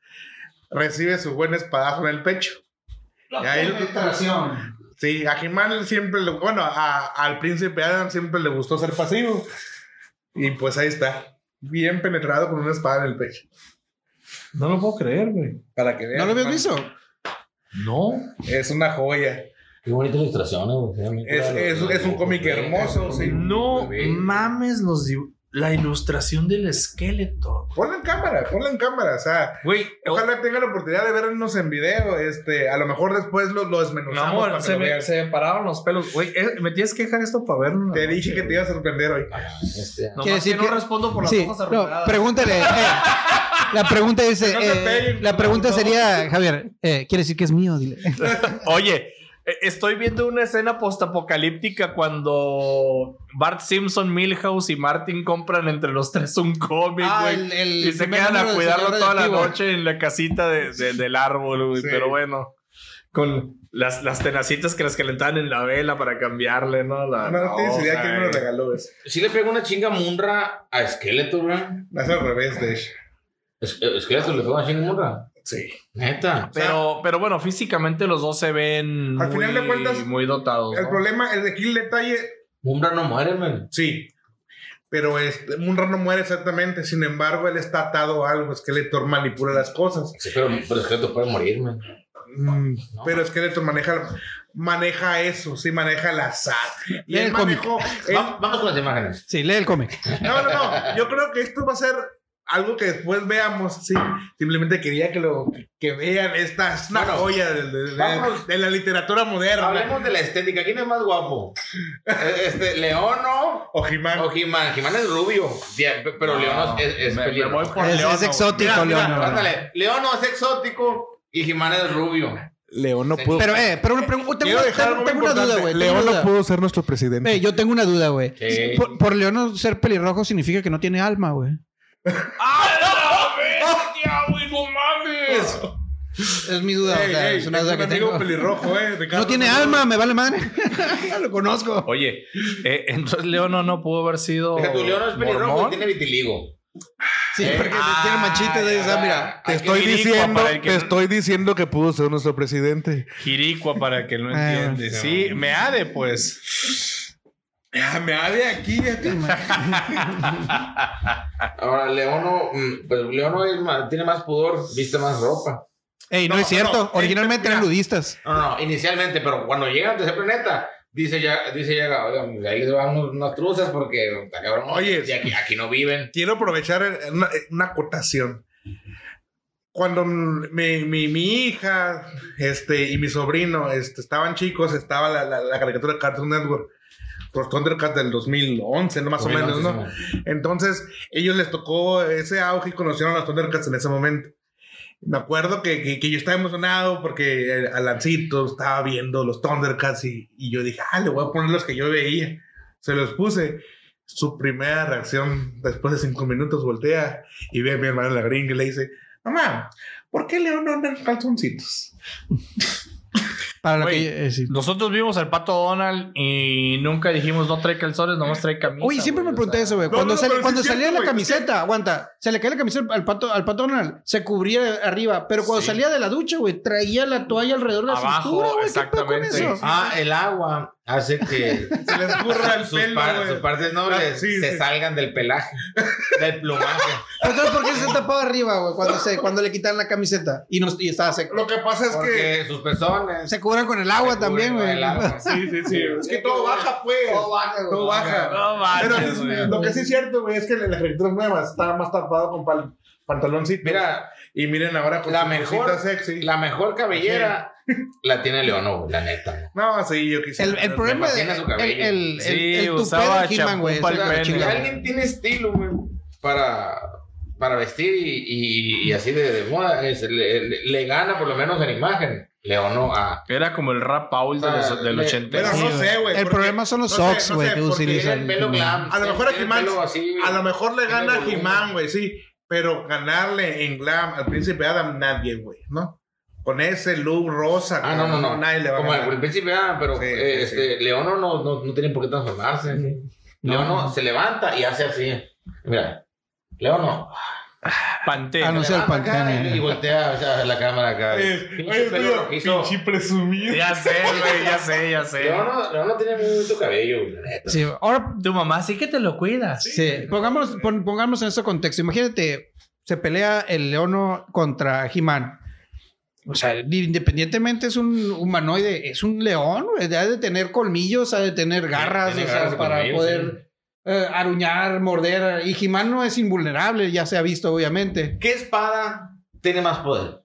[SPEAKER 5] recibe su buen espadazo en el pecho. Y ahí- sí, a He-Man siempre, le- bueno, a- al príncipe Adam siempre le gustó ser pasivo. Y pues ahí está, bien penetrado con una espada en el pecho.
[SPEAKER 4] No lo puedo creer, güey.
[SPEAKER 5] Para que vean,
[SPEAKER 7] ¿No lo habías
[SPEAKER 5] hermano,
[SPEAKER 7] visto?
[SPEAKER 4] No.
[SPEAKER 5] Es una joya.
[SPEAKER 6] Qué bonitas ilustraciones, güey.
[SPEAKER 5] Es- es- es un cómic hermoso, sí.
[SPEAKER 4] No
[SPEAKER 6] Muy bien.
[SPEAKER 4] mames los dibu- la ilustración del esqueleto.
[SPEAKER 5] Ponlo en cámara, ponlo en cámara, o sea,
[SPEAKER 4] Güey, oh,
[SPEAKER 5] ojalá tengan la oportunidad de vernos en video, este, a lo mejor después lo, lo
[SPEAKER 4] mi
[SPEAKER 5] desmenuzamos
[SPEAKER 4] amor,
[SPEAKER 5] para que
[SPEAKER 4] se
[SPEAKER 5] lo
[SPEAKER 4] me,
[SPEAKER 5] vean.
[SPEAKER 4] se me pararon los pelos. Güey, eh, me tienes que dejar esto para verlo.
[SPEAKER 5] Te dije que te iba a sorprender hoy.
[SPEAKER 6] Este,
[SPEAKER 4] No,
[SPEAKER 7] Quiere
[SPEAKER 4] más que
[SPEAKER 7] decir
[SPEAKER 4] no
[SPEAKER 7] que-
[SPEAKER 4] respondo por las
[SPEAKER 7] Sí,
[SPEAKER 4] hojas
[SPEAKER 7] no,
[SPEAKER 4] arrugadas.
[SPEAKER 7] pregúntale. eh, la pregunta dice:
[SPEAKER 5] No te
[SPEAKER 7] eh,
[SPEAKER 5] peguen,
[SPEAKER 7] La pregunta
[SPEAKER 5] por favor.
[SPEAKER 7] sería, Javier, eh, ¿quiere decir que es mío? Dile.
[SPEAKER 4] Oye, eh, estoy viendo una escena postapocalíptica cuando Bart Simpson, Milhouse y Martin compran entre los tres un cómic,
[SPEAKER 7] <laughs> Ah,
[SPEAKER 4] güey.
[SPEAKER 7] el- el
[SPEAKER 4] y se
[SPEAKER 7] primer
[SPEAKER 4] quedan a
[SPEAKER 7] número del
[SPEAKER 4] cuidarlo
[SPEAKER 7] Señor
[SPEAKER 4] toda la
[SPEAKER 7] Radioactivo.
[SPEAKER 4] noche en la casita de- de- del árbol, güey.
[SPEAKER 5] Sí.
[SPEAKER 4] Pero bueno, con las, las tenacitas que las calentaban en la vela para cambiarle, ¿no? La,
[SPEAKER 5] No,
[SPEAKER 4] la
[SPEAKER 5] tienes idea
[SPEAKER 4] hoja,
[SPEAKER 5] quién me
[SPEAKER 4] eh.
[SPEAKER 5] lo regaló, es,
[SPEAKER 6] sí le pega una chinga Munra a Esqueleto, güey.
[SPEAKER 5] es al revés, de hecho.
[SPEAKER 6] Es- Esqueleto le pega una chinga Munra.
[SPEAKER 5] Sí.
[SPEAKER 6] Neta.
[SPEAKER 4] Pero, pero bueno, físicamente los dos se ven
[SPEAKER 5] Al
[SPEAKER 4] muy,
[SPEAKER 5] final de cuentas,
[SPEAKER 4] muy dotados.
[SPEAKER 5] El
[SPEAKER 4] ¿no?
[SPEAKER 5] problema, el de aquí el detalle,
[SPEAKER 6] Munra no muere, men.
[SPEAKER 5] sí, pero este, Munra no muere exactamente, sin embargo, él está atado a algo, Skeletor manipula las cosas.
[SPEAKER 6] Sí, pero, pero Esqueleto puede morir, men.
[SPEAKER 5] Mm, Pero Skeletor maneja, maneja eso, sí, maneja la SAT. Y
[SPEAKER 7] Lee
[SPEAKER 5] él
[SPEAKER 7] el cómic.
[SPEAKER 5] manejó, él-
[SPEAKER 6] Va- Vamos con las imágenes.
[SPEAKER 7] Sí, lee el cómic.
[SPEAKER 5] No, no, no. Yo creo que esto va a ser algo que después veamos. Sí, simplemente quería que lo que vean esta es una
[SPEAKER 6] Bueno,
[SPEAKER 5] joya de, de- de-
[SPEAKER 6] vamos.
[SPEAKER 5] de la literatura moderna.
[SPEAKER 6] Hablemos de la estética. ¿Quién es más guapo? Eh, Este, ¿Leono
[SPEAKER 5] O He-Man.
[SPEAKER 6] o He-Man? He-Man es rubio. Sí, Pero
[SPEAKER 4] No,
[SPEAKER 6] Leono es, es
[SPEAKER 4] me- me
[SPEAKER 6] pelirrojo.
[SPEAKER 4] voy por
[SPEAKER 7] Es,
[SPEAKER 4] Leono, güey.
[SPEAKER 7] es
[SPEAKER 6] Mira,
[SPEAKER 7] exótico,
[SPEAKER 6] mira,
[SPEAKER 7] Leono.
[SPEAKER 6] ándale. Leono es exótico y He-Man es rubio.
[SPEAKER 5] León
[SPEAKER 6] no pudo-
[SPEAKER 7] Pero, eh, pero una pregunta. Tengo,
[SPEAKER 5] Quiero dejar
[SPEAKER 7] tengo-
[SPEAKER 5] algo
[SPEAKER 7] tengo una
[SPEAKER 5] importante.
[SPEAKER 7] duda, güey. tengo
[SPEAKER 5] León
[SPEAKER 7] una duda.
[SPEAKER 5] no pudo ser nuestro presidente.
[SPEAKER 7] Eh, yo tengo una duda, güey.
[SPEAKER 6] Sí.
[SPEAKER 7] Por, por Leono ser pelirrojo significa que no tiene alma, güey.
[SPEAKER 4] ¡Ah, la bestia, güey! ¡No mames!
[SPEAKER 7] Es mi duda,
[SPEAKER 5] Ey,
[SPEAKER 7] o sea,
[SPEAKER 5] ey,
[SPEAKER 7] es una
[SPEAKER 5] tengo
[SPEAKER 7] duda
[SPEAKER 5] un
[SPEAKER 7] que
[SPEAKER 5] amigo
[SPEAKER 7] tengo.
[SPEAKER 5] pelirrojo, eh, Ricardo.
[SPEAKER 7] No tiene alma, me
[SPEAKER 5] <laughs>
[SPEAKER 7] vale madre. Lo conozco.
[SPEAKER 4] Oye, eh, entonces Leono no pudo haber sido.
[SPEAKER 6] Deja tu Leono es pelirrojo
[SPEAKER 4] mormón.
[SPEAKER 6] y tiene vitiligo. Eh,
[SPEAKER 7] Sí, porque tiene
[SPEAKER 5] ah,
[SPEAKER 7] manchitas de
[SPEAKER 6] "Ah,
[SPEAKER 7] esa, mira.
[SPEAKER 5] Te
[SPEAKER 6] Hay
[SPEAKER 5] estoy
[SPEAKER 4] que dirigua
[SPEAKER 5] diciendo,
[SPEAKER 4] para el que
[SPEAKER 5] te
[SPEAKER 4] no-
[SPEAKER 5] estoy diciendo que pudo ser nuestro presidente.
[SPEAKER 4] Jiricua para el que no
[SPEAKER 7] Ah,
[SPEAKER 4] entiende.
[SPEAKER 6] no.
[SPEAKER 4] Sí, me ha de pues.
[SPEAKER 5] Me de aquí.
[SPEAKER 6] Ahora, Leono, mm, pues Leono es más- tiene más pudor, viste más ropa.
[SPEAKER 7] Ey, no,
[SPEAKER 5] No,
[SPEAKER 7] es cierto.
[SPEAKER 5] no,
[SPEAKER 7] Originalmente
[SPEAKER 5] eh,
[SPEAKER 7] eran
[SPEAKER 5] mira.
[SPEAKER 7] ludistas.
[SPEAKER 6] No, no, inicialmente, pero cuando llega a tercer planeta, dice ya, dice ya, oigan, pues, ahí les van unos- unas truzas porque, está cabrón,
[SPEAKER 5] Oye.
[SPEAKER 6] y aquí, aquí no viven.
[SPEAKER 5] quiero aprovechar una, una acotación. Cuando mi, mi- mi hija este, y mi sobrino este, estaban chicos, estaba la, la- la caricatura de Cartoon Network, los Thundercats del 2011, ¿no? más o menos, ¿no? Entonces, ellos les tocó ese auge y conocieron a los Thundercats en ese momento. Me acuerdo que, que- que yo estaba emocionado porque eh, Alancito estaba viendo los Thundercats y, y yo dije, ah, le voy a poner los que yo veía. Se los puse. Su primera reacción, después de cinco minutos, voltea y ve a mi hermana la gringa y le dice, mamá, ¿por qué León no anda en calzoncitos?
[SPEAKER 7] Para lo
[SPEAKER 4] Güey.
[SPEAKER 7] que. eh, sí.
[SPEAKER 4] Nosotros vimos al pato Donald y nunca dijimos no trae calzones, nomás trae camisa.
[SPEAKER 7] Uy, siempre me
[SPEAKER 4] güey, o
[SPEAKER 7] pregunté
[SPEAKER 4] sea.
[SPEAKER 7] eso, güey.
[SPEAKER 5] No,
[SPEAKER 7] Cuando,
[SPEAKER 5] no, no,
[SPEAKER 7] sal-
[SPEAKER 5] pero sí
[SPEAKER 7] cuando
[SPEAKER 5] es
[SPEAKER 7] salía
[SPEAKER 5] cierto,
[SPEAKER 7] la
[SPEAKER 5] güey, sí es
[SPEAKER 7] camiseta, aguanta, se le caía la camiseta al pato, al pato Donald, se cubría arriba, pero cuando
[SPEAKER 6] Sí.
[SPEAKER 7] salía de la ducha, güey, traía la toalla alrededor de la
[SPEAKER 4] Abajo,
[SPEAKER 7] cintura, güey. ¿Qué pedo con
[SPEAKER 4] exactamente.
[SPEAKER 7] eso?
[SPEAKER 6] Ah, el agua
[SPEAKER 5] <laughs>
[SPEAKER 6] hace que
[SPEAKER 5] Se les burra el
[SPEAKER 6] sus,
[SPEAKER 5] pelo,
[SPEAKER 6] par-
[SPEAKER 5] güey.
[SPEAKER 6] sus partes nobles
[SPEAKER 5] Ah, sí,
[SPEAKER 6] se
[SPEAKER 5] sí.
[SPEAKER 6] salgan del
[SPEAKER 5] <laughs>
[SPEAKER 6] pelaje, del plumaje.
[SPEAKER 7] Entonces, ¿por qué se tapaba arriba, güey? Cuando, se- cuando le quitaron la camiseta y, no, y estaba seco.
[SPEAKER 5] Lo que pasa es que...
[SPEAKER 6] Porque sus pezones.
[SPEAKER 7] Se cubre cubren con el agua
[SPEAKER 6] Se
[SPEAKER 7] también,
[SPEAKER 6] cubre,
[SPEAKER 7] güey.
[SPEAKER 6] el
[SPEAKER 7] <laughs>
[SPEAKER 6] agua.
[SPEAKER 5] Sí, sí, sí. Es que todo baja, pues.
[SPEAKER 6] Todo baja, güey.
[SPEAKER 5] Todo baja.
[SPEAKER 4] No
[SPEAKER 5] Pero
[SPEAKER 4] manches,
[SPEAKER 5] es-
[SPEAKER 4] güey.
[SPEAKER 5] lo que sí es cierto, güey, es que en las caricaturas nuevas está más tapado con pal- pantaloncito.
[SPEAKER 6] Mira,
[SPEAKER 5] y miren ahora con
[SPEAKER 6] la
[SPEAKER 5] su
[SPEAKER 6] mejor-
[SPEAKER 5] cosita sexy.
[SPEAKER 6] la mejor cabellera la tiene Leono, güey, la neta.
[SPEAKER 5] No, sí, yo quisiera.
[SPEAKER 7] El, el problema de.
[SPEAKER 6] fascina su cabello.
[SPEAKER 7] El, el,
[SPEAKER 4] Sí,
[SPEAKER 7] el, el tupé
[SPEAKER 4] usaba
[SPEAKER 7] de He-Man, güey.
[SPEAKER 4] champú pa'l
[SPEAKER 7] eso era la
[SPEAKER 4] pene.
[SPEAKER 6] Si
[SPEAKER 7] chingada.
[SPEAKER 6] alguien tiene estilo, güey, para, para vestir y, y- y así de, de moda, es- le, le- le gana por lo menos en imagen. Leono a.
[SPEAKER 4] Era como el rap Paul de los- del
[SPEAKER 6] Ah,
[SPEAKER 4] 80.
[SPEAKER 5] Pero
[SPEAKER 7] Sí,
[SPEAKER 5] no
[SPEAKER 7] güey.
[SPEAKER 5] sé, güey.
[SPEAKER 7] El
[SPEAKER 5] porque-
[SPEAKER 7] problema son los
[SPEAKER 5] no sé,
[SPEAKER 7] socks,
[SPEAKER 5] no
[SPEAKER 7] güey,
[SPEAKER 5] sé,
[SPEAKER 7] que
[SPEAKER 5] porque
[SPEAKER 7] utilizan.
[SPEAKER 6] Tiene el pelo glam.
[SPEAKER 5] A lo mejor
[SPEAKER 6] tiene el
[SPEAKER 5] He-Man-
[SPEAKER 6] pelo así,
[SPEAKER 5] A lo mejor le
[SPEAKER 6] Tiene
[SPEAKER 5] gana a
[SPEAKER 6] volumen.
[SPEAKER 5] He-Man, güey, sí. Pero ganarle en Glam al príncipe Adam, nadie, güey, ¿no? Con ese look rosa.
[SPEAKER 6] Ah, no,
[SPEAKER 5] cabrón,
[SPEAKER 6] no, no.
[SPEAKER 5] Nadie le va a
[SPEAKER 6] Como
[SPEAKER 5] ganar.
[SPEAKER 6] el príncipe, ah, pero
[SPEAKER 5] Sí,
[SPEAKER 6] eh,
[SPEAKER 5] sí,
[SPEAKER 6] este, Leono no, no, no tiene por qué transformarse. Leono se levanta y hace así. Mira, Leono.
[SPEAKER 4] Pantene.
[SPEAKER 7] Ah, no. Anuncia el
[SPEAKER 6] levanta acá
[SPEAKER 7] Pantene.
[SPEAKER 6] Y, y voltea o sea, la cámara acá.
[SPEAKER 5] Es-
[SPEAKER 6] Pinche
[SPEAKER 5] Oye,
[SPEAKER 6] pelo
[SPEAKER 5] tío,
[SPEAKER 6] rojizo.
[SPEAKER 5] pinche presumido.
[SPEAKER 4] Ya sé, güey, ya sé, ya sé.
[SPEAKER 6] Leono, Leono tiene muy bonito cabello, güey, la neta.
[SPEAKER 7] Sí, ahora
[SPEAKER 4] Tu mamá sí que te lo cuidas.
[SPEAKER 7] Sí, pongámonos, pon- pongámonos en este contexto. Imagínate, se pelea el leono contra He-Man. O sea, independientemente es un humanoide, es un león, güey. ha de tener colmillos, ha de tener garras,
[SPEAKER 6] tiene
[SPEAKER 7] o sea,
[SPEAKER 6] garras y
[SPEAKER 7] para
[SPEAKER 6] colmillos,
[SPEAKER 7] poder eh, aruñar, morder. Y He-Man no es invulnerable, ya se ha visto, obviamente.
[SPEAKER 6] ¿Qué espada tiene más poder?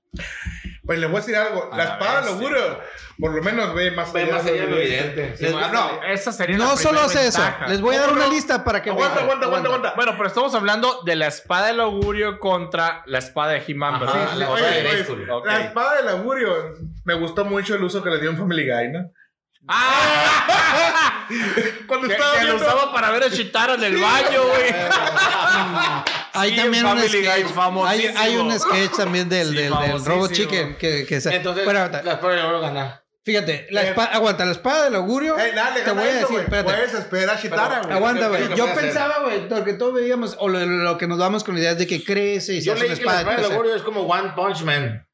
[SPEAKER 5] Pues le voy a decir algo.
[SPEAKER 4] A
[SPEAKER 5] la
[SPEAKER 4] la
[SPEAKER 5] espada, lo
[SPEAKER 4] bestia.
[SPEAKER 5] juro. Por lo menos ve más
[SPEAKER 6] Ve más allá de
[SPEAKER 5] lo
[SPEAKER 6] lo
[SPEAKER 5] evidente.
[SPEAKER 6] evidente.
[SPEAKER 5] Les- no,
[SPEAKER 4] Esa sería la
[SPEAKER 7] No solo
[SPEAKER 4] primera
[SPEAKER 7] hace eso,
[SPEAKER 4] ventaja.
[SPEAKER 7] les voy a dar
[SPEAKER 5] ¿Cómo
[SPEAKER 7] una
[SPEAKER 5] no?
[SPEAKER 7] lista para que...
[SPEAKER 5] Aguanta, aguanta, aguanta, aguanta.
[SPEAKER 4] Bueno, pero estamos hablando de la espada del augurio contra la espada de He-Man,
[SPEAKER 6] Ajá,
[SPEAKER 4] ¿verdad?
[SPEAKER 6] sí,
[SPEAKER 5] Oye,
[SPEAKER 6] La espada de
[SPEAKER 5] oye,
[SPEAKER 6] Grayskull.
[SPEAKER 4] Ok.
[SPEAKER 5] La espada del augurio. Me gustó mucho el uso que le dio en Family Guy, ¿no?
[SPEAKER 4] ¡Ah!
[SPEAKER 5] Cuando
[SPEAKER 4] que
[SPEAKER 5] estaba
[SPEAKER 4] que lo
[SPEAKER 5] viendo-
[SPEAKER 4] usaba para ver a Chitara en el baño,
[SPEAKER 7] <laughs>
[SPEAKER 4] güey.
[SPEAKER 6] Ah,
[SPEAKER 7] Hay
[SPEAKER 4] Sí,
[SPEAKER 7] también un
[SPEAKER 4] Family
[SPEAKER 7] sketch,
[SPEAKER 4] Guy,
[SPEAKER 7] hay,
[SPEAKER 4] famosísimo.
[SPEAKER 7] hay un sketch también del,
[SPEAKER 4] Sí,
[SPEAKER 7] del, del
[SPEAKER 4] famosísimo.
[SPEAKER 7] Robot Chicken que, que se...
[SPEAKER 6] Entonces,
[SPEAKER 7] Bueno,
[SPEAKER 6] la
[SPEAKER 7] aguanta.
[SPEAKER 6] espada de Leono gana.
[SPEAKER 7] Fíjate, la
[SPEAKER 5] Eh,
[SPEAKER 7] espada, aguanta, la espada del augurio.
[SPEAKER 5] Eh, dale,
[SPEAKER 7] te voy a decir, espérate.
[SPEAKER 5] Puedes esperar a Chitara, güey.
[SPEAKER 7] aguanta,
[SPEAKER 6] creo
[SPEAKER 7] güey.
[SPEAKER 6] que
[SPEAKER 7] Yo
[SPEAKER 6] puede
[SPEAKER 7] pensaba, güey, lo que todos veíamos, o lo, lo que nos damos con la idea de que crece y se
[SPEAKER 6] Yo
[SPEAKER 7] hace
[SPEAKER 6] leí
[SPEAKER 7] una
[SPEAKER 6] que la
[SPEAKER 7] espada.
[SPEAKER 6] espada del
[SPEAKER 7] crece.
[SPEAKER 6] augurio es como One Punch Man.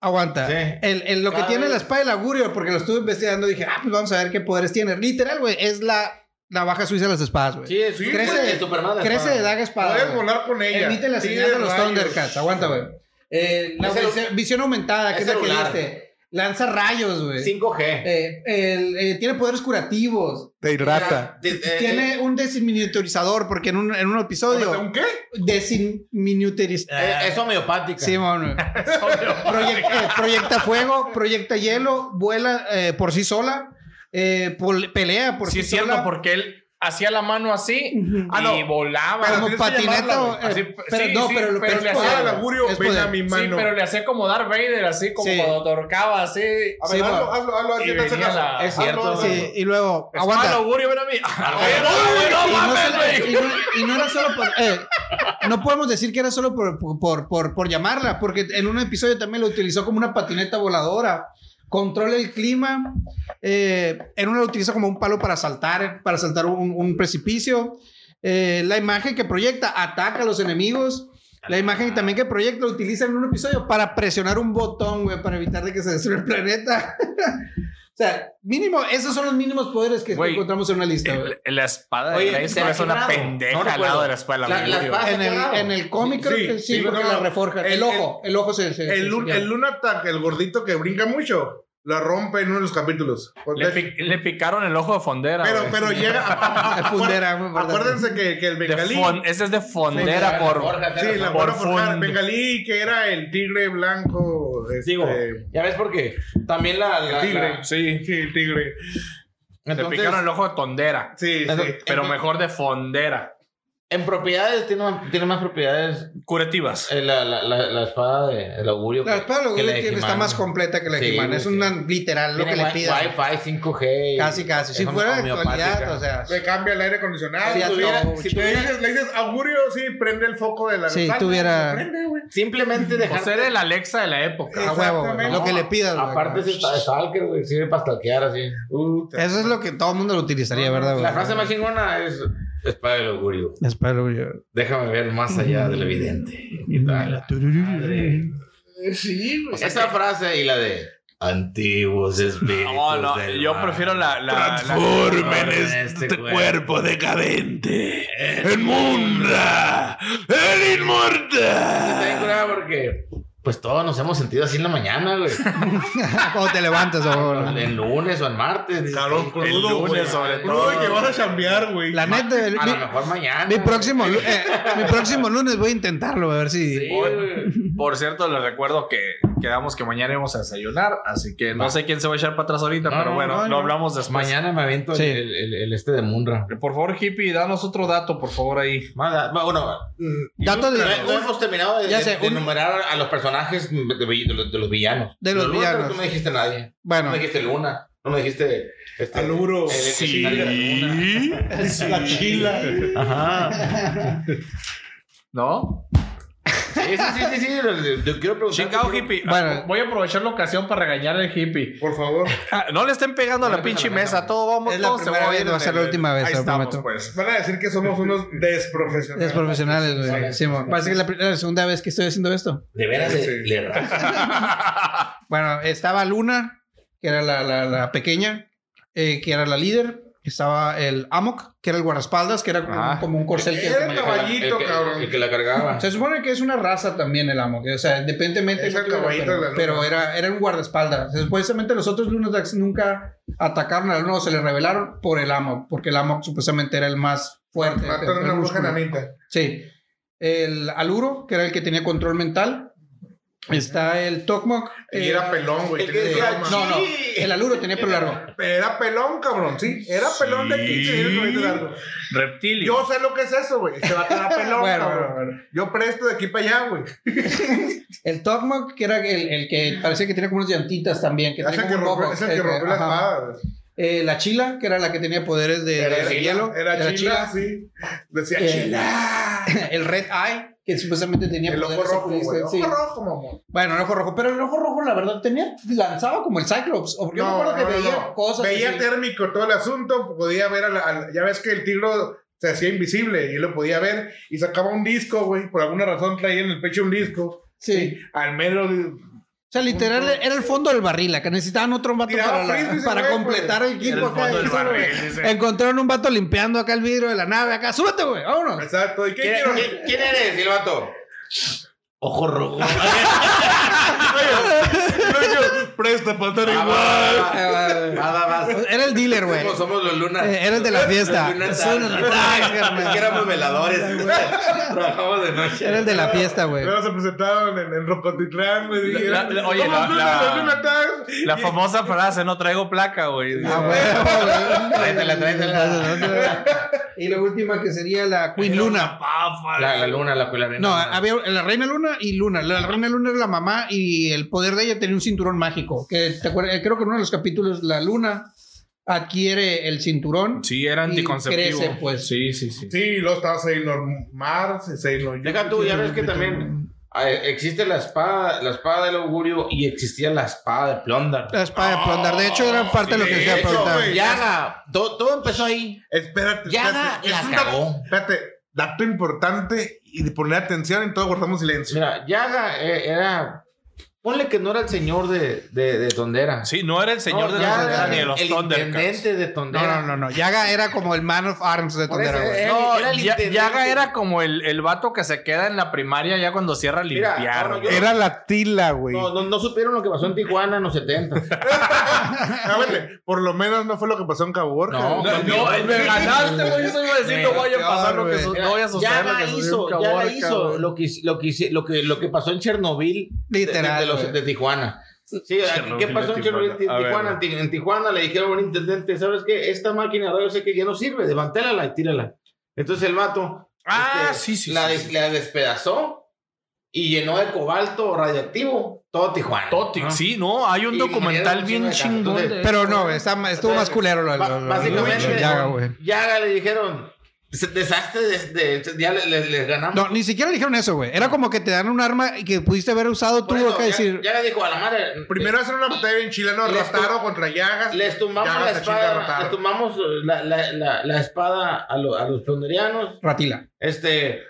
[SPEAKER 7] Aguanta.
[SPEAKER 6] Sí.
[SPEAKER 7] El, el- lo que
[SPEAKER 6] Cada
[SPEAKER 7] tiene
[SPEAKER 6] vez-
[SPEAKER 7] la espada del augurio, porque lo estuve investigando, dije, ah, pues vamos a ver qué poderes tiene. Literal, güey, es la navaja suiza de las espadas, güey.
[SPEAKER 6] Sí, es
[SPEAKER 5] Sí,
[SPEAKER 6] crece,
[SPEAKER 7] güey.
[SPEAKER 6] el Superman. la
[SPEAKER 7] crece
[SPEAKER 6] espada.
[SPEAKER 7] de daga a espada.
[SPEAKER 5] Puedes
[SPEAKER 7] güey.
[SPEAKER 5] volar con ella.
[SPEAKER 7] Emite la
[SPEAKER 5] Tiene
[SPEAKER 7] señal de los
[SPEAKER 5] rayos.
[SPEAKER 7] Thundercats. Aguanta, güey. Eh, la
[SPEAKER 6] Es celu-
[SPEAKER 7] visi- visión aumentada, que es
[SPEAKER 6] es
[SPEAKER 7] la que
[SPEAKER 6] celular.
[SPEAKER 7] viste. Lanza rayos, güey.
[SPEAKER 6] 5G.
[SPEAKER 7] Eh, el- eh, tiene poderes curativos.
[SPEAKER 5] Te
[SPEAKER 6] Ya, de- eh,
[SPEAKER 7] Tiene un desminiaturizador, porque en un, en un episodio.
[SPEAKER 5] ¿Un qué?
[SPEAKER 6] eh,
[SPEAKER 7] Desminiaturizador.
[SPEAKER 4] Ah,
[SPEAKER 6] eh, es homeopática.
[SPEAKER 7] Ah. Sí, mon. Proye- eh, proyecta fuego, proyecta hielo, vuela eh, por sí sola, eh, pol- pelea por
[SPEAKER 4] sí,
[SPEAKER 7] sí,
[SPEAKER 4] es cierto,
[SPEAKER 7] sola.
[SPEAKER 4] porque él hacía la mano así
[SPEAKER 7] Ujú.
[SPEAKER 5] Ah, no.
[SPEAKER 4] y volaba.
[SPEAKER 5] Pero
[SPEAKER 7] como
[SPEAKER 5] tienes que
[SPEAKER 7] patineta.
[SPEAKER 5] llamarla,
[SPEAKER 7] o-
[SPEAKER 4] güey.
[SPEAKER 7] eh,
[SPEAKER 4] Así,
[SPEAKER 7] pero
[SPEAKER 4] sí,
[SPEAKER 7] no,
[SPEAKER 4] sí,
[SPEAKER 7] pero,
[SPEAKER 4] pero
[SPEAKER 7] pero es
[SPEAKER 4] le hacía
[SPEAKER 7] poder,
[SPEAKER 5] Espada del
[SPEAKER 7] güey.
[SPEAKER 5] augurio,
[SPEAKER 7] Es
[SPEAKER 5] ven
[SPEAKER 7] poder.
[SPEAKER 5] a mi
[SPEAKER 4] Sí,
[SPEAKER 5] mano.
[SPEAKER 4] pero le hacía como Darth Vader, así como
[SPEAKER 7] Sí.
[SPEAKER 4] cuando torcaba, así.
[SPEAKER 5] A
[SPEAKER 7] Sí,
[SPEAKER 5] ver, hazlo,
[SPEAKER 7] va.
[SPEAKER 5] hazlo, hazlo, hazlo,
[SPEAKER 4] Y
[SPEAKER 5] hazlo,
[SPEAKER 4] venía
[SPEAKER 5] hazlo.
[SPEAKER 4] la-
[SPEAKER 5] Hazlo,
[SPEAKER 6] Es cierto,
[SPEAKER 5] hazlo,
[SPEAKER 6] güey.
[SPEAKER 5] hazlo.
[SPEAKER 7] Sí, y luego,
[SPEAKER 4] Espada del
[SPEAKER 7] aguanta.
[SPEAKER 4] augurio, ven a mí.
[SPEAKER 6] Ah,
[SPEAKER 4] Oye, no, güey, no
[SPEAKER 7] Y no, se
[SPEAKER 4] mames,
[SPEAKER 7] la-
[SPEAKER 4] güey.
[SPEAKER 7] y no- y no era solo por, eh, no podemos decir que era solo por, por, por, por llamarla, porque en un episodio también lo utilizó como una patineta voladora. Controla el clima. eh, en una lo utiliza como un palo para saltar, para saltar un, un precipicio. eh, la imagen que proyecta ataca a los enemigos. La imagen también que proyecta utiliza en un episodio para presionar un botón, güey, para evitar de que se destruya el planeta. <laughs> o sea, mínimo, esos son los mínimos poderes que
[SPEAKER 4] Güey,
[SPEAKER 7] encontramos en una lista. güey.
[SPEAKER 4] El- La espada de
[SPEAKER 6] Oye,
[SPEAKER 4] Grayskull
[SPEAKER 6] ¿será
[SPEAKER 4] es una
[SPEAKER 6] quebrado? No
[SPEAKER 4] pendeja al
[SPEAKER 6] recuerdo.
[SPEAKER 4] lado de la espada del
[SPEAKER 6] La- la
[SPEAKER 4] augurio.
[SPEAKER 6] espada-
[SPEAKER 7] En el, en el cómic
[SPEAKER 5] Sí,
[SPEAKER 7] creo que sí,
[SPEAKER 5] sí,
[SPEAKER 7] porque
[SPEAKER 5] no,
[SPEAKER 7] la
[SPEAKER 5] no.
[SPEAKER 7] reforjan. El,
[SPEAKER 5] El-
[SPEAKER 7] ojo, el, ojo se... se- se-
[SPEAKER 5] El, lun-
[SPEAKER 7] se- <laughs>
[SPEAKER 5] el Lunatac, el gordito que brinca mucho, lo rompe en uno de los capítulos.
[SPEAKER 4] Le, pic- le picaron el ojo de fondera.
[SPEAKER 5] Pero,
[SPEAKER 4] güey.
[SPEAKER 5] pero
[SPEAKER 4] <laughs>
[SPEAKER 5] llega.
[SPEAKER 7] se
[SPEAKER 6] <laughs>
[SPEAKER 7] fundera, güey, ¿verdad?
[SPEAKER 5] Acuérdense que, que el
[SPEAKER 4] De
[SPEAKER 5] bengalí.
[SPEAKER 4] fon- ese es de fondera
[SPEAKER 6] Forja,
[SPEAKER 4] por.
[SPEAKER 6] forja,
[SPEAKER 5] Sí, la
[SPEAKER 4] Por
[SPEAKER 5] buena forjada.
[SPEAKER 4] fund.
[SPEAKER 5] Bengalí, que era el tigre blanco. Este,
[SPEAKER 6] Digo, Eh, ya ves por qué. También la. la-
[SPEAKER 5] tigre.
[SPEAKER 6] la-
[SPEAKER 5] Sí, sí, el tigre.
[SPEAKER 4] Le
[SPEAKER 6] entonces,
[SPEAKER 4] picaron el ojo de tondera.
[SPEAKER 5] Sí, sí.
[SPEAKER 6] entonces,
[SPEAKER 4] Pero
[SPEAKER 6] en-
[SPEAKER 4] mejor de fondera.
[SPEAKER 6] En propiedades, tiene, más- tiene más propiedades.
[SPEAKER 4] Curativas.
[SPEAKER 6] eh, la, la, la, la espada de- del augurio.
[SPEAKER 7] La
[SPEAKER 6] que-
[SPEAKER 7] espada de
[SPEAKER 6] que la
[SPEAKER 7] Google
[SPEAKER 6] de
[SPEAKER 7] tiene- está
[SPEAKER 6] He-Man.
[SPEAKER 7] más completa que la de
[SPEAKER 6] Sí,
[SPEAKER 7] He-Man. Es
[SPEAKER 6] sí.
[SPEAKER 7] una literal lo
[SPEAKER 6] Tiene
[SPEAKER 7] que le
[SPEAKER 6] wi-
[SPEAKER 7] pida.
[SPEAKER 6] Wi-Fi 5G.
[SPEAKER 7] Casi, casi. Si
[SPEAKER 6] Es
[SPEAKER 7] fuera de
[SPEAKER 6] homeopática.
[SPEAKER 7] actualidad, o sea...
[SPEAKER 5] Le cambia el aire acondicionado.
[SPEAKER 7] Sí,
[SPEAKER 5] Si
[SPEAKER 7] a
[SPEAKER 5] tuviera-
[SPEAKER 7] todo,
[SPEAKER 5] si
[SPEAKER 7] chico.
[SPEAKER 5] le, dices, le dices augurio, sí, prende el foco de la
[SPEAKER 7] Sí,
[SPEAKER 5] ventana,
[SPEAKER 7] tuviera-
[SPEAKER 5] se Prende, güey.
[SPEAKER 6] Simplemente
[SPEAKER 4] O
[SPEAKER 6] dejar.
[SPEAKER 4] ser el Alexa de la época.
[SPEAKER 7] A huevo, güey,
[SPEAKER 5] exactamente.
[SPEAKER 7] lo que le pidas. güey.
[SPEAKER 6] Aparte, es esta- stalker, güey. Sirve para stalkear así.
[SPEAKER 7] Eso es lo que todo el mundo lo utilizaría, ¿verdad, güey?
[SPEAKER 6] La frase más chingona es. Espada del augurio.
[SPEAKER 7] Espero <laughs> yo.
[SPEAKER 6] Déjame ver más allá de lo evidente. Y tal.
[SPEAKER 7] Eh,
[SPEAKER 6] Pues
[SPEAKER 5] Sí, güey.
[SPEAKER 6] Esa frase y la de antiguos espíritus.
[SPEAKER 4] No, no,
[SPEAKER 6] del
[SPEAKER 4] yo
[SPEAKER 6] mar".
[SPEAKER 4] prefiero la. la
[SPEAKER 6] Transformen
[SPEAKER 4] la-
[SPEAKER 6] este cuerpo
[SPEAKER 2] decadente, inmunda, el inmortal.
[SPEAKER 6] Ah. Está bien curada porque Pues todos nos hemos sentido así en la mañana, <laughs> güey.
[SPEAKER 7] Cuando te levantas, o-
[SPEAKER 6] <laughs> el lunes o el martes. dices,
[SPEAKER 5] Cabrón,
[SPEAKER 6] "Ay,
[SPEAKER 5] crudo,
[SPEAKER 6] el lunes,
[SPEAKER 5] güey.
[SPEAKER 6] sobre
[SPEAKER 5] Crudo
[SPEAKER 6] todo.
[SPEAKER 5] de que vas a chambear, güey.
[SPEAKER 7] La neta,
[SPEAKER 6] A lo
[SPEAKER 7] mi,
[SPEAKER 6] mejor mañana.
[SPEAKER 7] mi próximo, lu- eh, mi próximo lunes voy a intentarlo, a ver si.
[SPEAKER 6] Sí,
[SPEAKER 4] Por,
[SPEAKER 6] güey.
[SPEAKER 4] por cierto, les recuerdo que quedamos que mañana íbamos a desayunar, así que no
[SPEAKER 6] Va.
[SPEAKER 4] sé quién se va a echar para atrás ahorita,
[SPEAKER 6] No,
[SPEAKER 4] pero
[SPEAKER 6] no,
[SPEAKER 4] bueno,
[SPEAKER 6] no,
[SPEAKER 4] lo
[SPEAKER 6] no.
[SPEAKER 4] hablamos después.
[SPEAKER 6] Pues Mañana me avento el-
[SPEAKER 7] Sí.
[SPEAKER 6] el, el- el este de Munra.
[SPEAKER 4] Por favor, hippie, danos otro dato, por favor, ahí.
[SPEAKER 6] Más da- Bueno, mm,
[SPEAKER 7] Dato de-
[SPEAKER 6] no- no hemos terminado de,
[SPEAKER 7] Ya
[SPEAKER 6] de-
[SPEAKER 7] sé,
[SPEAKER 6] de
[SPEAKER 7] un-
[SPEAKER 6] enumerar a los personajes de, de los, de los villanos.
[SPEAKER 7] De los
[SPEAKER 6] Luna,
[SPEAKER 7] villanos.
[SPEAKER 6] No me dijiste nadie. No
[SPEAKER 7] Bueno,
[SPEAKER 6] me dijiste Luna. No me dijiste. Este,
[SPEAKER 5] Aluro.
[SPEAKER 6] el- el- el-
[SPEAKER 5] Sí.
[SPEAKER 6] el- el-
[SPEAKER 5] La chila.
[SPEAKER 6] Ajá.
[SPEAKER 4] ¿No?
[SPEAKER 6] Sí, sí, sí, sí. sí, lo- Yo quiero preguntar.
[SPEAKER 4] Chingado hippie.
[SPEAKER 7] Bueno.
[SPEAKER 4] Voy a aprovechar la ocasión para regañar al hippie.
[SPEAKER 5] Por favor.
[SPEAKER 4] Ah, No le estén pegando a
[SPEAKER 6] No
[SPEAKER 4] la
[SPEAKER 6] le
[SPEAKER 4] pinche
[SPEAKER 6] peguen a la
[SPEAKER 4] mesa,
[SPEAKER 6] mesa.
[SPEAKER 4] todo vamos,
[SPEAKER 7] Es la
[SPEAKER 4] todo se
[SPEAKER 7] primera
[SPEAKER 4] va a
[SPEAKER 7] vez,
[SPEAKER 4] ir
[SPEAKER 7] va a ser la
[SPEAKER 4] del-
[SPEAKER 7] última vez,
[SPEAKER 4] Ahí
[SPEAKER 7] lo
[SPEAKER 4] estamos,
[SPEAKER 7] prometo.
[SPEAKER 4] pues.
[SPEAKER 5] Van a decir que somos unos desprofesionales.
[SPEAKER 7] es profesionales, güey. Sí, mo. Parece que es la, pri- la segunda vez que estoy haciendo esto.
[SPEAKER 6] De veras,
[SPEAKER 5] Sí.
[SPEAKER 6] le, le rasca.
[SPEAKER 7] Bueno, estaba Luna, que era la, la- la pequeña, eh, que era la líder. Estaba el Amok, que era el guardaespaldas, que era como,
[SPEAKER 4] Ah.
[SPEAKER 7] como un corcel que
[SPEAKER 5] Era caballito,
[SPEAKER 6] El que-
[SPEAKER 5] cabrón.
[SPEAKER 6] El que la cargaba.
[SPEAKER 7] Se supone que es una raza también el amo, que, o sea, independientemente
[SPEAKER 5] Es el
[SPEAKER 7] motivo,
[SPEAKER 5] caballito
[SPEAKER 7] pero,
[SPEAKER 5] de la luna.
[SPEAKER 7] pero era, era un guardaespaldas. Supuestamente los otros Lunatax nunca atacaron a la luna o se le rebelaron por el amo, porque el amo supuestamente era el más fuerte.
[SPEAKER 5] Mataron a
[SPEAKER 7] el
[SPEAKER 5] una bruja
[SPEAKER 7] músculo.
[SPEAKER 5] nanita.
[SPEAKER 7] Sí. El Aluro, que era el que tenía control mental. Está el Tokmok.
[SPEAKER 5] Y
[SPEAKER 7] eh,
[SPEAKER 5] era pelón, güey.
[SPEAKER 6] el que
[SPEAKER 5] tenía
[SPEAKER 6] decía,
[SPEAKER 5] fama.
[SPEAKER 7] no, no, el Aluro tenía pelo largo.
[SPEAKER 5] Era pelón, cabrón, sí. Era pelón de 15 y era cabello largo.
[SPEAKER 4] Reptilio.
[SPEAKER 5] Yo sé lo que es eso, güey. Se va a quedar pelón,
[SPEAKER 7] Bueno,
[SPEAKER 5] cabrón.
[SPEAKER 7] bueno, bueno.
[SPEAKER 5] Yo presto de aquí para allá, güey.
[SPEAKER 7] El Tokmok, que era el, el que parecía que tenía como unas llantitas también. Que
[SPEAKER 5] Es el
[SPEAKER 7] tenía
[SPEAKER 5] que
[SPEAKER 7] como un
[SPEAKER 5] rompió,
[SPEAKER 7] ojo,
[SPEAKER 5] es el que
[SPEAKER 7] este,
[SPEAKER 5] rompió la
[SPEAKER 7] ajá.
[SPEAKER 5] espada, güey.
[SPEAKER 7] Eh, la Chila, que era la que tenía poderes de, de hielo.
[SPEAKER 5] Era,
[SPEAKER 7] De la
[SPEAKER 5] chila, sí. Decía
[SPEAKER 7] Eh,
[SPEAKER 5] chila.
[SPEAKER 7] <laughs> El Red Eye, que supuestamente tenía
[SPEAKER 5] El ojo
[SPEAKER 7] poderes
[SPEAKER 5] rojo, güey.
[SPEAKER 7] oculistas,
[SPEAKER 5] Ojo
[SPEAKER 7] sí.
[SPEAKER 5] rojo, mamón.
[SPEAKER 7] Bueno, el ojo rojo. Pero el ojo rojo, la verdad, tenía lanzaba como el Cyclops. o- Yo me acuerdo que veía cosas.
[SPEAKER 5] Veía
[SPEAKER 7] así.
[SPEAKER 5] térmico todo el asunto, podía ver a la, a la- ya ves que el tiro se hacía invisible y él lo podía ver y sacaba un disco, güey, por alguna razón traía en el pecho un disco.
[SPEAKER 7] Sí.
[SPEAKER 5] Al medio de-
[SPEAKER 7] O sea, literal, era el fondo del barril. Acá necesitaban otro vato
[SPEAKER 5] Tiraba
[SPEAKER 7] para, la-
[SPEAKER 5] frisbee ese
[SPEAKER 7] para
[SPEAKER 5] güey,
[SPEAKER 7] completar
[SPEAKER 5] güey.
[SPEAKER 7] el
[SPEAKER 4] En
[SPEAKER 7] equipo.
[SPEAKER 4] el
[SPEAKER 7] acá.
[SPEAKER 4] fondo del barril, dice.
[SPEAKER 7] Encontraron un vato limpiando acá el vidrio de la nave. Acá, súbete, güey. Vámonos.
[SPEAKER 5] Exacto. ¿Y qué
[SPEAKER 6] ¿Quién,
[SPEAKER 5] quiero?
[SPEAKER 6] quién- quién eres? Y el vato. Ojo rojo.
[SPEAKER 5] Presta para estar
[SPEAKER 6] Ah, va, va,
[SPEAKER 7] Eh,
[SPEAKER 6] va, va, va.
[SPEAKER 7] Era el dealer, güey.
[SPEAKER 6] Somos, somos los lunas.
[SPEAKER 7] Eh, Era el de la fiesta.
[SPEAKER 6] Los lunas
[SPEAKER 7] Son-
[SPEAKER 6] Es pues, que éramos <laughs> veladores. Trabajamos de noche.
[SPEAKER 7] Era el de la fiesta, güey.
[SPEAKER 5] Luego se presentaron en, en Rocotitlán, güey.
[SPEAKER 4] La-
[SPEAKER 5] y eran-
[SPEAKER 4] la- oye,
[SPEAKER 5] ¿Cómo
[SPEAKER 4] la-
[SPEAKER 5] son
[SPEAKER 4] la-
[SPEAKER 5] los Lunatars?
[SPEAKER 4] La
[SPEAKER 5] Y-
[SPEAKER 4] famosa frase, no traigo placa, güey.
[SPEAKER 7] Ah, huevo, güey.
[SPEAKER 6] Tráetela, tráetela.
[SPEAKER 7] Y la última que sería la Queen Luna.
[SPEAKER 6] La, la luna, la cuilarina.
[SPEAKER 7] No, había la Reina Luna y Luna. La Reina Luna era la mamá y el poder de ella tenía un cinturón mágico. Que te acuerdas, creo que en uno de los capítulos la Luna adquiere el cinturón.
[SPEAKER 4] Sí, era
[SPEAKER 7] Y
[SPEAKER 4] anticonceptivo.
[SPEAKER 7] crece, pues.
[SPEAKER 4] Sí, sí, sí.
[SPEAKER 5] Sí, luego estaba Sailor Mars, Sailor
[SPEAKER 6] Deja tú, ya ves que también ah, existe la espada, la espada del augurio y existía la espada de Plondar.
[SPEAKER 7] La espada de Plondar. De hecho, era parte de lo que
[SPEAKER 5] de
[SPEAKER 7] decía
[SPEAKER 5] hecho,
[SPEAKER 7] Plondar.
[SPEAKER 5] güey.
[SPEAKER 6] Yaga, todo, todo empezó ahí.
[SPEAKER 5] Espérate,
[SPEAKER 6] Yaga
[SPEAKER 5] espérate. Es
[SPEAKER 6] la
[SPEAKER 5] un
[SPEAKER 6] cagó.
[SPEAKER 5] Espérate, dato importante y de poner atención en todo guardamos silencio.
[SPEAKER 6] Mira, Yaga eh, era. Ponle que no era el señor de, de, de Tondera.
[SPEAKER 4] Sí, no era el señor
[SPEAKER 6] No,
[SPEAKER 4] de
[SPEAKER 6] Yaga
[SPEAKER 4] los
[SPEAKER 6] era
[SPEAKER 4] Tondera ni de los
[SPEAKER 6] el
[SPEAKER 4] Thundercats.
[SPEAKER 6] intendente de
[SPEAKER 7] No,
[SPEAKER 6] Tondera.
[SPEAKER 7] no, no, no. Yaga era como el Man of Arms de
[SPEAKER 6] Por eso, eh,
[SPEAKER 7] Tondera, güey.
[SPEAKER 6] era-
[SPEAKER 4] No,
[SPEAKER 6] era el
[SPEAKER 4] Ya-
[SPEAKER 6] intendente.
[SPEAKER 4] Yaga era como el, el vato que se queda en la primaria ya cuando cierra a
[SPEAKER 6] Mira,
[SPEAKER 4] limpiar.
[SPEAKER 6] no, no,
[SPEAKER 4] güey.
[SPEAKER 6] yo-
[SPEAKER 7] Era la tila, güey.
[SPEAKER 6] No, no, no supieron lo que pasó en Tijuana en los 70.
[SPEAKER 5] A ver, Ah, por lo menos no fue lo que pasó en Cabo Borja.
[SPEAKER 6] No,
[SPEAKER 4] No, no, me ganaste, güey. Eso iba a decir, no vaya a pasar lo que su-
[SPEAKER 6] Mira,
[SPEAKER 4] no vaya a suceder.
[SPEAKER 6] ya
[SPEAKER 4] lo
[SPEAKER 6] la
[SPEAKER 4] que sucedió
[SPEAKER 6] hizo,
[SPEAKER 4] en
[SPEAKER 6] ya la
[SPEAKER 4] Caborca,
[SPEAKER 6] hizo
[SPEAKER 4] güey.
[SPEAKER 6] lo que, hice- lo, que, hice- lo, que, lo que pasó en Chernobyl de, de-
[SPEAKER 7] Literal.
[SPEAKER 6] de los-
[SPEAKER 7] güey.
[SPEAKER 6] de Tijuana. Sí,
[SPEAKER 4] Chernobyl
[SPEAKER 6] ¿qué pasó
[SPEAKER 4] de
[SPEAKER 6] en Chernobyl? Ti-
[SPEAKER 4] Tijuana. A ver,
[SPEAKER 6] Tijuana,
[SPEAKER 4] güey.
[SPEAKER 6] Ti- en Tijuana le dijeron al intendente, ¿sabes qué? Esta máquina de radio sé que ya no sirve, desmantélala y tírala. Entonces el vato
[SPEAKER 4] Ah,
[SPEAKER 6] este,
[SPEAKER 4] sí, sí.
[SPEAKER 6] la,
[SPEAKER 4] sí,
[SPEAKER 6] des-
[SPEAKER 4] sí.
[SPEAKER 6] la despedazó y llenó de cobalto radioactivo todo Tijuana.
[SPEAKER 4] Toti,
[SPEAKER 6] ¿no?
[SPEAKER 4] sí, no, hay un
[SPEAKER 6] Y
[SPEAKER 4] documental
[SPEAKER 6] murieron
[SPEAKER 4] bien
[SPEAKER 6] un chingo de
[SPEAKER 4] chingón.
[SPEAKER 6] gente.
[SPEAKER 4] de-
[SPEAKER 7] Pero no, güey, está- estuvo más culero lo, lo,
[SPEAKER 6] Ba-
[SPEAKER 7] lo- lo-
[SPEAKER 6] básicamente,
[SPEAKER 7] lo- Yaga, güey.
[SPEAKER 6] Yaga le dijeron, "Se- desastre, des- de- ya le- le- les ganamos.
[SPEAKER 7] No, ni siquiera le dijeron eso, güey. Era como que te dan un arma y que pudiste haber usado tú
[SPEAKER 6] Por eso,
[SPEAKER 7] acá y
[SPEAKER 6] ya,
[SPEAKER 7] decir.
[SPEAKER 6] ya le dijo a la madre.
[SPEAKER 5] Primero hacen una batalla bien chileno,
[SPEAKER 6] Les-
[SPEAKER 5] Rotaro contra Llagas.
[SPEAKER 6] Les tumbamos
[SPEAKER 5] Llagas
[SPEAKER 6] la
[SPEAKER 5] se chinga a
[SPEAKER 6] espada,
[SPEAKER 5] Rotaro.
[SPEAKER 6] les tumbamos la, la- la- la espada a, lo- a los plonderianos.
[SPEAKER 7] Ratila.
[SPEAKER 6] Este,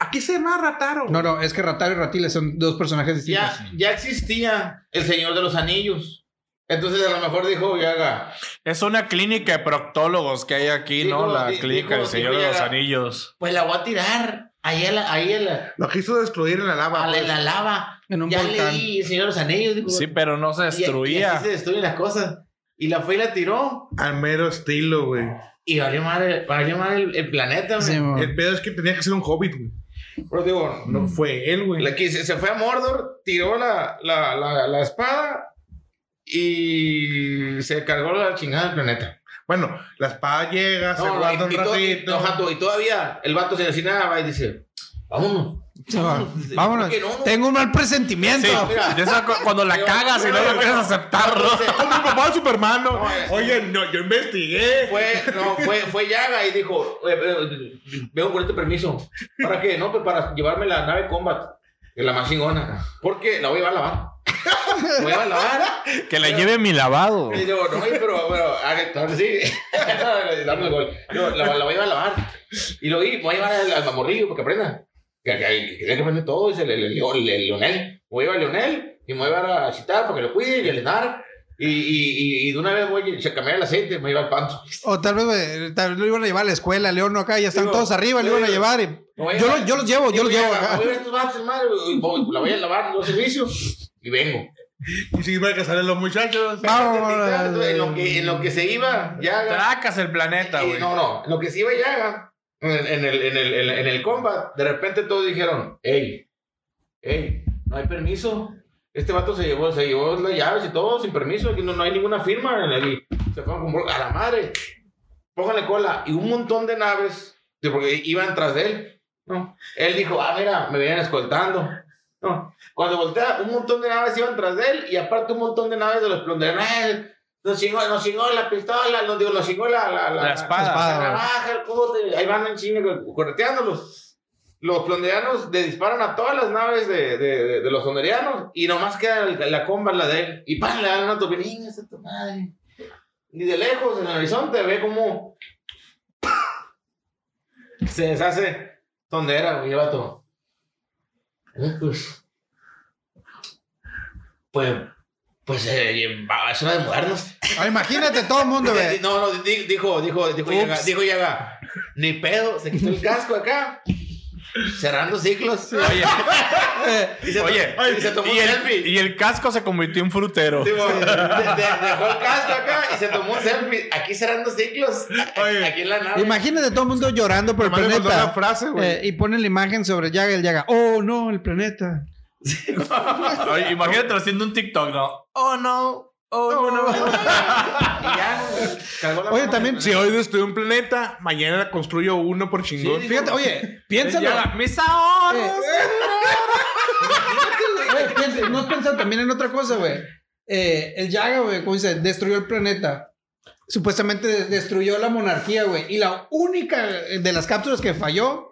[SPEAKER 5] Aquí se llama Rataro.
[SPEAKER 7] No, no, es que Rataro y Ratila son dos personajes distintos.
[SPEAKER 6] ya, ya existía el Señor de los Anillos. Entonces a lo mejor dijo Viaga.
[SPEAKER 4] Es una clínica de proctólogos que hay aquí, ¿no?
[SPEAKER 6] Dijo-
[SPEAKER 4] La
[SPEAKER 6] di-
[SPEAKER 4] clínica
[SPEAKER 6] dijo-
[SPEAKER 4] del Señor
[SPEAKER 6] dijo
[SPEAKER 4] de los
[SPEAKER 6] ya-
[SPEAKER 4] Anillos.
[SPEAKER 6] Pues la voy a tirar. Ahí en la, ahí en la,
[SPEAKER 5] Lo quiso destruir en la lava.
[SPEAKER 6] a la,
[SPEAKER 5] pues.
[SPEAKER 6] en la lava.
[SPEAKER 7] En un
[SPEAKER 6] ya
[SPEAKER 7] volcán.
[SPEAKER 6] leí el Señor de los Anillos. Dijo,
[SPEAKER 4] Sí, pero no se
[SPEAKER 6] y- Y,
[SPEAKER 4] destruía.
[SPEAKER 6] así se destruyen las cosas. Y la fue y la tiró.
[SPEAKER 5] Al mero estilo, güey.
[SPEAKER 6] Y valió madre, valió madre el, el planeta, güey.
[SPEAKER 7] Sí, mo.
[SPEAKER 5] El pedo es que tenía que ser un hobbit, güey.
[SPEAKER 6] Pero digo,
[SPEAKER 5] No fue él, güey.
[SPEAKER 6] la que se, se fue a Mordor, tiró la, la, la, la espada y se cargó la chingada del planeta.
[SPEAKER 5] Bueno, la espada llega, se
[SPEAKER 6] No,
[SPEAKER 5] guarda
[SPEAKER 6] y,
[SPEAKER 5] un
[SPEAKER 6] y to- y-
[SPEAKER 5] ratito.
[SPEAKER 6] ajá, to- y todavía el vato se nada y dice, vámonos.
[SPEAKER 7] Se va.
[SPEAKER 6] Dice,
[SPEAKER 7] Vámonos.
[SPEAKER 6] "Creo que no".
[SPEAKER 7] Tengo un mal presentimiento.
[SPEAKER 4] Sí,
[SPEAKER 6] mira.
[SPEAKER 4] de esa Ah, cu- cuando la
[SPEAKER 6] Yo-
[SPEAKER 4] cagas y no
[SPEAKER 6] yo-
[SPEAKER 4] lo quieres aceptar, ¿no?
[SPEAKER 6] Dice,
[SPEAKER 5] ¡Ah, mi papá es Superman! no!
[SPEAKER 6] No, es-
[SPEAKER 5] Oye, no, yo investigué.
[SPEAKER 6] Fue, no, fue, fue Yaga y dijo, "Eh, eh, vengo con este permiso. ¿Para qué? No, pues para llevarme la nave combat, que es la más chingona. Porque la voy a llevar a lavar. Voy a lavar.
[SPEAKER 4] Que la lleve mi lavado.
[SPEAKER 6] Y digo, no, oye, pero, pero, ah, entonces sí. <laughs> Dame el gol. Digo, la, la voy a llevar a lavar. Y lo vi, voy a llevar al, al mamorrillo para que aprenda. Que, que, que tiene que aprender todo, dice el, el, el, el- el Leonel. Voy a llevar a Leonel y me voy a llevar a Citar para que lo cuide y a Lenar. Y, y, y, y de una vez voy a cambiar el aceite, me iba al panto.
[SPEAKER 7] O tal vez, eh, tal vez lo iban a llevar a la escuela, León no acá, ya están
[SPEAKER 6] Digo,
[SPEAKER 7] todos arriba, lo iban a
[SPEAKER 6] digo,
[SPEAKER 7] llevar. y-
[SPEAKER 6] No voy a
[SPEAKER 7] yo,
[SPEAKER 6] llevar-
[SPEAKER 7] lo- yo los llevo, yo
[SPEAKER 6] Digo,
[SPEAKER 7] los llevo
[SPEAKER 6] ya,
[SPEAKER 7] acá.
[SPEAKER 6] Voy a ver tus vatos, madre, y voy- la voy a lavar, los servicios y vengo.
[SPEAKER 5] Y si iba a casar a los muchachos.
[SPEAKER 7] Vamos,
[SPEAKER 6] Entonces, en, lo que, en lo que se iba, ya.
[SPEAKER 4] Tracas el planeta,
[SPEAKER 6] Y
[SPEAKER 4] güey.
[SPEAKER 6] no, no, lo que sí iba Yaga en, en el, en, el, en, el, en el combat, de repente todos dijeron, hey, hey, no hay permiso. Este vato se llevó, se llevó las llaves y todo sin permiso, aquí no, no hay ninguna firma. en el- se fue a la madre. Pónganle cola. Y un montón de naves, de- porque iban tras de él. ¿no? Él dijo, ah, mira, me vienen escoltando. ¿no? Cuando voltea, un montón de naves iban tras de él y aparte un montón de naves de los plonderos. "Eh, Nos chingó, nos chingó la pistola, nos, digo, nos chingó la, la,
[SPEAKER 4] La espada.
[SPEAKER 7] espada.
[SPEAKER 6] la navaja, el cogote, ahí van en China correteándolos. Los plonderianos le disparan a todas las naves de, de, de, de los sonderianos y nomás queda el- la comba la de él. Y pan, le dan una topinilla, esa tu madre. Y de lejos, en el horizonte, ve como se deshace donde era, güey, el vato. Eh, Pues, pues, pues eh, va- es hora de mudarnos.
[SPEAKER 7] Ah, imagínate todo
[SPEAKER 6] <laughs>
[SPEAKER 7] el mundo,
[SPEAKER 6] Dice,
[SPEAKER 7] güey.
[SPEAKER 6] di- No, no, di- dijo, dijo, dijo,
[SPEAKER 4] Ups.
[SPEAKER 6] Yaga, dijo Yaga, ni pedo, se quitó el casco acá, cerrando ciclos.
[SPEAKER 4] Oye,
[SPEAKER 7] Eh,
[SPEAKER 6] <laughs> y se to-
[SPEAKER 4] oye,
[SPEAKER 6] y se tomó
[SPEAKER 4] y
[SPEAKER 6] un
[SPEAKER 4] el,
[SPEAKER 6] selfie.
[SPEAKER 4] y el casco se convirtió en frutero.
[SPEAKER 6] Digo, de- de- dejó el casco acá y se tomó un selfie, aquí cerrando ciclos, a-
[SPEAKER 5] Oye.
[SPEAKER 6] aquí en la nave.
[SPEAKER 7] Imagínate todo el mundo llorando por el
[SPEAKER 5] Nomás le faltó una
[SPEAKER 7] planeta.
[SPEAKER 5] frase, güey.
[SPEAKER 7] Eh, y ponen la imagen sobre Yaga y el Yaga. Oh, no, el planeta.
[SPEAKER 4] Oye, imagínate haciendo un TikTok, ¿no? Oh, no. Oh, no.
[SPEAKER 6] Y ya, cargó la
[SPEAKER 7] Oye,
[SPEAKER 6] mano.
[SPEAKER 7] también-
[SPEAKER 5] Si hoy destruí un planeta, mañana construyo uno por chingón.
[SPEAKER 7] Fíjate, oye, piénsalo.
[SPEAKER 4] Llega, Mis ahorros.
[SPEAKER 7] Güey, piensa- no has pensado también en otra cosa, güey. Eh, el Yaga, güey, como dice, destruyó el planeta. Supuestamente de- destruyó la monarquía, güey. Y la única eh, de las cápsulas que falló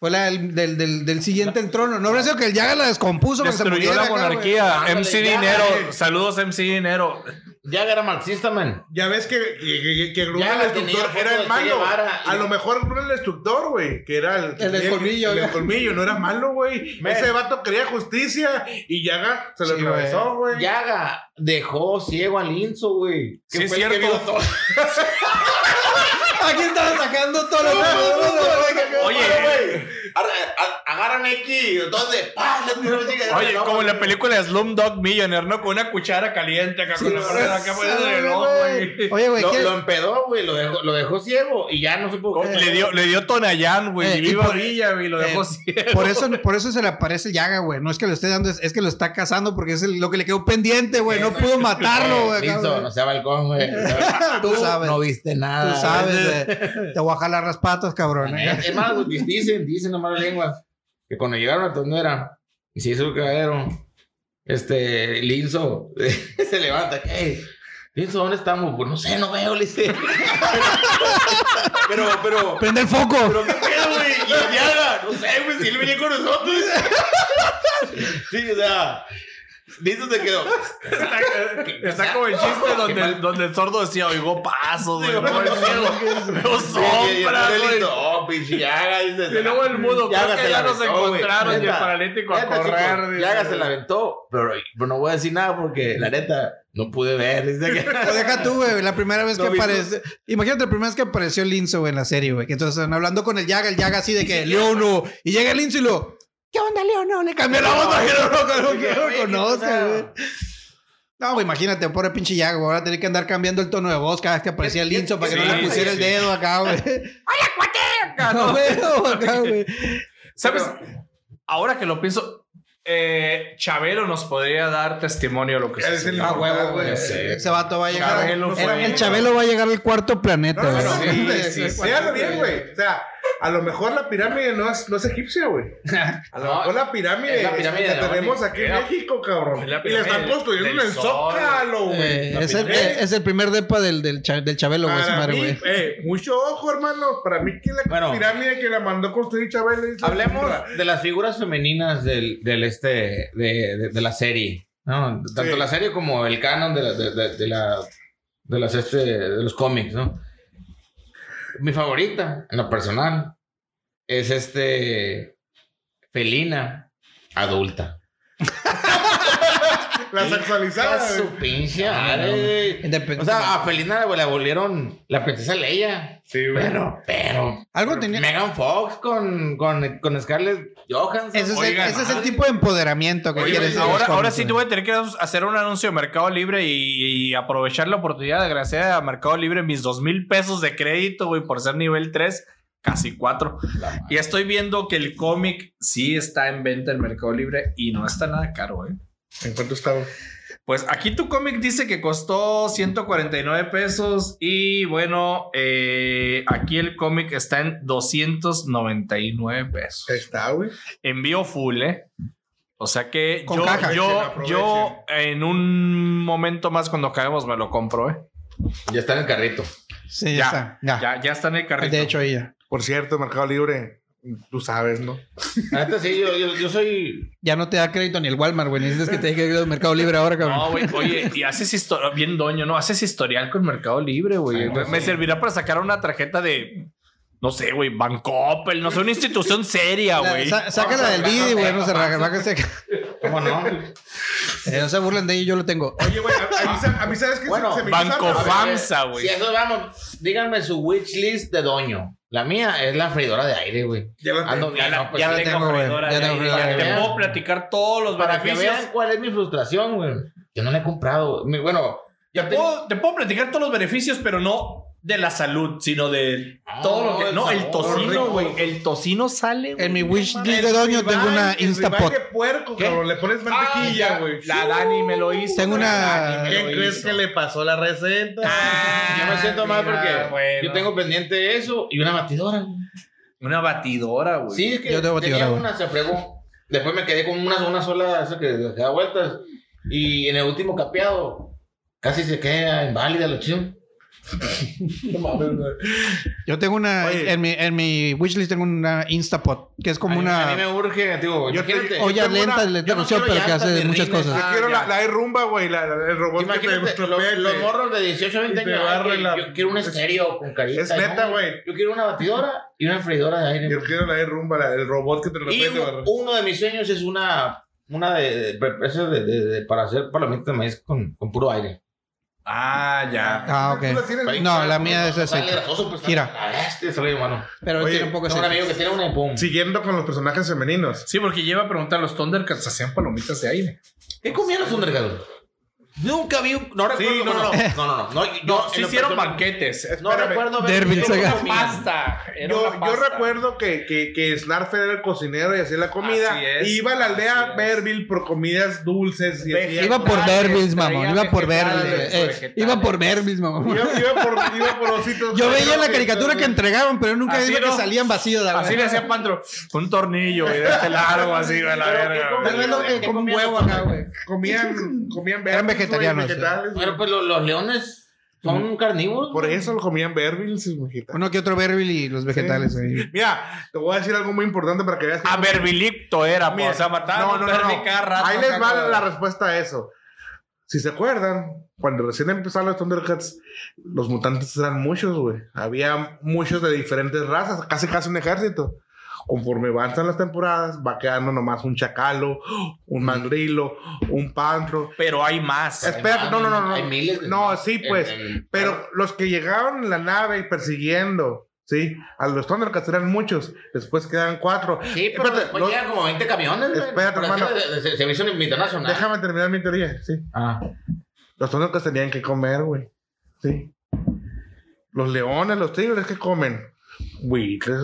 [SPEAKER 7] fue la del, del, del- del siguiente en trono. No habrá sido que el Yaga la descompuso, para que se
[SPEAKER 4] Destruyó
[SPEAKER 7] muriera
[SPEAKER 4] la
[SPEAKER 7] acá, güey.
[SPEAKER 4] monarquía.
[SPEAKER 6] Ándale,
[SPEAKER 4] MC
[SPEAKER 6] ya,
[SPEAKER 4] Dinero.
[SPEAKER 6] eh.
[SPEAKER 4] Saludos, MC Dinero.
[SPEAKER 6] Yaga era marxista, man.
[SPEAKER 5] Ya ves que, que, que, que Gruma
[SPEAKER 6] Ya la
[SPEAKER 5] el destructor
[SPEAKER 6] tenía,
[SPEAKER 5] era
[SPEAKER 6] foto
[SPEAKER 5] el
[SPEAKER 6] de
[SPEAKER 5] malo.
[SPEAKER 6] Che Guevara.
[SPEAKER 5] A lo mejor Gruma el destructor, güey, que era el,
[SPEAKER 7] El del colmillo,
[SPEAKER 5] El, del
[SPEAKER 7] güey.
[SPEAKER 5] colmillo, no era malo, güey.
[SPEAKER 6] Men.
[SPEAKER 5] Ese vato quería justicia y Yaga se lo
[SPEAKER 7] Sí,
[SPEAKER 5] atravesó, güey.
[SPEAKER 6] Yaga dejó ciego al Inzo, güey.
[SPEAKER 4] Sí,
[SPEAKER 6] Que
[SPEAKER 4] es
[SPEAKER 6] fue el que
[SPEAKER 4] cierto.
[SPEAKER 6] vio todo.
[SPEAKER 7] Aquí estaba sacando todo lo
[SPEAKER 4] <laughs> Oye.
[SPEAKER 6] Ar- a- Agarran X, ¿dónde? ¡Pah! Le tiraron el cigarro.
[SPEAKER 4] Oye,
[SPEAKER 6] No,
[SPEAKER 4] como en la
[SPEAKER 6] güey.
[SPEAKER 4] película de Slumdog Millionaire, ¿no? Con una cuchara caliente acá, con la mano acá poniéndole el ojo, güey.
[SPEAKER 7] Oye, güey,
[SPEAKER 6] lo,
[SPEAKER 7] ¿qué-
[SPEAKER 6] lo empedó, güey, lo dejó, lo dejó ciego y ya no supo.
[SPEAKER 4] Con- Le dio, le dio Tonayán, güey.
[SPEAKER 7] Eh,
[SPEAKER 4] y
[SPEAKER 7] y
[SPEAKER 4] viva
[SPEAKER 7] por-
[SPEAKER 4] orilla, güey. Lo
[SPEAKER 7] eh,
[SPEAKER 4] dejó
[SPEAKER 6] <laughs>
[SPEAKER 4] ciego.
[SPEAKER 7] Por eso, por eso se le aparece el Yaga, güey. No es que lo esté dando, es, es que lo está cazando porque es el- lo que le quedó pendiente, güey. No pudo matarlo,
[SPEAKER 6] Eh,
[SPEAKER 7] güey. acá,
[SPEAKER 6] listo,
[SPEAKER 7] güey.
[SPEAKER 6] no sea balcón, güey.
[SPEAKER 7] <laughs> Tú sabes.
[SPEAKER 6] No viste nada.
[SPEAKER 7] Tú sabes, güey. Te voy a jalar las patas, cabrón.
[SPEAKER 6] Eh,
[SPEAKER 7] ¿eh?
[SPEAKER 6] Es más, güey, dicen, dicen en malas lenguas que cuando llegaron a Tondera y se hizo el cagadero, este, Linzo <laughs> se levanta. ¿Qué? Linzo, ¿dónde estamos? Pues no sé, no veo, le dice. pero, pero,
[SPEAKER 7] Prende el foco.
[SPEAKER 6] Pero qué pedo, güey. Y el Diaga, no sé, güey, si él venía con nosotros. sí, o sea. Listo se quedó.
[SPEAKER 4] Está como el chiste
[SPEAKER 6] <laughs>
[SPEAKER 4] donde, donde el sordo decía, oigo pasos, güey.
[SPEAKER 6] Sí,
[SPEAKER 4] Luego el
[SPEAKER 6] no,
[SPEAKER 4] ciego, veo
[SPEAKER 6] Y- y el
[SPEAKER 4] sombras, güey.
[SPEAKER 6] abuelito, Oh, pinche llaga. dices,
[SPEAKER 4] Y luego el mudo, creo
[SPEAKER 6] Llaga
[SPEAKER 4] que
[SPEAKER 6] se
[SPEAKER 4] ya
[SPEAKER 6] la
[SPEAKER 4] nos
[SPEAKER 6] aventó, güey.
[SPEAKER 4] encontraron y el
[SPEAKER 6] Neta,
[SPEAKER 4] paralítico a
[SPEAKER 6] neta,
[SPEAKER 4] correr.
[SPEAKER 6] chicos,
[SPEAKER 4] dice.
[SPEAKER 6] Llaga se la aventó. Pero, pero no voy a decir nada porque, la neta, no pude ver. dice que-
[SPEAKER 7] Pues deja tú, güey, la primera vez que
[SPEAKER 6] No, vi-
[SPEAKER 7] aparece. Imagínate la primera vez que apareció el Linzo, güey, en la serie, güey. Que entonces están hablando con el Yaga, el Yaga así de que, Leono. Y llega el Linzo y lo, ¿qué onda, Leono? Le cambió la voz <laughs> para que no lo- no que no lo conoce, güey. No, güey, imagínate, pobre pinche Yaga, güey. Ahora tenía que andar cambiando el tono de voz cada vez que aparecía el Linzo para que
[SPEAKER 4] sí,
[SPEAKER 7] no le pusiera
[SPEAKER 4] sí.
[SPEAKER 7] el dedo acá, güey. ¡Hola, cuate! No, güey, acá, güey.
[SPEAKER 4] ¿Sabes? Ahora que lo pienso, eh, Chabelo nos podría dar testimonio de lo que
[SPEAKER 5] Es el
[SPEAKER 4] sucedió.
[SPEAKER 7] Ah,
[SPEAKER 5] inmortal,
[SPEAKER 7] huevo, güey.
[SPEAKER 5] güey.
[SPEAKER 7] Ese vato va a llegar.
[SPEAKER 4] Chabelo
[SPEAKER 7] Era-
[SPEAKER 4] fue-
[SPEAKER 7] el Chabelo va a llegar al cuarto planeta,
[SPEAKER 5] No, no,
[SPEAKER 7] güey.
[SPEAKER 5] no,
[SPEAKER 4] Sí,
[SPEAKER 5] güey,
[SPEAKER 4] sí,
[SPEAKER 5] sí,
[SPEAKER 4] sí.
[SPEAKER 5] véalo bien, güey. O sea, a lo mejor la pirámide no es, no es egipcia, güey.
[SPEAKER 7] <laughs>
[SPEAKER 5] A lo
[SPEAKER 6] No,
[SPEAKER 5] mejor la pirámide,
[SPEAKER 6] es la pirámide
[SPEAKER 5] la
[SPEAKER 6] de
[SPEAKER 5] tenemos
[SPEAKER 6] Aoni.
[SPEAKER 5] aquí
[SPEAKER 4] Era-
[SPEAKER 5] en México, cabrón.
[SPEAKER 4] Es la
[SPEAKER 5] Y la
[SPEAKER 4] pirámide
[SPEAKER 5] están
[SPEAKER 4] del-
[SPEAKER 5] construyendo en
[SPEAKER 4] del
[SPEAKER 5] el
[SPEAKER 4] sol.
[SPEAKER 5] Zócalo, güey.
[SPEAKER 7] Eh, es, el,
[SPEAKER 5] pirámide.
[SPEAKER 7] eh, es el primer depa del, del, cha- del Chabelo, güey. esa
[SPEAKER 5] Para
[SPEAKER 7] madre,
[SPEAKER 5] mí,
[SPEAKER 7] güey.
[SPEAKER 5] eh, mucho ojo, hermano. Para mí, que la
[SPEAKER 6] Bueno.
[SPEAKER 5] pirámide que la mandó construir Chávez. es la
[SPEAKER 6] Hablemos
[SPEAKER 5] burra.
[SPEAKER 6] de las figuras femeninas del, del este, de, de- de la serie. ¿no? Tanto
[SPEAKER 5] Sí.
[SPEAKER 6] la serie como el canon de, la- de- de- de la- de las este, de los cómics, ¿no? Mi favorita, en lo personal, es este felina adulta.
[SPEAKER 5] Las
[SPEAKER 6] Hija
[SPEAKER 5] actualizadas.
[SPEAKER 6] de
[SPEAKER 5] güey.
[SPEAKER 6] su pinche madre, güey.
[SPEAKER 7] Independ-
[SPEAKER 6] O sea, ah, a Felina la volvieron la princesa Leia.
[SPEAKER 4] Sí, güey.
[SPEAKER 6] Pero, pero.
[SPEAKER 7] Algo
[SPEAKER 6] pero
[SPEAKER 7] tenía-
[SPEAKER 6] Megan Fox con, con, con Scarlett Johansson.
[SPEAKER 7] Ese es,
[SPEAKER 4] Oigan,
[SPEAKER 7] el, ese es el
[SPEAKER 6] madre.
[SPEAKER 7] tipo de empoderamiento que
[SPEAKER 4] Oye, pues,
[SPEAKER 7] quieres. de los
[SPEAKER 4] ahora, ahora
[SPEAKER 7] cómics,
[SPEAKER 4] sí te voy
[SPEAKER 7] güey.
[SPEAKER 4] a tener que hacer un anuncio de Mercado Libre y, y aprovechar la oportunidad de agradecer a Mercado Libre mis dos mil pesos de crédito, güey, por ser nivel 3, casi 4. Y estoy viendo que el cómic sí está en venta en Mercado Libre y no está nada caro, güey.
[SPEAKER 5] ¿En cuánto estaba?
[SPEAKER 4] Pues aquí tu cómic dice que costó 149 pesos y bueno, eh, aquí el cómic está en 299 pesos.
[SPEAKER 5] Ahí Está, güey.
[SPEAKER 4] Envío full, ¿eh? O sea que
[SPEAKER 7] Con
[SPEAKER 4] yo,
[SPEAKER 7] caja.
[SPEAKER 4] yo,
[SPEAKER 5] Aprovechen,
[SPEAKER 4] yo en un momento más cuando acabemos me lo compro, ¿eh?
[SPEAKER 6] Ya está en el carrito.
[SPEAKER 7] Sí, ya,
[SPEAKER 4] Ya,
[SPEAKER 7] está. Ya.
[SPEAKER 4] Ya, ya está en el carrito.
[SPEAKER 7] De hecho, ella.
[SPEAKER 5] Por cierto, Mercado Libre, tú sabes, ¿no?
[SPEAKER 6] La neta, sí, yo, yo, yo soy.
[SPEAKER 7] Ya no te da crédito ni el Walmart, güey. Necesitas que te dé crédito del Mercado Libre ahora, cabrón.
[SPEAKER 4] No, güey, oye, y haces historial, bien doño, ¿no? Haces historial con Mercado Libre, güey.
[SPEAKER 6] Ah,
[SPEAKER 4] me,
[SPEAKER 6] sí.
[SPEAKER 4] me servirá para sacar una tarjeta de, no sé, güey, Bancoppel, no sé, una institución seria,
[SPEAKER 7] La-
[SPEAKER 4] güey.
[SPEAKER 7] sa- sácala del Didi, güey. No se raja, bájese.
[SPEAKER 6] ¿Cómo no?
[SPEAKER 7] Eh, no se burlen de ella, yo lo tengo.
[SPEAKER 5] Oye, güey, a, a mí, sa- a mí sabes que se-
[SPEAKER 6] Bueno,
[SPEAKER 5] se, me
[SPEAKER 4] Banco
[SPEAKER 5] hizo-
[SPEAKER 4] Fa- Famsa, güey.
[SPEAKER 6] eh, Si eso vamos, díganme su wish list de doño. La mía es la freidora de aire, güey.
[SPEAKER 5] Ya la
[SPEAKER 6] Ando
[SPEAKER 5] tengo.
[SPEAKER 6] bien, no, pues,
[SPEAKER 7] ya la
[SPEAKER 6] sí.
[SPEAKER 7] tengo, güey,
[SPEAKER 4] freidora
[SPEAKER 7] ya
[SPEAKER 4] de
[SPEAKER 7] tengo
[SPEAKER 4] aire,
[SPEAKER 7] freidora
[SPEAKER 6] de
[SPEAKER 4] te
[SPEAKER 6] aire.
[SPEAKER 4] puedo platicar todos los
[SPEAKER 6] Para que
[SPEAKER 4] beneficios.
[SPEAKER 6] vean cuál es mi frustración, güey. Yo no la he comprado. Mi- Bueno,
[SPEAKER 4] Te
[SPEAKER 6] ya
[SPEAKER 4] puedo, te puedo platicar todos los beneficios, pero no de la salud, sino de
[SPEAKER 6] Ah,
[SPEAKER 4] todo lo que.
[SPEAKER 6] el
[SPEAKER 4] No, el
[SPEAKER 6] sabor,
[SPEAKER 4] tocino,
[SPEAKER 6] rico.
[SPEAKER 4] güey. El tocino sale. güey.
[SPEAKER 7] En mi
[SPEAKER 4] No
[SPEAKER 7] wish
[SPEAKER 4] mames.
[SPEAKER 7] list de doño tengo una
[SPEAKER 5] El ribeye
[SPEAKER 7] Instapot.
[SPEAKER 5] de puerco,
[SPEAKER 6] ¿Qué?
[SPEAKER 5] cabrón. Le pones mantequilla, güey.
[SPEAKER 4] La Dani me lo hizo.
[SPEAKER 7] Tengo
[SPEAKER 4] la
[SPEAKER 7] una-
[SPEAKER 4] Dani me lo hizo.
[SPEAKER 5] le pasó la receta?
[SPEAKER 4] Ah,
[SPEAKER 6] Yo me siento mal
[SPEAKER 4] mira,
[SPEAKER 6] porque
[SPEAKER 4] bueno.
[SPEAKER 6] yo tengo pendiente eso y una batidora. güey.
[SPEAKER 4] Una batidora, güey.
[SPEAKER 6] Sí, es que
[SPEAKER 7] Yo tengo batidora,
[SPEAKER 6] tenía
[SPEAKER 7] güey.
[SPEAKER 6] una, se fregó. Después me quedé con una, una sola, esa que que da vueltas. Y en el último capeado, casi se queda inválida la opción. no mames, güey.
[SPEAKER 7] Yo tengo una.
[SPEAKER 5] Oye.
[SPEAKER 7] En mi, en mi wishlist tengo una Instapot, que es como
[SPEAKER 6] A mí-
[SPEAKER 7] una.
[SPEAKER 6] A mí me urge, digo,
[SPEAKER 5] Yo te-
[SPEAKER 6] imagínate.
[SPEAKER 5] oye,
[SPEAKER 7] olla
[SPEAKER 5] tengo
[SPEAKER 7] lenta,
[SPEAKER 5] una-
[SPEAKER 7] de
[SPEAKER 6] yo no
[SPEAKER 7] reducción,
[SPEAKER 6] quiero
[SPEAKER 7] pero que
[SPEAKER 6] llantas
[SPEAKER 7] hace
[SPEAKER 6] ni
[SPEAKER 7] muchas
[SPEAKER 6] rines.
[SPEAKER 7] cosas.
[SPEAKER 6] Ah,
[SPEAKER 5] quiero
[SPEAKER 6] ya.
[SPEAKER 5] la, la de rumba, güey. La, la- el robot que te
[SPEAKER 6] Imagínate, los,
[SPEAKER 5] estropea y
[SPEAKER 6] los
[SPEAKER 5] te-
[SPEAKER 6] morros de 18 a 20
[SPEAKER 5] y te
[SPEAKER 6] años. ay,
[SPEAKER 5] barre
[SPEAKER 6] que
[SPEAKER 5] la-
[SPEAKER 6] Yo quiero un estéreo con carita.
[SPEAKER 5] Es neta,
[SPEAKER 6] ¿no?
[SPEAKER 5] güey.
[SPEAKER 6] Yo quiero una batidora y una freidora de aire.
[SPEAKER 5] Yo quiero la de rumba, la, el robot que te lo
[SPEAKER 6] Y
[SPEAKER 5] repente
[SPEAKER 6] un- uno de mis sueños es una, una de, de- de- esas de- de- de- para hacer palomitas de maíz con, con puro aire.
[SPEAKER 4] Ah, ya.
[SPEAKER 7] Ah,
[SPEAKER 5] Tú la
[SPEAKER 7] ok.
[SPEAKER 5] tienes-
[SPEAKER 6] Ahí
[SPEAKER 7] No,
[SPEAKER 6] está,
[SPEAKER 7] la mía es
[SPEAKER 6] sale
[SPEAKER 7] aceite.
[SPEAKER 6] grasoso, pues,
[SPEAKER 7] Gira.
[SPEAKER 6] A la bestia, sale humano.
[SPEAKER 7] Pero
[SPEAKER 5] Oye,
[SPEAKER 7] tiene un poco de
[SPEAKER 6] Tengo un
[SPEAKER 7] aceite.
[SPEAKER 6] amigo que tiene una de pum.
[SPEAKER 5] Siguiendo con los personajes femeninos.
[SPEAKER 4] Sí, porque lleva a preguntar: ¿los Thundercats hacían palomitas de aire?
[SPEAKER 6] ¿Qué comían los Thundercats? Nunca vi un... No recuerdo...
[SPEAKER 5] no,
[SPEAKER 6] no, no, no, no, no, no, yo-
[SPEAKER 4] No,
[SPEAKER 6] en
[SPEAKER 4] sí
[SPEAKER 6] lo
[SPEAKER 4] hicieron
[SPEAKER 6] personal,
[SPEAKER 4] banquetes.
[SPEAKER 6] No
[SPEAKER 5] Espérame.
[SPEAKER 6] recuerdo
[SPEAKER 7] Derby,
[SPEAKER 6] Yo
[SPEAKER 7] saca.
[SPEAKER 6] comía.
[SPEAKER 4] Pasta. Era
[SPEAKER 5] Yo,
[SPEAKER 4] una
[SPEAKER 5] yo
[SPEAKER 4] pasta.
[SPEAKER 5] recuerdo que, que, que Snarfer era el cocinero y hacía la comida.
[SPEAKER 4] Así es,
[SPEAKER 5] iba a la
[SPEAKER 4] así
[SPEAKER 5] aldea
[SPEAKER 4] es.
[SPEAKER 5] Berville por comidas dulces. Y hacía-
[SPEAKER 7] Iba por
[SPEAKER 4] Traía-
[SPEAKER 7] Berbils, mamón.
[SPEAKER 4] traía
[SPEAKER 7] Iba por
[SPEAKER 4] vegetales,
[SPEAKER 7] Berbils. eh,
[SPEAKER 4] vegetales.
[SPEAKER 7] Iba por Berbils, mamón.
[SPEAKER 5] Iba- iba por, iba por ositos.
[SPEAKER 7] Yo veía la caricatura que
[SPEAKER 5] entré
[SPEAKER 7] entregaban, pero nunca
[SPEAKER 4] Así
[SPEAKER 7] vi
[SPEAKER 4] no.
[SPEAKER 7] que salían vacíos. la
[SPEAKER 4] Así le
[SPEAKER 7] verdad.
[SPEAKER 4] hacía Pantro. Un tornillo, güey, de este largo, así, a la
[SPEAKER 5] Pero que
[SPEAKER 4] verga.
[SPEAKER 5] con-
[SPEAKER 4] güey.
[SPEAKER 7] Tal vez lo- eh, como un huevo acá, güey.
[SPEAKER 5] Comían, comían
[SPEAKER 7] Eran
[SPEAKER 5] Berville's, güey,
[SPEAKER 7] vegetarianos,
[SPEAKER 5] vegetales,
[SPEAKER 6] Bueno,
[SPEAKER 5] güey.
[SPEAKER 6] pues lo- los leones Son carnívoros.
[SPEAKER 5] Por eso lo comían Berbils y mojita.
[SPEAKER 7] Uno que otro Berbil y los vegetales ahí.
[SPEAKER 5] Mira, te voy a decir algo muy importante para que veas que.
[SPEAKER 4] A Berbilicto era, pues.
[SPEAKER 5] Mira,
[SPEAKER 4] O sea, mataron
[SPEAKER 5] no, no, no,
[SPEAKER 4] perro
[SPEAKER 5] no.
[SPEAKER 4] y cada rato
[SPEAKER 5] Ahí les
[SPEAKER 4] acá,
[SPEAKER 5] va
[SPEAKER 4] güey.
[SPEAKER 5] la respuesta a eso. Si se acuerdan, cuando recién empezaron los Thundercats, los mutantes eran muchos, güey. Había muchos de diferentes razas, casi casi un ejército. Conforme avanzan las temporadas, va quedando nomás un chacalo, un mandrilo, un pantro.
[SPEAKER 4] Pero hay más.
[SPEAKER 5] Es- espera, no, no, no, no.
[SPEAKER 6] Hay miles. de-
[SPEAKER 5] No, sí,
[SPEAKER 6] en-
[SPEAKER 5] pues,
[SPEAKER 6] en-
[SPEAKER 5] Pero los que llegaron en la nave y persiguiendo, ¿sí? A los Thundercats eran muchos. Después quedan cuatro.
[SPEAKER 6] Sí, pero
[SPEAKER 5] Espérate,
[SPEAKER 6] después
[SPEAKER 5] los-
[SPEAKER 6] llegan como 20 camiones, güey.
[SPEAKER 5] Espérate,
[SPEAKER 6] Por así
[SPEAKER 5] hermano.
[SPEAKER 6] de- de- de- Se me hizo internacional.
[SPEAKER 5] Déjame terminar mi teoría, ¿sí?
[SPEAKER 6] Ah.
[SPEAKER 5] Los tonacos tenían que comer, güey. Sí. Los leones, los tigres que comen. Buitres,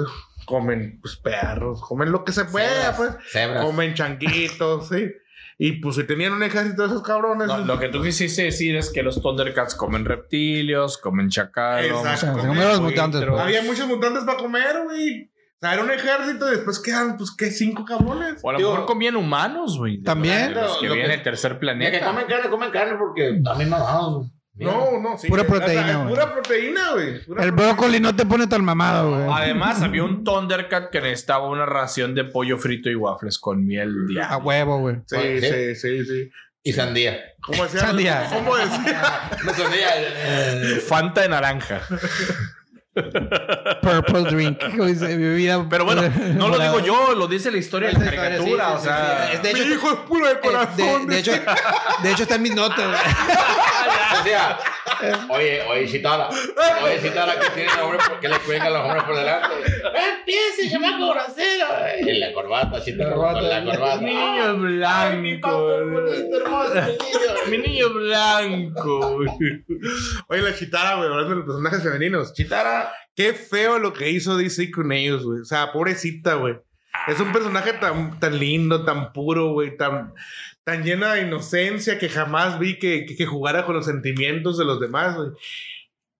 [SPEAKER 5] comen pues, perros, comen lo que se pueda,
[SPEAKER 6] Cebras,
[SPEAKER 5] pues.
[SPEAKER 6] Cebras.
[SPEAKER 5] Comen changuitos, sí. Y pues si tenían un ejército de esos cabrones. pues,
[SPEAKER 4] No, lo que tú quisiste decir es que los Thundercats comen reptilios, comen chacalos.
[SPEAKER 7] O sea,
[SPEAKER 5] Exacto.
[SPEAKER 7] se comieron los mutantes.
[SPEAKER 4] Buitro.
[SPEAKER 7] pues.
[SPEAKER 5] Había muchos mutantes para comer, güey. O sea, era un ejército y después quedan, pues, ¿qué? Cinco cabrones.
[SPEAKER 4] O a lo
[SPEAKER 6] Digo,
[SPEAKER 4] mejor comían humanos, güey. de
[SPEAKER 7] también.
[SPEAKER 4] verdad, de Los que
[SPEAKER 6] Lo que-
[SPEAKER 4] vienen del tercer
[SPEAKER 6] De que
[SPEAKER 4] planeta.
[SPEAKER 6] comen carne, comen carne porque a mí me ha dado. Mira.
[SPEAKER 5] No, no, sí.
[SPEAKER 7] Pura
[SPEAKER 5] O sea,
[SPEAKER 7] proteína,
[SPEAKER 5] es
[SPEAKER 7] güey.
[SPEAKER 5] Pura proteína, güey. Pura
[SPEAKER 7] El
[SPEAKER 5] proteína.
[SPEAKER 7] brócoli no te pone tan mamado, güey.
[SPEAKER 4] Además, había un Thundercat que necesitaba una ración de pollo frito y waffles con miel
[SPEAKER 7] A
[SPEAKER 4] diablo.
[SPEAKER 7] huevo, güey.
[SPEAKER 5] Sí, sí, sí, sí.
[SPEAKER 6] Y sandía. <laughs>
[SPEAKER 5] ¿Cómo decía?
[SPEAKER 7] Sandía.
[SPEAKER 5] ¿Cómo decía?
[SPEAKER 6] No sandía. eh,
[SPEAKER 4] Fanta de naranja.
[SPEAKER 7] Purple drink. güey, dice,
[SPEAKER 4] <laughs>
[SPEAKER 7] bebida-
[SPEAKER 4] Pero bueno, no lo digo yo, lo dice la historia de la
[SPEAKER 7] Esa historia,
[SPEAKER 4] caricatura.
[SPEAKER 7] sí,
[SPEAKER 4] O
[SPEAKER 7] sí,
[SPEAKER 4] sea,
[SPEAKER 7] sí, sí. De
[SPEAKER 5] Mi
[SPEAKER 7] hecho-
[SPEAKER 5] hijo es puro de
[SPEAKER 7] Eh,
[SPEAKER 5] corazón.
[SPEAKER 7] de, de hecho, de hecho, están mis
[SPEAKER 4] <laughs>
[SPEAKER 7] notas, güey.
[SPEAKER 6] sandía. Oye, oye, Chitara. Oye, Chitara, que tiene el hombre, ¿por qué le cuelgan los hombres por delante? Empiece, chamaco grosero. Y la corbata, Chitara.
[SPEAKER 7] Corbata.
[SPEAKER 6] con La corbata.
[SPEAKER 4] niño
[SPEAKER 6] Ay, mi papo, bonito, hermoso,
[SPEAKER 4] Mi
[SPEAKER 6] mi niño.
[SPEAKER 4] niño blanco.
[SPEAKER 5] Oye, la Chitara, güey, hablando de los personajes femeninos. Chitara, qué feo lo que hizo DC con ellos, güey. O sea, pobrecita, güey. Es un personaje tan, tan lindo, tan puro, güey, tan, tan llena de inocencia que jamás vi que, que, que jugara con los sentimientos de los demás, güey.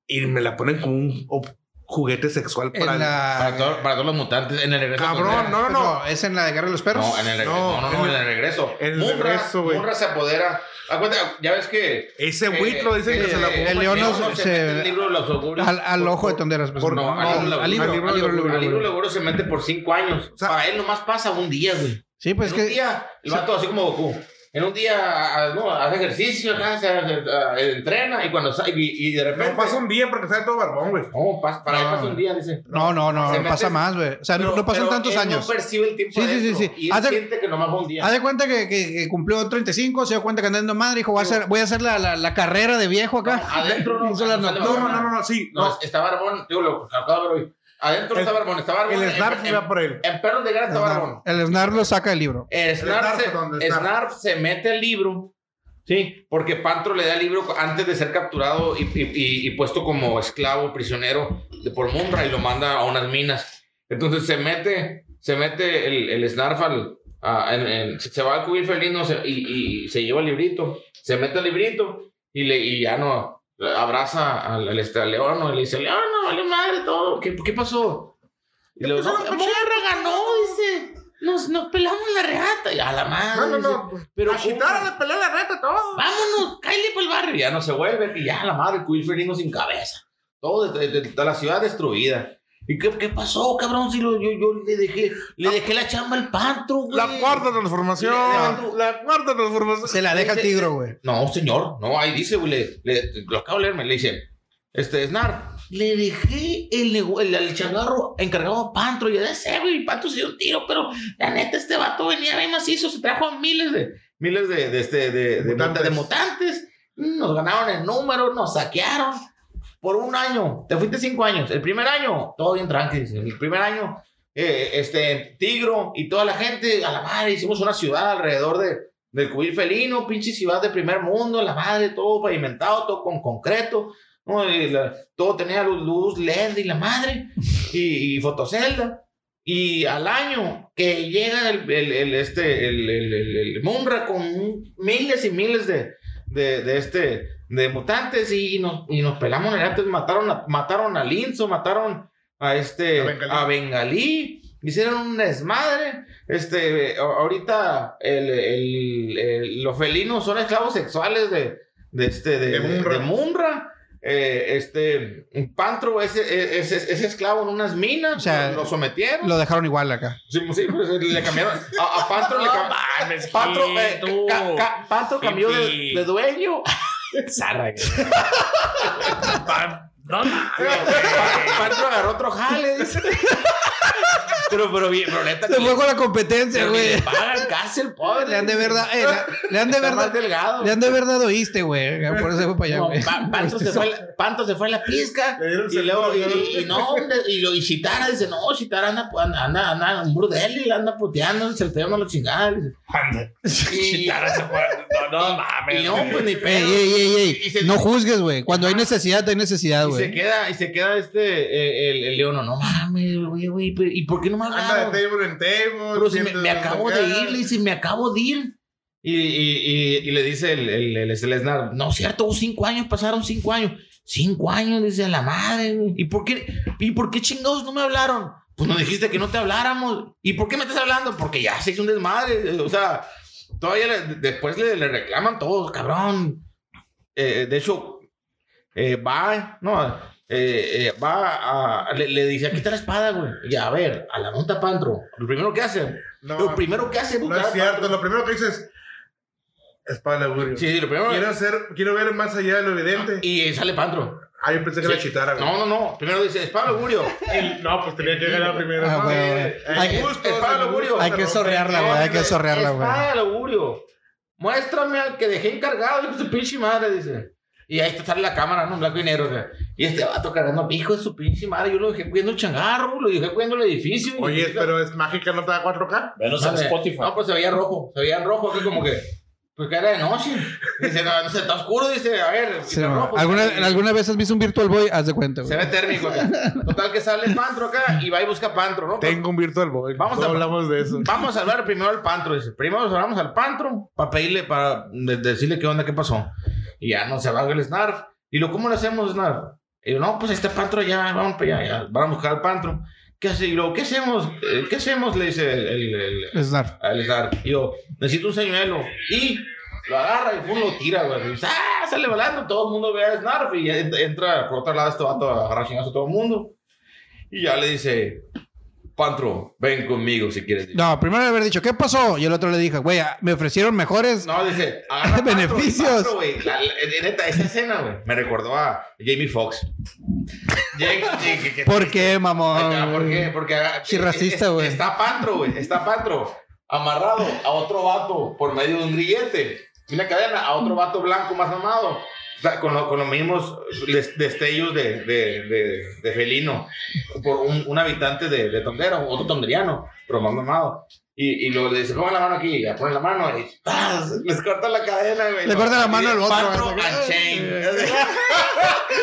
[SPEAKER 5] Y me la ponen como un ob- juguete sexual
[SPEAKER 7] En
[SPEAKER 5] para...
[SPEAKER 6] Para,
[SPEAKER 7] la...
[SPEAKER 6] todo- para todos los mutantes, en el regreso.
[SPEAKER 5] Cabrón, no, no, no.
[SPEAKER 7] No, es en la de Guerra de los Perros.
[SPEAKER 6] No, en el regreso.
[SPEAKER 5] No,
[SPEAKER 6] No, no, no,
[SPEAKER 5] en el-
[SPEAKER 6] en el regreso.
[SPEAKER 5] en el
[SPEAKER 6] Murra-
[SPEAKER 5] regreso, güey.
[SPEAKER 6] Murra se apodera. Acuérdate, ya ves que.
[SPEAKER 5] Ese
[SPEAKER 6] eh,
[SPEAKER 5] buitro dicen que
[SPEAKER 6] eh,
[SPEAKER 5] se la...
[SPEAKER 7] el león no
[SPEAKER 6] no
[SPEAKER 7] se-
[SPEAKER 6] se mete el libro de los augurios.
[SPEAKER 7] Al, al ojo de Tonderas. pues,
[SPEAKER 5] por-
[SPEAKER 7] no,
[SPEAKER 6] no, al-
[SPEAKER 7] al, al
[SPEAKER 6] al
[SPEAKER 7] libro.
[SPEAKER 5] libro,
[SPEAKER 7] al libro,
[SPEAKER 5] al
[SPEAKER 7] al libro,
[SPEAKER 6] Al libro
[SPEAKER 7] libro.
[SPEAKER 6] de augurios se mete por cinco años.
[SPEAKER 5] sea-
[SPEAKER 6] Para él nomás pasa un día, güey.
[SPEAKER 7] Sí, pues
[SPEAKER 6] en un
[SPEAKER 7] que...
[SPEAKER 6] día, el vato así como Goku. En un día a- a- no, hace ejercicio, acá, se- a- a- entrena y cuando sa- y, y de repente.
[SPEAKER 5] No, pasa un día porque sale todo barbón, güey.
[SPEAKER 6] No, pas- para él
[SPEAKER 7] No.
[SPEAKER 6] pasa un día, dice.
[SPEAKER 7] No, no, no,
[SPEAKER 6] Se
[SPEAKER 7] no
[SPEAKER 6] mete-
[SPEAKER 7] pasa más, güey. O sea, no-
[SPEAKER 6] Pero-
[SPEAKER 7] no pasan
[SPEAKER 6] pero
[SPEAKER 7] tantos
[SPEAKER 6] él
[SPEAKER 7] años.
[SPEAKER 6] No percibe el tiempo.
[SPEAKER 7] Sí, sí, sí,
[SPEAKER 6] adentro,
[SPEAKER 7] sí.
[SPEAKER 6] Y él
[SPEAKER 7] Hace-
[SPEAKER 6] siente que nomás va un día.
[SPEAKER 7] Haz de cuenta que, que- que cumplió 35, se dio cuenta que andando madre, dijo, voy a hacer, voy a hacer la, la, la carrera de viejo acá.
[SPEAKER 6] No, adentro no,
[SPEAKER 7] <laughs> Hizo la
[SPEAKER 6] no sale
[SPEAKER 5] No,
[SPEAKER 7] nocturna.
[SPEAKER 5] no, no, no, sí.
[SPEAKER 6] No,
[SPEAKER 5] No,
[SPEAKER 6] es- está Barbón, digo, lo acabo de ver hoy. Adentro
[SPEAKER 5] El-
[SPEAKER 6] está Barbón, está Barbón.
[SPEAKER 5] el
[SPEAKER 6] en-
[SPEAKER 5] Snarf
[SPEAKER 6] en,
[SPEAKER 5] iba por él.
[SPEAKER 6] en Perros de Guerra está Barbón.
[SPEAKER 7] El Snarf lo saca del libro.
[SPEAKER 6] El Snarf,
[SPEAKER 5] Snarf,
[SPEAKER 6] se,
[SPEAKER 5] perdón, el Snarf.
[SPEAKER 6] Snarf se mete el libro. Sí, porque Pantro le da el libro antes de ser capturado y, y- y- y puesto como esclavo, prisionero de- por Mumra y lo manda a unas minas. Entonces se mete, se mete el, el Snarf al- a- en- en- se va al cubil felino se- y, y se lleva el librito. Se mete el librito y, le, y ya no abraza al, al este, al Leono y le dice: Leono, vale madre todo, ¿qué, qué pasó? Y le dice:
[SPEAKER 5] pasó,
[SPEAKER 6] Mumra ganó, dice. Nos, nos pelamos la regata. Y a la madre.
[SPEAKER 5] No, no, no.
[SPEAKER 6] dice, Pero
[SPEAKER 5] a Chitara le pelea la reta todo.
[SPEAKER 6] Vámonos, cállate por el barrio. Ya no se vuelve, y ya la madre, Quill Felino sin cabeza. Todo, de, de- de la ciudad destruida. ¿Y qué, qué pasó, cabrón? Si lo- yo, yo le dejé, le dejé la chamba al pantro, güey.
[SPEAKER 5] La cuarta transformación. La cuarta transformación.
[SPEAKER 7] Se la deja el tigro, güey.
[SPEAKER 6] No, señor, no, ahí dice, güey, le, le- lo acabo de leerme, le dice, este, Snar, le dejé el, nego- el, el changarro encargado a Pantro, y yo ya sé, güey, Pantro se dio un tiro, pero la neta, este vato venía bien macizo, se trajo a miles de, miles de, de, este, de, de muta-
[SPEAKER 5] Mutantes.
[SPEAKER 6] de mutantes, nos ganaron el número, nos saquearon, por un año, te fuiste cinco años, el primer año, todo bien tranqui, dice, el primer año, eh, este, Tigro y toda la gente, a la madre, hicimos una ciudad alrededor de, del cubil felino, pinche ciudad de primer mundo, la madre, todo pavimentado, todo con concreto, ¿no? Y la- todo tenía luz, luz LED y la madre, y, y fotocelda. Y al año que llega el, el, el- este, el, el, el- el Mumra con miles y miles de, de, de este, de mutantes y nos, y nos pelamos la neta, mataron a, mataron a Linzo, mataron a este,
[SPEAKER 5] A Bengalí.
[SPEAKER 6] a Bengalí, hicieron un desmadre. Este, a- ahorita el, el- el- los felinos son esclavos sexuales de, de este, de,
[SPEAKER 5] De Mumra.
[SPEAKER 6] de Mumra. eh, este, Pantro es, es, es- es esclavo en unas minas,
[SPEAKER 7] O sea,
[SPEAKER 6] lo sometieron.
[SPEAKER 7] Lo dejaron igual
[SPEAKER 6] <laughs>
[SPEAKER 7] acá.
[SPEAKER 6] Sí, sí, pues, le cambiaron. A, a Pantro le cambiaron.
[SPEAKER 4] mames,
[SPEAKER 6] Pantro, eh,
[SPEAKER 4] Gil,
[SPEAKER 6] ca-
[SPEAKER 4] tú.
[SPEAKER 6] ca- Pantro cambió de,
[SPEAKER 4] Pipi.
[SPEAKER 6] de <laughs> dueño.
[SPEAKER 4] Zarra, güey. Pa- No mames,
[SPEAKER 6] Pa- <laughs> Pantro agarró otro jale. dice. pero, pero, bien, pero neta,
[SPEAKER 7] Se
[SPEAKER 6] que
[SPEAKER 7] fue
[SPEAKER 6] le,
[SPEAKER 7] con la competencia,
[SPEAKER 6] pero ni
[SPEAKER 7] güey.
[SPEAKER 6] le pagan casi el pobre.
[SPEAKER 7] Le han de verdad, eh, le- le han de
[SPEAKER 6] Está más
[SPEAKER 7] verdad,
[SPEAKER 6] delgado.
[SPEAKER 7] le han de verdad oíste, güey. Por eso se fue para allá,
[SPEAKER 6] No,
[SPEAKER 7] güey. <laughs> Pues
[SPEAKER 6] Pa- Panto, se fue, la- Panto se fue a la pizca.
[SPEAKER 5] Le dieron
[SPEAKER 6] Y luego, y,
[SPEAKER 5] seguro,
[SPEAKER 6] y- y no, hombre, y, lo, y Chitara dice: No, Chitara anda, anda, anda, anda un burdel y la anda puteando, se te llama la chingada.
[SPEAKER 4] Anda. <laughs>
[SPEAKER 6] Y,
[SPEAKER 4] Chitara se fue. No, no mames.
[SPEAKER 6] y no,
[SPEAKER 4] güey.
[SPEAKER 6] pues ni
[SPEAKER 7] Ey,
[SPEAKER 6] pedo.
[SPEAKER 7] ey, ey, ey.
[SPEAKER 6] Y se-
[SPEAKER 7] No juzgues, güey. Cuando hay necesidad, hay necesidad,
[SPEAKER 6] Y se
[SPEAKER 7] güey.
[SPEAKER 6] queda, y se queda este, eh, el, el león, no mames, güey, güey, pero ¿y por qué no me
[SPEAKER 5] Anda
[SPEAKER 6] hablaron?
[SPEAKER 5] de table en table.
[SPEAKER 6] Pero si me,
[SPEAKER 5] siéntate
[SPEAKER 6] me acabo
[SPEAKER 5] acá.
[SPEAKER 6] de ir, le dice, me acabo de ir. Y, y- y- y le dice el, el, el, el Aznar, no, cierto, hubo cinco años, pasaron cinco años. Cinco años, dice a la madre. güey. ¿Y por qué, y por qué chingados no me hablaron? Pues nos dijiste que no te habláramos. ¿Y por qué me estás hablando? Porque ya se hizo un desmadre. O sea, todavía le- después le, le reclaman todos, cabrón. Eh, de hecho, eh, va, no, eh, eh, va a, le, le dice, aquí está la espada, güey. Y a ver, a la monta Pantro. Lo primero que hace,
[SPEAKER 5] No,
[SPEAKER 6] lo primero que hace,
[SPEAKER 5] no
[SPEAKER 6] buscar
[SPEAKER 5] es
[SPEAKER 6] a
[SPEAKER 5] cierto.
[SPEAKER 6] Pantro.
[SPEAKER 5] Lo primero que dices es para el augurio.
[SPEAKER 6] Sí, sí, lo primero.
[SPEAKER 5] Quiero, hacer, quiero ver más allá de lo evidente.
[SPEAKER 6] Y eh, sale Pantro.
[SPEAKER 5] Ah, yo pensé que
[SPEAKER 6] Sí.
[SPEAKER 5] era chitara, güey.
[SPEAKER 6] No, no, no. Primero dice, es para el augurio.
[SPEAKER 5] El- no, pues tenía que ganar primero.
[SPEAKER 7] Ah,
[SPEAKER 5] ¿no?
[SPEAKER 7] güey, güey.
[SPEAKER 5] Eh,
[SPEAKER 7] Hay que-
[SPEAKER 5] gusto,
[SPEAKER 6] es para el augurio.
[SPEAKER 7] Hay que sorrearla, güey. Hay que sorrearla,
[SPEAKER 6] es
[SPEAKER 7] güey.
[SPEAKER 6] para el augurio. Muéstrame al que dejé encargado, hijo de su pinche madre, dice. Y ahí está sale la cámara, ¿no? En blanco y negro, o sea. Y este vato cargando, hijo de su pinche madre. Yo lo dejé cuidando el changarro, lo dejé cuidando el edificio. y-
[SPEAKER 5] Oye, pero es mágica, ¿no te da 4K?
[SPEAKER 4] Venos en
[SPEAKER 6] Madre.
[SPEAKER 4] Spotify.
[SPEAKER 6] No, pues se veía rojo, se veía rojo aquí como que. Pues que era de noche. Dice, no, no sé, está oscuro, dice, a ver.
[SPEAKER 7] Sí,
[SPEAKER 6] está
[SPEAKER 7] güey.
[SPEAKER 6] rojo,
[SPEAKER 7] ¿Alguna,
[SPEAKER 6] dice,
[SPEAKER 7] ¿Alguna vez has visto un Virtual Boy? Haz de cuenta,
[SPEAKER 6] pues, Se
[SPEAKER 7] güey.
[SPEAKER 6] ve térmico acá. Total que sale Pantro acá y va y busca Pantro, ¿no?
[SPEAKER 5] Tengo un Virtual Boy.
[SPEAKER 6] Vamos
[SPEAKER 5] no
[SPEAKER 6] a-
[SPEAKER 5] hablamos de eso.
[SPEAKER 6] Vamos a hablar primero al Pantro, dice. Primero hablamos al Pantro para pedirle, para de- decirle qué onda, qué pasó. Y ya no se va el Snarf. Y lo, ¿cómo le hacemos, Snarf? Y yo, no, pues este Pantro ya, vamos para allá, ya, vamos a buscar al Pantro. ¿Qué hace? Y luego, ¿qué hacemos? Eh, ¿Qué hacemos? Le dice el- el- el,
[SPEAKER 7] Es nar-
[SPEAKER 6] al estar. Y yo, necesito un señuelo. Y lo agarra y pum, lo tira, güey. Y dice, ¡Ah! Sale volando. Todo el mundo ve a Snarf y ent- entra por otro lado este vato a agarrar chingazo a todo el mundo. Y ya le dice, Pantro, ven conmigo si quieres.
[SPEAKER 7] No, primero le haber dicho, ¿qué pasó? Y el otro le dijo, güey, ah, me ofrecieron mejores.
[SPEAKER 6] No, dice, agarra a Pantro,
[SPEAKER 7] Beneficios.
[SPEAKER 6] Pantro, güey. La- la- Neta, esa escena, güey, me recordó a Jamie Foxx. Jake- Jake- que-
[SPEAKER 7] ¿Por qué,
[SPEAKER 6] Ahí está,
[SPEAKER 7] mamón?
[SPEAKER 6] ¿Por qué? Porque
[SPEAKER 7] Sí, racista,
[SPEAKER 6] es-
[SPEAKER 7] güey.
[SPEAKER 6] Está Pantro, güey. Está Pantro amarrado a otro vato por medio de un grillete. Y una cadena a otro vato blanco más amado. O sea, con, lo- con los mismos des- destellos de, de, de, de felino. Por un, un habitante de, de Tondero, otro tonderiano, pero más mamado. Y, y luego le dice, pon la mano aquí, ya pone la mano y ¡tas! les corta la cadena, güey.
[SPEAKER 7] Le corta la mano
[SPEAKER 6] Y
[SPEAKER 7] al otro,
[SPEAKER 6] Pantro
[SPEAKER 7] güey.
[SPEAKER 6] Unchained. <laughs>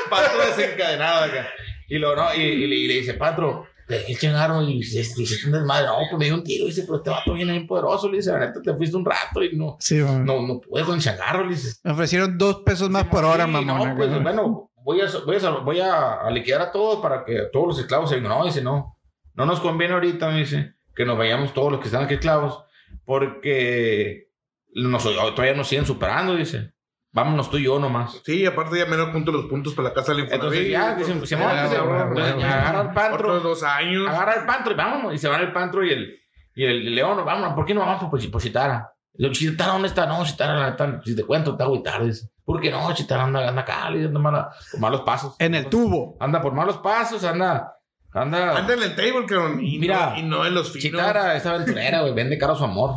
[SPEAKER 6] Pantro desencadenado acá. Y lo no, y, y le, y le dice, Pantro, te dejé chingarro y dice, dice, un desmadre, no, pues me dio un tiro, dice, pero este vato viene bien poderoso, le dice, la neta te fuiste un rato y no,
[SPEAKER 7] Sí, mamón.
[SPEAKER 6] no, no pude con el changarro, le dice.
[SPEAKER 7] Me ofrecieron dos pesos más por hora,
[SPEAKER 6] Sí,
[SPEAKER 7] mamón.
[SPEAKER 6] No, pues, bueno, voy a, voy, a, voy a, a liquidar a todos para que todos los esclavos se vengan. No, dice, no, no nos conviene ahorita, me dice, que nos vayamos todos los que están aquí esclavos, porque nos, todavía nos siguen superando, dice. Vámonos tú y yo nomás.
[SPEAKER 5] Sí, aparte ya me lo junto los puntos para Pues, la pues, casa del Infonavit.
[SPEAKER 6] Entonces ya, pues, dicen, se van,
[SPEAKER 7] Ah,
[SPEAKER 6] entonces,
[SPEAKER 7] bueno,
[SPEAKER 6] entonces,
[SPEAKER 7] bueno,
[SPEAKER 6] pues, agarra el
[SPEAKER 5] Otros
[SPEAKER 6] pantro,
[SPEAKER 5] dos años.
[SPEAKER 6] agarra el pantro y vámonos. Y se van el pantro y el, y el león, vámonos. ¿Por qué no vamos? Pues por Chitara. Y yo, Chitara, ¿dónde está? No, Chitara, la neta, si te cuento, está muy tarde. Dice, ¿Por qué no? Chitara anda, anda acá, le anda mala- por malos pasos.
[SPEAKER 7] En el tubo.
[SPEAKER 6] Anda por malos pasos, anda, anda.
[SPEAKER 5] Anda en el table, cabrón. Y,
[SPEAKER 6] Mira,
[SPEAKER 5] no, y no en los finos.
[SPEAKER 6] Chitara es aventurera, güey, vende caro su
[SPEAKER 7] <laughs>
[SPEAKER 6] amor.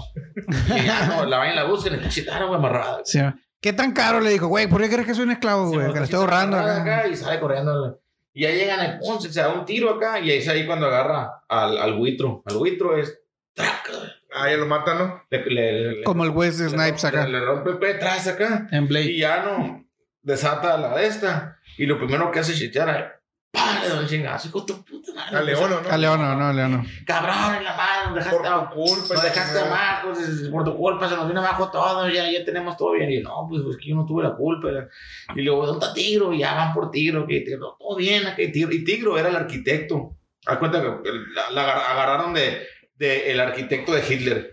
[SPEAKER 6] Y ya, no, la van y la buscan, está Chitara, güey, amarrada.
[SPEAKER 7] Sí, mamón. ¿Qué tan caro? Le dijo, güey, ¿por qué crees que soy un esclavo,
[SPEAKER 6] Se
[SPEAKER 7] Oh, güey?
[SPEAKER 6] botó
[SPEAKER 7] Que le estoy
[SPEAKER 6] así,
[SPEAKER 7] ahorrando
[SPEAKER 6] agarra
[SPEAKER 7] acá.
[SPEAKER 6] acá y sale corriendo. Y ya llegan al Ponce, se da un tiro acá y es ahí cuando agarra al, al buitro. Al buitro es. ¡trac!
[SPEAKER 5] Ah, ya lo matan, ¿no?
[SPEAKER 6] Le, le- le-
[SPEAKER 7] Como el West
[SPEAKER 6] le-
[SPEAKER 7] Snipes acá.
[SPEAKER 6] Le, le rompe el pie atrás acá.
[SPEAKER 7] En Blade.
[SPEAKER 6] Y ya no. Desata la de esta. Y lo primero que hace es chichar. ¡Padre, don chingazo! ¡Hijo de tu puta madre! pues,
[SPEAKER 5] A Leono, ¿no?
[SPEAKER 7] A Leono, Ah, no, Leono.
[SPEAKER 6] ¡Cabrón, en la mano! ¡Dejaste
[SPEAKER 5] Por
[SPEAKER 6] a-
[SPEAKER 5] tu culpa.
[SPEAKER 7] Pues,
[SPEAKER 6] nos dejaste
[SPEAKER 5] chingada.
[SPEAKER 6] abajo, es- por tu culpa se nos vino abajo todo, ya, ya tenemos todo bien. Y no, pues es que yo no tuve la culpa. era- Y luego, ¿dónde está Tigro? Y ya van por Tigro, que Tigro, todo bien, aquí Tigro. Y Tigro era el arquitecto. Haz cuenta que el- la, la agar- agarraron de, de el arquitecto de Hitler.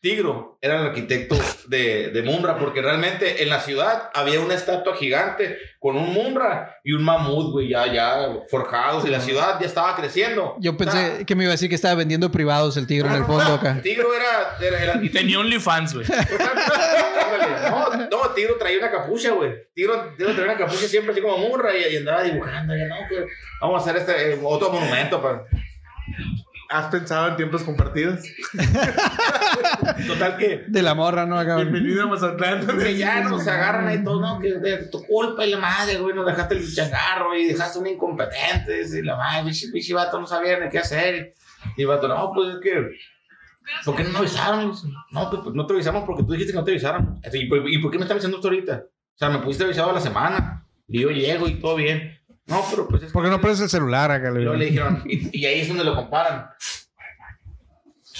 [SPEAKER 6] Tigro era el arquitecto de, de Mumbra, porque realmente en la ciudad había una estatua gigante con un Mumbra y un mamut, güey, ya, ya forjados, y la ciudad ya estaba creciendo.
[SPEAKER 7] Yo
[SPEAKER 6] O sea,
[SPEAKER 7] pensé que me iba a decir que estaba vendiendo privados el tigre en el
[SPEAKER 6] <laughs>
[SPEAKER 7] fondo acá.
[SPEAKER 6] Tigro era, era el
[SPEAKER 4] Y
[SPEAKER 6] arquitecto.
[SPEAKER 4] tenía OnlyFans, güey.
[SPEAKER 6] Ándale. No, no, Tigro traía una capucha, güey. Tigro, Tigro traía una capucha siempre así como murra y, y andaba dibujando. ya, no, que vamos a hacer este eh, otro monumento. pa.
[SPEAKER 5] ¿Has pensado en tiempos compartidos?
[SPEAKER 6] Total que,
[SPEAKER 7] De la morra, ¿no? Acá.
[SPEAKER 5] Bienvenido a
[SPEAKER 6] <laughs>
[SPEAKER 5] Mazatlán.
[SPEAKER 6] que ya nos agarran ahí todos, no, que de tu culpa y la madre, güey, nos dejaste el changarro y dejaste un incompetente. Y la madre, bichi, bichi, vato, no sabía ni qué hacer. Y el vato, no, pues es que. ¿Por qué no me avisaron? No, pues, pues, no te avisamos porque tú dijiste que no te avisaron. Así, ¿Y por, y por qué me estás avisando tú ahorita? O sea, me pusiste avisado a la semana. Y yo llego y todo bien. No, pero pues es que-
[SPEAKER 7] ¿Por qué no prendes el celular acá?
[SPEAKER 6] Y
[SPEAKER 7] Le
[SPEAKER 6] luego le
[SPEAKER 7] digo?
[SPEAKER 6] dijeron, y, y ahí es donde lo comparan.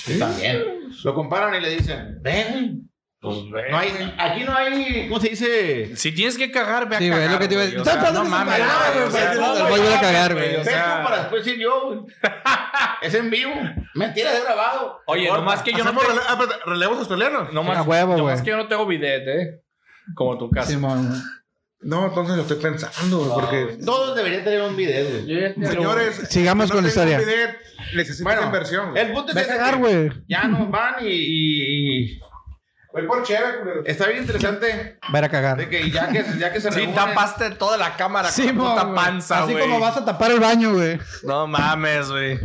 [SPEAKER 6] Y También. Lo comparan y le dicen, ven.
[SPEAKER 4] Pues, güey.
[SPEAKER 6] No hay, aquí no hay, ¿cómo se dice?
[SPEAKER 4] Si tienes que cagar, ve a
[SPEAKER 7] Sí, güey,
[SPEAKER 4] cagar.
[SPEAKER 7] es lo que te iba a
[SPEAKER 4] güey.
[SPEAKER 7] decir.
[SPEAKER 4] O sea,
[SPEAKER 7] Tan, tan,
[SPEAKER 4] no
[SPEAKER 7] tan,
[SPEAKER 4] mames,
[SPEAKER 7] tan,
[SPEAKER 4] güey,
[SPEAKER 7] tan,
[SPEAKER 4] o sea,
[SPEAKER 7] tan,
[SPEAKER 4] no,
[SPEAKER 7] tan,
[SPEAKER 4] güey,
[SPEAKER 7] voy a
[SPEAKER 4] no,
[SPEAKER 7] cagar,
[SPEAKER 4] güey,
[SPEAKER 7] güey.
[SPEAKER 4] o
[SPEAKER 6] Ven
[SPEAKER 4] sea,
[SPEAKER 6] para después decir yo. es en vivo. Mentira, es grabado.
[SPEAKER 4] Oye,
[SPEAKER 6] Corta.
[SPEAKER 4] nomás que yo no
[SPEAKER 5] ¿Hacemos
[SPEAKER 4] tengo-
[SPEAKER 5] rele- ah, espérate, relevos australianos?
[SPEAKER 4] No más,
[SPEAKER 7] A huevo,
[SPEAKER 4] no más
[SPEAKER 7] güey.
[SPEAKER 4] que yo no tengo bidet, ¿eh? Como tu casa.
[SPEAKER 6] <laughs>
[SPEAKER 7] Simón.
[SPEAKER 5] No, entonces lo estoy pensando, güey, porque...
[SPEAKER 6] Todos deberían tener un video, güey.
[SPEAKER 5] Señores,
[SPEAKER 7] Sigamos
[SPEAKER 5] si no
[SPEAKER 7] con la
[SPEAKER 5] tengo
[SPEAKER 7] historia.
[SPEAKER 5] bidet, Necesitan
[SPEAKER 6] Bueno,
[SPEAKER 5] inversión. güey.
[SPEAKER 6] El punto es
[SPEAKER 7] Ve a
[SPEAKER 6] ese
[SPEAKER 7] cagar,
[SPEAKER 6] que
[SPEAKER 7] güey.
[SPEAKER 6] Ya no van y, y- y
[SPEAKER 5] Voy por chévere, culero.
[SPEAKER 6] está bien interesante
[SPEAKER 7] Va a ir a
[SPEAKER 6] de
[SPEAKER 7] cagar.
[SPEAKER 6] que ya que, ya que se
[SPEAKER 4] Sí,
[SPEAKER 6] reúnen-
[SPEAKER 4] tapaste toda la cámara con
[SPEAKER 7] Simón,
[SPEAKER 4] la puta
[SPEAKER 7] güey.
[SPEAKER 4] panza,
[SPEAKER 7] Así
[SPEAKER 4] güey.
[SPEAKER 7] como vas a tapar el baño, güey.
[SPEAKER 4] No mames, güey.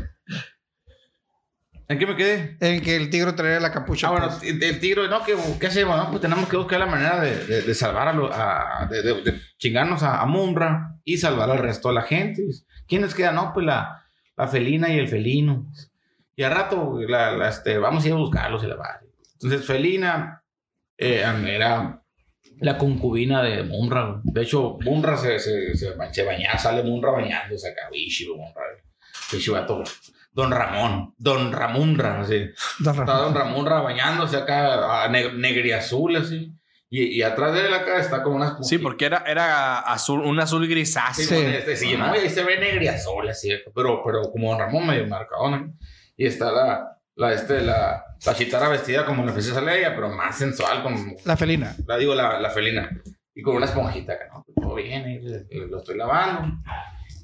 [SPEAKER 6] ¿En qué me quedé?
[SPEAKER 7] En que el tigre traería la capucha.
[SPEAKER 6] Ah, bueno,
[SPEAKER 7] pues.
[SPEAKER 6] el el tigre, no, que ¿qué hacemos? No, pues tenemos que buscar la manera de, de- de salvar a, lo- a- de, de- de chingarnos a, a Mumra y salvar al resto de la gente. ¿Quién nos queda? No, pues la, la felina y el felino. Y al rato la- la, este, vamos a ir a buscarlos y la madre. Entonces, felina eh, era la concubina de Mumra. güey. De hecho, Mumra se, se, se, ba- se bañaba, sale Mumra bañándose acá. Bishi, Mumra. Bishi, vato. Don Ramón, Don Ramumra, así. Está
[SPEAKER 7] Don Rafa.
[SPEAKER 6] Don Ramón bañándose acá, a ne- negriazul, así. Y, y atrás de él acá está como unas...
[SPEAKER 4] Sí, porque era, era azul, un azul grisáceo.
[SPEAKER 6] Sí,
[SPEAKER 7] Sí.
[SPEAKER 6] este, sí, ¿no? Y ahí se ve negriazul, así. Pero, pero como Don Ramón medio marcadón. ¿eh? Y está la... La, este, la, la chitara vestida como la princesa Leia, pero más sensual, como
[SPEAKER 7] La felina.
[SPEAKER 6] la digo la, la felina. Y con una esponjita acá, ¿no? Todo bien, ahí le- le- lo estoy lavando.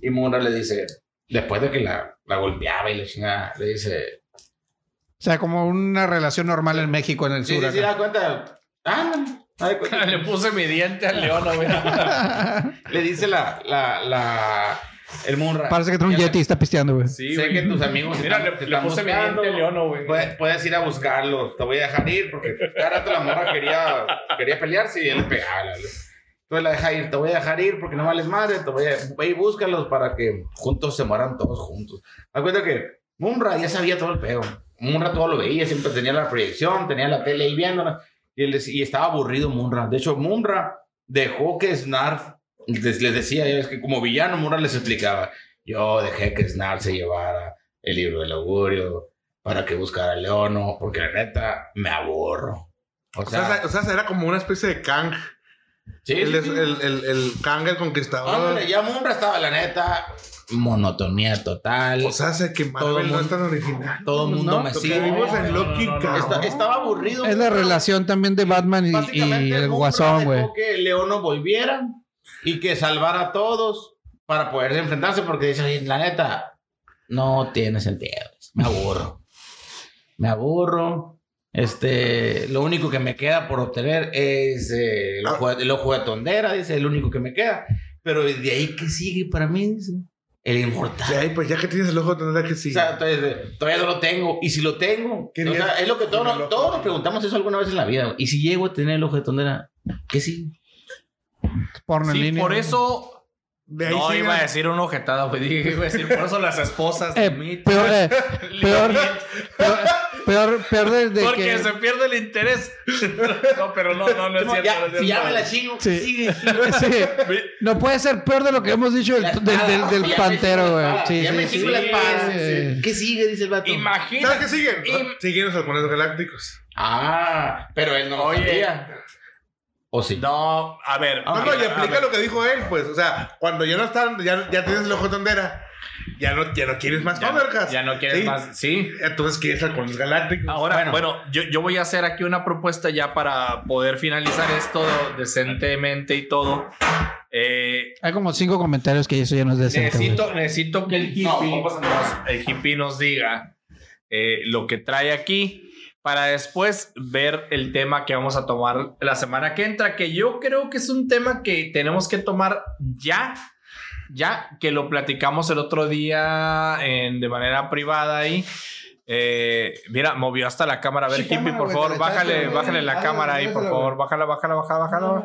[SPEAKER 6] Y Mura le dice, después de que la, la golpeaba y le chingada, le dice,
[SPEAKER 7] O sea, como una relación normal en México, en el
[SPEAKER 6] Sí,
[SPEAKER 7] sur.
[SPEAKER 6] sí, sí,
[SPEAKER 7] acá.
[SPEAKER 6] da cuenta. Ah, no, da de cuenta.
[SPEAKER 4] Le puse mi diente al león, güey.
[SPEAKER 6] Le dice la, la, la, el Munra.
[SPEAKER 7] Parece que trae un yeti y está pisteando, güey.
[SPEAKER 4] Sí,
[SPEAKER 6] sé
[SPEAKER 4] güey.
[SPEAKER 6] que tus amigos
[SPEAKER 4] Mira, le, le puse mi diente al león, güey.
[SPEAKER 6] Puedes, puedes ir a buscarlos. Te voy a dejar ir porque cada rato la morra quería, quería pelearse y él le pegaba. la- Entonces la deja ir. Te voy a dejar ir porque no vales madre. Te voy a, ve y búscalos para que juntos se mueran todos juntos. Da cuenta que Munra ya sabía todo el pedo. Munra todo lo veía. Siempre tenía la proyección, tenía la tele ahí viéndola. Y, él dec- y estaba aburrido Munra. De hecho, Munra dejó que Snarf les, les decía, ya ves que como villano Munra les explicaba. Yo dejé que Snarf se llevara el libro del augurio para que buscara a Leono, porque la neta me aburro. O
[SPEAKER 5] O sea,
[SPEAKER 6] sea,
[SPEAKER 5] o sea, era como una especie de Kang.
[SPEAKER 6] sí,
[SPEAKER 5] El,
[SPEAKER 6] sí, sí.
[SPEAKER 5] el, el, el Kang, el conquistador.
[SPEAKER 6] Ándale, ya Munra estaba, la neta, monotonía total.
[SPEAKER 5] O sea, se que Marvel
[SPEAKER 6] Todo
[SPEAKER 5] no
[SPEAKER 6] mundo-
[SPEAKER 5] es tan original.
[SPEAKER 6] todo el mundo
[SPEAKER 7] no,
[SPEAKER 6] me
[SPEAKER 5] Lo que
[SPEAKER 6] sigue.
[SPEAKER 5] vimos en
[SPEAKER 4] no, no,
[SPEAKER 5] Loki,
[SPEAKER 4] no, no,
[SPEAKER 5] cabrón.
[SPEAKER 6] Esta- estaba aburrido.
[SPEAKER 7] Es la
[SPEAKER 6] Munra.
[SPEAKER 7] relación también de Batman y, y el
[SPEAKER 6] Munra
[SPEAKER 7] guasón,
[SPEAKER 6] dejó
[SPEAKER 7] güey.
[SPEAKER 6] que Leono volviera y que salvara a todos para poder enfrentarse, porque dice, "Ay, la neta, no tiene sentido. Me aburro. <laughs> Me aburro. Este, lo único que me queda por obtener es eh, el, ojo, el ojo de tondera, dice, el único que me queda. Pero de ahí que sigue para mí, dice, el inmortal.
[SPEAKER 5] Y ahí, pues ya que tienes el ojo, tendrá que
[SPEAKER 6] O
[SPEAKER 5] sí.
[SPEAKER 6] sea, entonces, todavía no lo tengo. Y si lo tengo, o
[SPEAKER 5] Quería-
[SPEAKER 6] sea, es lo que todos,
[SPEAKER 5] Con el
[SPEAKER 6] nos-
[SPEAKER 5] ojo.
[SPEAKER 6] todos nos preguntamos eso alguna vez en la vida. güey. Y si llego a tener el ojo de tondera, ¿qué sí?
[SPEAKER 7] Porno en
[SPEAKER 4] Sí,
[SPEAKER 7] línea.
[SPEAKER 4] por
[SPEAKER 7] güey.
[SPEAKER 4] eso.
[SPEAKER 5] de ahí
[SPEAKER 4] No
[SPEAKER 5] sigue-
[SPEAKER 4] iba a decir una ojetada, güey. Dije, Iba a decir, por eso las esposas de
[SPEAKER 7] Eh,
[SPEAKER 4] mí.
[SPEAKER 7] peor, eh, peor, peor, peor, peor de, de
[SPEAKER 4] Porque
[SPEAKER 7] que.
[SPEAKER 4] se pierde el interés. <laughs> No, pero no, no, no es cierto. no
[SPEAKER 6] Ya,
[SPEAKER 4] es cierto.
[SPEAKER 6] si ya me la chingo,
[SPEAKER 7] Sí. <laughs>
[SPEAKER 6] sigue.
[SPEAKER 7] Sí. No puede ser peor de lo que hemos dicho del,
[SPEAKER 6] La
[SPEAKER 7] del,
[SPEAKER 6] espada,
[SPEAKER 7] del- del
[SPEAKER 6] ya me
[SPEAKER 7] pantero,
[SPEAKER 6] chingo la
[SPEAKER 7] güey.
[SPEAKER 6] espada,
[SPEAKER 7] Sí,
[SPEAKER 6] ya me
[SPEAKER 7] sí,
[SPEAKER 6] chingo
[SPEAKER 7] sí.
[SPEAKER 6] la espada.
[SPEAKER 7] Sí, sí.
[SPEAKER 6] ¿Qué sigue? Dice el vato.
[SPEAKER 5] ¿Sabes qué
[SPEAKER 4] Imagínate.
[SPEAKER 5] siguen?
[SPEAKER 4] Y-
[SPEAKER 5] Siguen los halcones galácticos.
[SPEAKER 6] Ah, pero él no lo
[SPEAKER 4] Oye.
[SPEAKER 6] sabía. ¿O sí?
[SPEAKER 4] No, a ver.
[SPEAKER 5] No,
[SPEAKER 4] a
[SPEAKER 5] Ah, no,
[SPEAKER 4] ver,
[SPEAKER 5] y
[SPEAKER 4] a ver.
[SPEAKER 5] aplica lo que dijo él, pues. O sea, cuando ya no están, ya, ya tienes el ojo de tondera. Ya no, ya no quieres más
[SPEAKER 4] Ya,
[SPEAKER 5] Thundercats.
[SPEAKER 4] ya no quieres
[SPEAKER 5] Sí.
[SPEAKER 4] más. Sí.
[SPEAKER 5] Entonces quieres halcones galácticos.
[SPEAKER 4] Ahora, bueno, yo, yo voy a hacer aquí una propuesta ya para poder finalizar esto decentemente y todo. Eh,
[SPEAKER 7] Hay como cinco comentarios que eso ya no es decente. güey.
[SPEAKER 4] necesito, necesito que el hippie, nos, el hippie nos diga eh, lo que trae aquí para después ver el tema que vamos a tomar la semana que entra, que yo creo que es un tema que tenemos que tomar ya, ya que lo platicamos el otro día en- de manera privada ahí. Eh, mira, movió hasta la cámara. A ver,
[SPEAKER 7] Sí,
[SPEAKER 4] hippie,
[SPEAKER 7] cámara,
[SPEAKER 4] por
[SPEAKER 7] güey,
[SPEAKER 4] favor,
[SPEAKER 7] te la echaste,
[SPEAKER 4] bájale,
[SPEAKER 7] güey.
[SPEAKER 4] bájale la
[SPEAKER 7] Dale,
[SPEAKER 4] cámara ahí, por
[SPEAKER 7] dásela,
[SPEAKER 4] favor.
[SPEAKER 7] güey.
[SPEAKER 4] Bájala, bájala, bájala, bájala.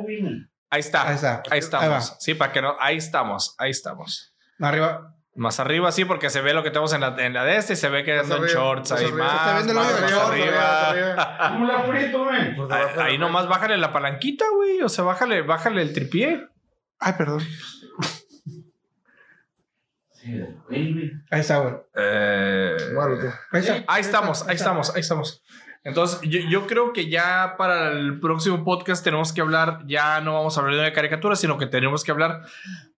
[SPEAKER 4] Ahí está.
[SPEAKER 7] Ahí está.
[SPEAKER 4] Ahí
[SPEAKER 7] Ahí
[SPEAKER 4] estamos.
[SPEAKER 7] va.
[SPEAKER 4] sí, para que no. Ahí estamos. Ahí estamos.
[SPEAKER 7] Arriba.
[SPEAKER 4] Más arriba, sí, porque se ve lo que tenemos en la, en la de este y se ve que
[SPEAKER 5] Más
[SPEAKER 4] andan
[SPEAKER 5] arriba,
[SPEAKER 4] shorts
[SPEAKER 5] más
[SPEAKER 4] ahí
[SPEAKER 5] arriba.
[SPEAKER 4] más.
[SPEAKER 5] Se está viendo el
[SPEAKER 4] más,
[SPEAKER 5] hoyo,
[SPEAKER 4] más
[SPEAKER 5] más
[SPEAKER 4] arriba.
[SPEAKER 5] arriba, más
[SPEAKER 6] ¿Cómo la aprieto, güey?
[SPEAKER 5] Pues
[SPEAKER 4] Ahí,
[SPEAKER 5] abajo de la-
[SPEAKER 4] ahí nomás bájale la palanquita, güey. O sea, bájale, bájale el tripié.
[SPEAKER 5] Ay, perdón.
[SPEAKER 7] Ahí está, güey.
[SPEAKER 4] Eh,
[SPEAKER 5] Bueno, tú.
[SPEAKER 7] Ahí está.
[SPEAKER 4] ahí estamos, ahí estamos, ahí estamos. Entonces, yo, yo creo que ya para el próximo podcast tenemos que hablar, ya no vamos a hablar de caricaturas, sino que tenemos que hablar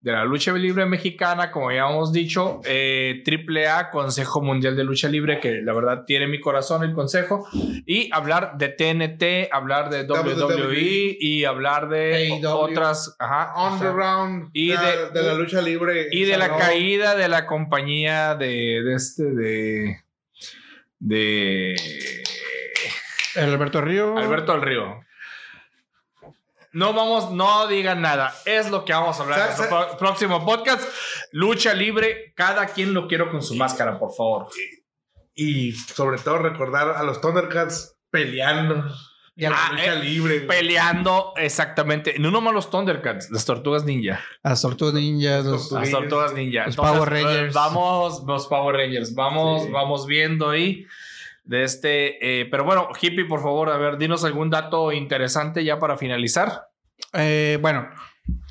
[SPEAKER 4] de la lucha libre mexicana, como ya hemos dicho, eh, AAA, Consejo Mundial de Lucha Libre, que la verdad tiene mi corazón el consejo, y hablar de TNT, hablar de WWE,
[SPEAKER 7] E.
[SPEAKER 5] WWE,
[SPEAKER 4] y hablar de
[SPEAKER 7] AEW.
[SPEAKER 4] otras, ajá,
[SPEAKER 5] Underground
[SPEAKER 4] Y
[SPEAKER 5] la-
[SPEAKER 4] de-
[SPEAKER 5] de, la lucha libre.
[SPEAKER 4] y de la
[SPEAKER 5] Salón.
[SPEAKER 4] caída de la compañía de, de este de de
[SPEAKER 7] El Alberto Río.
[SPEAKER 4] Alberto del Río. No vamos, no digan nada. Es lo que vamos a hablar en
[SPEAKER 5] Sa-
[SPEAKER 4] nuestro pro- próximo podcast. Lucha libre. Cada quien lo quiero con su máscara, por favor.
[SPEAKER 5] Y sobre todo recordar a los Thundercats peleando.
[SPEAKER 7] Y a
[SPEAKER 5] la
[SPEAKER 4] Ah,
[SPEAKER 5] lucha
[SPEAKER 4] eh,
[SPEAKER 5] libre. güey.
[SPEAKER 4] Peleando exactamente. No nomás los Thundercats, las tortugas ninja.
[SPEAKER 7] Las tortugas ninjas. los-
[SPEAKER 5] Tortugas.
[SPEAKER 4] Las
[SPEAKER 5] Rangers.
[SPEAKER 4] tortugas ninja.
[SPEAKER 7] Los
[SPEAKER 4] Entonces,
[SPEAKER 7] Power
[SPEAKER 4] eh,
[SPEAKER 7] Rangers.
[SPEAKER 4] Vamos, los Power Rangers. Vamos,
[SPEAKER 5] Sí.
[SPEAKER 4] vamos viendo ahí. De este, eh, pero bueno, Hippie, por favor, a ver, dinos algún dato interesante ya para finalizar.
[SPEAKER 7] Eh, bueno,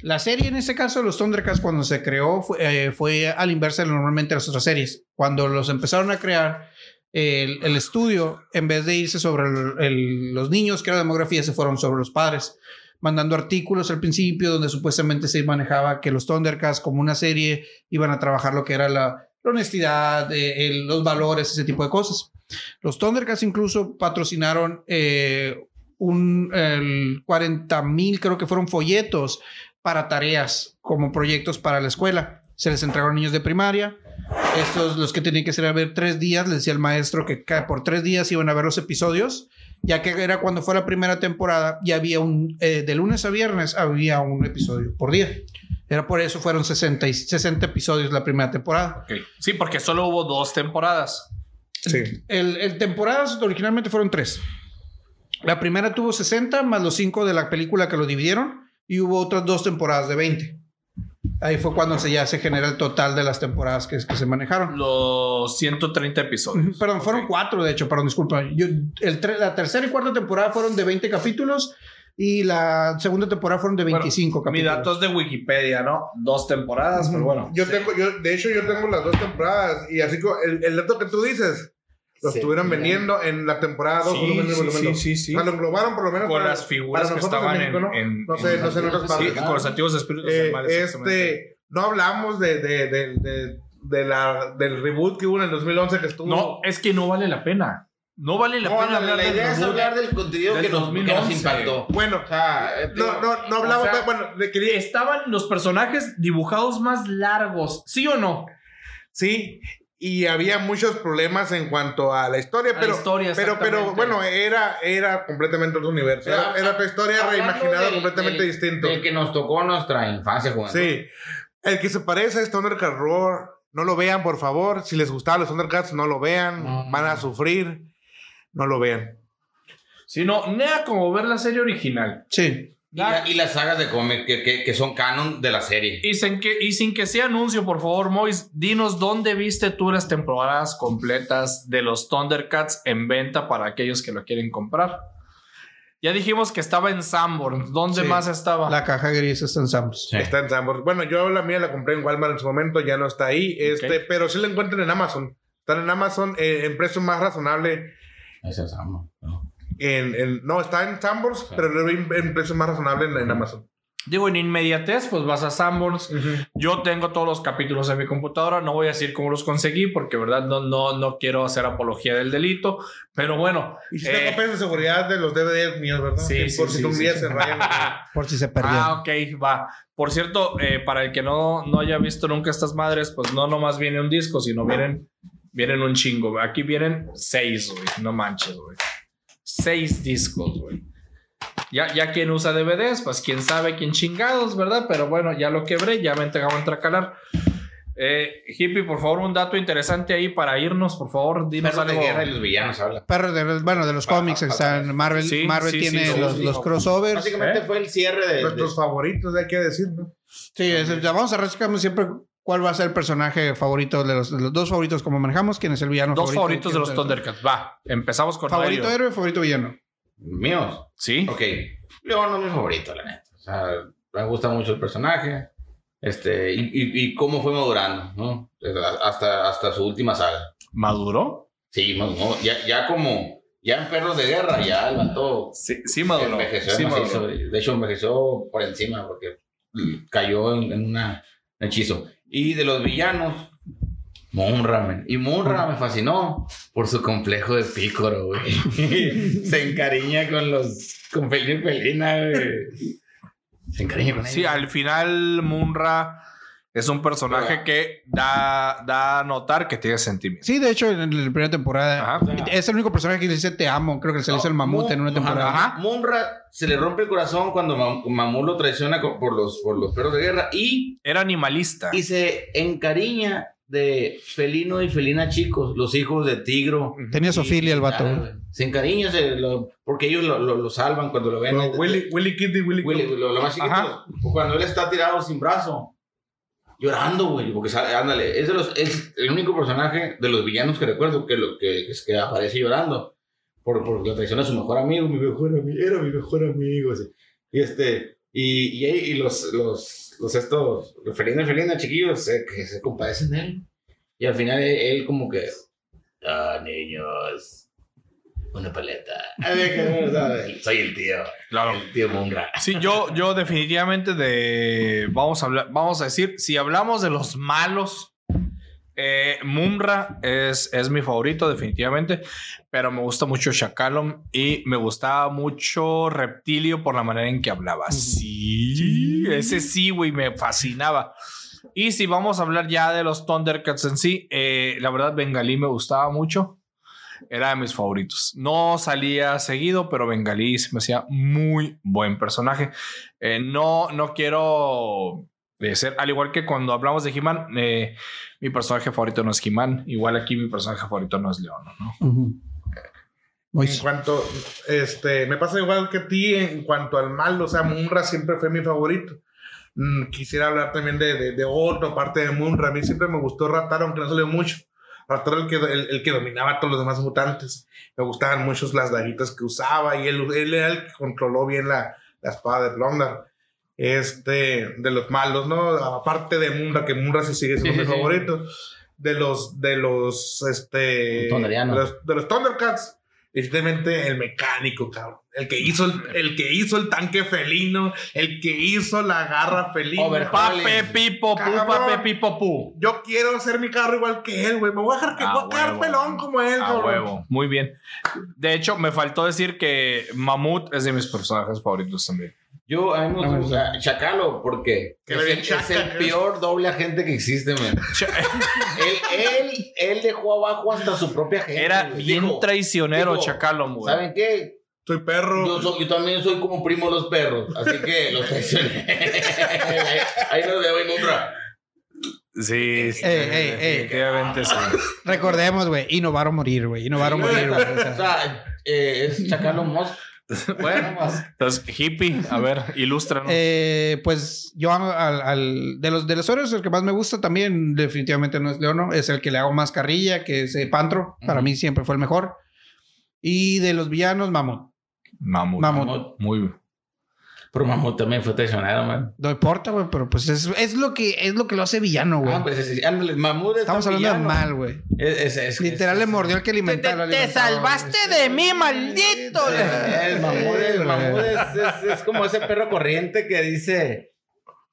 [SPEAKER 7] la serie en este caso, los Thundercats, cuando se creó, fue, eh, fue al inverso de normalmente las otras series. Cuando los empezaron a crear, el, el estudio, en vez de irse sobre el- el- los niños, que era la demografía, se fueron sobre los padres, mandando artículos al principio donde supuestamente se manejaba que los Thundercats, como una serie, iban a trabajar lo que era la, la honestidad, eh, el- los valores, ese tipo de cosas. Los Thundercats incluso patrocinaron eh, un, el 40 mil, creo que fueron folletos para tareas, como proyectos para la escuela. Se les entregaron niños de primaria. Estos, los que tenían que hacer a ver tres días, les decía el maestro que ca- por tres días iban a ver los episodios, ya que era cuando fue la primera temporada y había un, eh, de lunes a viernes había un episodio por día. Era por eso fueron 60, y- 60 episodios la primera temporada.
[SPEAKER 4] Sí, porque solo hubo dos temporadas.
[SPEAKER 5] Sí.
[SPEAKER 7] El, el temporadas originalmente fueron tres. La primera tuvo 60 más los 5 de la película que lo dividieron y hubo otras dos temporadas de 20. Ahí fue cuando se, ya se genera el total de las temporadas que, que se manejaron.
[SPEAKER 4] Los 130
[SPEAKER 7] <laughs>
[SPEAKER 4] episodios.
[SPEAKER 7] Perdón, fueron
[SPEAKER 4] Ok.
[SPEAKER 7] cuatro, de hecho, perdón, disculpa. Yo- el tre- la tercera y cuarta temporada fueron de 20 capítulos y la segunda temporada fueron de
[SPEAKER 4] Bueno,
[SPEAKER 7] 25
[SPEAKER 4] Mi
[SPEAKER 7] capítulos.
[SPEAKER 4] dato es de Wikipedia, ¿no? Dos temporadas, pero bueno.
[SPEAKER 5] Yo tengo, yo, de hecho, yo tengo las dos temporadas. Y así como el, el dato que tú dices, lo
[SPEAKER 6] Sí,
[SPEAKER 5] estuvieron
[SPEAKER 6] mira.
[SPEAKER 5] vendiendo en la temporada 2.
[SPEAKER 4] Sí, sí, sí, sí, sí.
[SPEAKER 5] O sea, lo englobaron por lo menos.
[SPEAKER 4] Con
[SPEAKER 5] para-
[SPEAKER 4] las figuras
[SPEAKER 5] para
[SPEAKER 4] que
[SPEAKER 5] nosotros
[SPEAKER 4] estaban en,
[SPEAKER 5] México, ¿no?
[SPEAKER 4] en-
[SPEAKER 5] No sé,
[SPEAKER 4] en-
[SPEAKER 5] no sé en otras
[SPEAKER 4] Sí,
[SPEAKER 5] partes.
[SPEAKER 4] con los antiguos espíritus
[SPEAKER 5] Eh,
[SPEAKER 4] animales, exactamente.
[SPEAKER 5] este, no hablamos de, de, de, de- de la, del reboot que hubo en el 2011 que estuvo.
[SPEAKER 4] No, es que no vale la pena. No vale la
[SPEAKER 6] No,
[SPEAKER 4] pena
[SPEAKER 6] la,
[SPEAKER 4] hablar
[SPEAKER 6] la
[SPEAKER 4] del
[SPEAKER 6] idea es
[SPEAKER 4] reboot.
[SPEAKER 6] hablar del contenido
[SPEAKER 4] del
[SPEAKER 6] que nos, que nos
[SPEAKER 4] 2011.
[SPEAKER 6] impactó.
[SPEAKER 5] Bueno,
[SPEAKER 6] O sea, eh, digo,
[SPEAKER 5] no, no, no hablamos.
[SPEAKER 4] o sea,
[SPEAKER 5] de- bueno, de que
[SPEAKER 4] estaban los personajes dibujados más largos, ¿sí o no?
[SPEAKER 5] Sí, y había muchos problemas en cuanto a la historia,
[SPEAKER 4] A la
[SPEAKER 5] pero,
[SPEAKER 4] historia,
[SPEAKER 5] pero, pero
[SPEAKER 4] exactamente.
[SPEAKER 5] bueno, era, era completamente otro universo.
[SPEAKER 6] Pero,
[SPEAKER 5] Era, era otra historia
[SPEAKER 6] hablando
[SPEAKER 5] reimaginada
[SPEAKER 6] del-
[SPEAKER 5] completamente
[SPEAKER 6] del-
[SPEAKER 5] distinto.
[SPEAKER 6] Del que nos tocó nuestra infancia, jugando.
[SPEAKER 5] Sí. El que se parece es Thundercats Roar. No lo vean, por favor. Si les gustaban los Thundercats, no lo vean.
[SPEAKER 6] No.
[SPEAKER 5] Van a sufrir. No lo vean.
[SPEAKER 4] Si no, nada como ver la serie original.
[SPEAKER 7] Sí.
[SPEAKER 6] Y, la- y las sagas de cómic que, que, que son canon de la serie.
[SPEAKER 4] Y sin, que, y sin que sea anuncio, por favor, Mois, dinos dónde viste tú las temporadas completas de los Thundercats en venta para aquellos que lo quieren comprar. Ya dijimos que estaba en Sanborns. ¿Dónde
[SPEAKER 7] Sí.
[SPEAKER 4] más estaba?
[SPEAKER 7] La caja gris está en Sam's.
[SPEAKER 6] Sí.
[SPEAKER 5] Está en Sanborns. Bueno, yo la mía la compré en Walmart en su momento, ya no está ahí. Este,
[SPEAKER 4] Ok.
[SPEAKER 5] pero sí la encuentran en Amazon. Están en Amazon eh, en precio más razonable.
[SPEAKER 6] Esa es amo.
[SPEAKER 5] En, en- no, está en Sambors,
[SPEAKER 6] Claro.
[SPEAKER 4] Ah.
[SPEAKER 5] pero lo vi en, en precio más razonable en, en Amazon.
[SPEAKER 4] Digo, en inmediatez, pues vas a Sanborns. Yo tengo todos los capítulos en mi computadora. No voy a decir cómo los conseguí porque, verdad, no, no, no quiero hacer apología del delito. Pero <laughs> bueno.
[SPEAKER 5] Y si
[SPEAKER 4] eh,
[SPEAKER 5] está copias de seguridad de los DVDs míos, ¿verdad?
[SPEAKER 4] Sí,
[SPEAKER 5] Que
[SPEAKER 4] sí,
[SPEAKER 5] Por
[SPEAKER 4] sí,
[SPEAKER 5] si un
[SPEAKER 4] sí,
[SPEAKER 5] día
[SPEAKER 4] sí.
[SPEAKER 5] se rayan.
[SPEAKER 7] Por si se perdió.
[SPEAKER 4] Ah, ok, va. Por cierto, eh, para el que no, no haya visto nunca estas madres, pues no nomás viene un disco, sino vienen, vienen un chingo. güey. Aquí vienen seis, güey. No manches, güey. Seis discos, güey. Ya, ya quien usa DVDs, pues quién sabe quién chingados, ¿verdad? Pero bueno, ya lo quebré, ya me entregaba a tracalar. Eh, hippie, por favor, un dato interesante ahí para irnos, por favor, dinos
[SPEAKER 6] Perros de
[SPEAKER 4] algo.
[SPEAKER 6] guerra y los villanos habla.
[SPEAKER 7] Perros de, bueno, de los
[SPEAKER 6] Pa-
[SPEAKER 7] cómics
[SPEAKER 6] pa-
[SPEAKER 7] están. Marvel,
[SPEAKER 4] Ah, Sí,
[SPEAKER 7] Marvel
[SPEAKER 4] sí, sí,
[SPEAKER 7] tiene
[SPEAKER 4] sí,
[SPEAKER 7] los,
[SPEAKER 4] sí.
[SPEAKER 7] los crossovers. Sí,
[SPEAKER 6] Básicamente fue el cierre de.
[SPEAKER 5] <laughs>
[SPEAKER 6] de-
[SPEAKER 5] Nuestros favoritos, hay que decir, ¿no?
[SPEAKER 7] es- ya vamos a rascar siempre cuál va a ser el personaje favorito de los, de los dos favoritos como manejamos, quién es el villano
[SPEAKER 4] Dos
[SPEAKER 7] favorito,
[SPEAKER 4] favoritos de
[SPEAKER 7] quién
[SPEAKER 4] los
[SPEAKER 7] es el-
[SPEAKER 4] Thundercats. Va, empezamos con
[SPEAKER 7] Favorito
[SPEAKER 4] Mario.
[SPEAKER 7] héroe, favorito villano.
[SPEAKER 6] Míos.
[SPEAKER 4] Sí.
[SPEAKER 6] Ok. León no es mi favorito, la neta. O sea, me gusta mucho el personaje. Este, y, y- y cómo fue madurando, ¿no? Hasta, hasta su última saga.
[SPEAKER 4] ¿Maduro?
[SPEAKER 6] Sí, maduró. Ya, ya como. Ya en Perros de Guerra ya levantó.
[SPEAKER 4] Sí, sí, Maduro.
[SPEAKER 6] Envejeció
[SPEAKER 4] Sí,
[SPEAKER 6] macizo.
[SPEAKER 4] Maduro.
[SPEAKER 6] De hecho, envejeció por encima porque cayó en, en una- un hechizo. Y de los villanos, Munra, men. Y Munra me fascinó por su complejo de pícoro, güey. <laughs> Se encariña con los... con Felina y Felina, güey. Se encariña con
[SPEAKER 4] Sí,
[SPEAKER 6] ellos.
[SPEAKER 4] al final Munra es un personaje
[SPEAKER 6] Pero-
[SPEAKER 4] que da, da a notar que tiene sentimientos.
[SPEAKER 7] Sí, de hecho, en la primera temporada.
[SPEAKER 4] Ajá.
[SPEAKER 7] Es el único personaje que le dice te amo. Creo que se le hizo el mamut en una temporada.
[SPEAKER 6] Oh, uh, Ajá. Munra se le rompe el corazón cuando Mam- Mamú lo traiciona co- por los, por los perros de guerra y
[SPEAKER 4] Era animalista.
[SPEAKER 6] y se encariña de felino y felina chicos, los hijos de tigro.
[SPEAKER 7] Tenía
[SPEAKER 6] Y-
[SPEAKER 7] Sofilia el vato.
[SPEAKER 6] Claro,
[SPEAKER 7] güey.
[SPEAKER 6] güey. se encariña se lo- porque ellos lo, lo- lo salvan cuando lo ven.
[SPEAKER 5] Pero Willy, Willy Kitty, Willy,
[SPEAKER 6] Willy,
[SPEAKER 5] Kitty.
[SPEAKER 6] lo, lo más chiquito,
[SPEAKER 4] Ajá.
[SPEAKER 6] cuando él está tirado sin brazo, llorando, güey, porque sale, ándale, es, de los, es el único personaje de los villanos que recuerdo que, lo, que, es que aparece llorando por, por la traición de su mejor amigo, mi mejor amigo, era mi mejor amigo, así. y este, y, y, y los, los, los estos, los felinos, felinas, chiquillos, se- que se compadecen de él, y al final él, él como que, ah, niños, una paleta, <laughs> Ay, que- o sea, soy el tío,
[SPEAKER 4] Claro.
[SPEAKER 6] el tío Mungra.
[SPEAKER 4] Sí, yo, yo definitivamente de. Vamos a hablar, vamos a decir, si hablamos de los malos, eh, Mumra es, es mi favorito, definitivamente. Pero me gusta mucho Shakalom y me gustaba mucho Reptilio por la manera en que hablaba. Sí, ese sí, güey, me fascinaba. Y si vamos a hablar ya de los Thundercats en sí, eh, la verdad, Bengalí me gustaba mucho. Era de mis favoritos. No salía seguido, pero Bengalí se me hacía muy buen personaje. Eh, no, no quiero eh, ser, al igual que cuando hablamos de He-Man, eh, mi personaje favorito no es He-Man. Igual aquí mi personaje favorito no es León, ¿no?
[SPEAKER 7] Ujú.
[SPEAKER 5] En
[SPEAKER 7] Mois.
[SPEAKER 5] cuanto, este, me pasa igual que a ti en cuanto al mal, o sea, Munra siempre fue mi favorito. Mm, quisiera hablar también de, de, de otra parte de Munra. A mí siempre me gustó Rataro, aunque no salió mucho. Rataro el que, el, el que dominaba a todos los demás mutantes. Me gustaban mucho las daguitas que usaba y él, él era el que controló bien la, la espada de Blondar. Este, de los malos, ¿no? Aparte de Munra, que Munra sí sigue siendo
[SPEAKER 6] Sí,
[SPEAKER 5] mi
[SPEAKER 6] sí, sí.
[SPEAKER 5] favorito. De los, de los, este...
[SPEAKER 6] Thunderianos.
[SPEAKER 5] De los, de los Thundercats. Evidentemente el mecánico, cabrón. El que hizo el, el que hizo el tanque felino, el que hizo la garra felina.
[SPEAKER 6] Over-
[SPEAKER 4] Pape pipo pu,
[SPEAKER 5] Cabrón.
[SPEAKER 4] pape pipo pu.
[SPEAKER 5] Yo quiero hacer mi carro igual que él, güey. Me voy a dejar que
[SPEAKER 6] Ah,
[SPEAKER 4] A
[SPEAKER 5] voy a quedar
[SPEAKER 4] huevo.
[SPEAKER 5] pelón como él,
[SPEAKER 4] A
[SPEAKER 5] cabrón.
[SPEAKER 4] huevo, muy bien. De hecho, me faltó decir que Mamut es de mis personajes favoritos también.
[SPEAKER 6] Yo, a mí me
[SPEAKER 7] No, no,
[SPEAKER 6] gusta Chacalo porque
[SPEAKER 5] Que
[SPEAKER 6] es
[SPEAKER 5] le
[SPEAKER 6] el,
[SPEAKER 5] den chaca,
[SPEAKER 6] es el
[SPEAKER 5] ¿no?
[SPEAKER 6] peor doble agente que existe, man.
[SPEAKER 4] eh,
[SPEAKER 6] <laughs> él, él, él dejó abajo hasta su propia gente.
[SPEAKER 4] Era
[SPEAKER 6] güey.
[SPEAKER 4] bien
[SPEAKER 6] Dijo,
[SPEAKER 4] traicionero,
[SPEAKER 6] dijo,
[SPEAKER 4] Chacalón, güey.
[SPEAKER 6] ¿Saben qué?
[SPEAKER 5] Soy perro.
[SPEAKER 6] Yo, soy- yo también soy como primo de los perros, así que los traicioné. <laughs> ahí, ahí nos veo en otra.
[SPEAKER 4] Sí,
[SPEAKER 6] Eh,
[SPEAKER 4] sí,
[SPEAKER 7] Ey, ey, ey.
[SPEAKER 4] definitivamente sí.
[SPEAKER 7] Recordemos, güey, innovaron morir, güey. Innovaron morir, güey. O
[SPEAKER 6] O
[SPEAKER 7] sea,
[SPEAKER 6] sea, eh, es Chacalo Mosk.
[SPEAKER 4] Bueno, entonces, hippie, a ver, ilústranos.
[SPEAKER 7] eh, pues yo amo al, al- de los de los héroes, el que más me gusta también definitivamente no es Leono, es el que le hago más carrilla, que es eh, Pantro, para
[SPEAKER 6] Ujú.
[SPEAKER 7] mí siempre fue el mejor. Y de los villanos Mamut.
[SPEAKER 4] Mamut.
[SPEAKER 7] Mamut.
[SPEAKER 6] Mamut.
[SPEAKER 4] Muy bien.
[SPEAKER 6] Pero Mamut también fue traicionado, man.
[SPEAKER 7] No importa, güey, pero pues es, es lo que es lo que lo hace villano, güey.
[SPEAKER 6] Ah, pues, es- es- ándale, Mamut está
[SPEAKER 7] Estamos hablando
[SPEAKER 6] pillado.
[SPEAKER 7] de mal, güey.
[SPEAKER 6] Es- es- es-
[SPEAKER 7] Literal
[SPEAKER 6] es-
[SPEAKER 7] le mordió el que alimentaba. lo alimentaba,
[SPEAKER 6] de mí, maldito. El mamut, el mamut es, es- es como ese perro corriente que dice.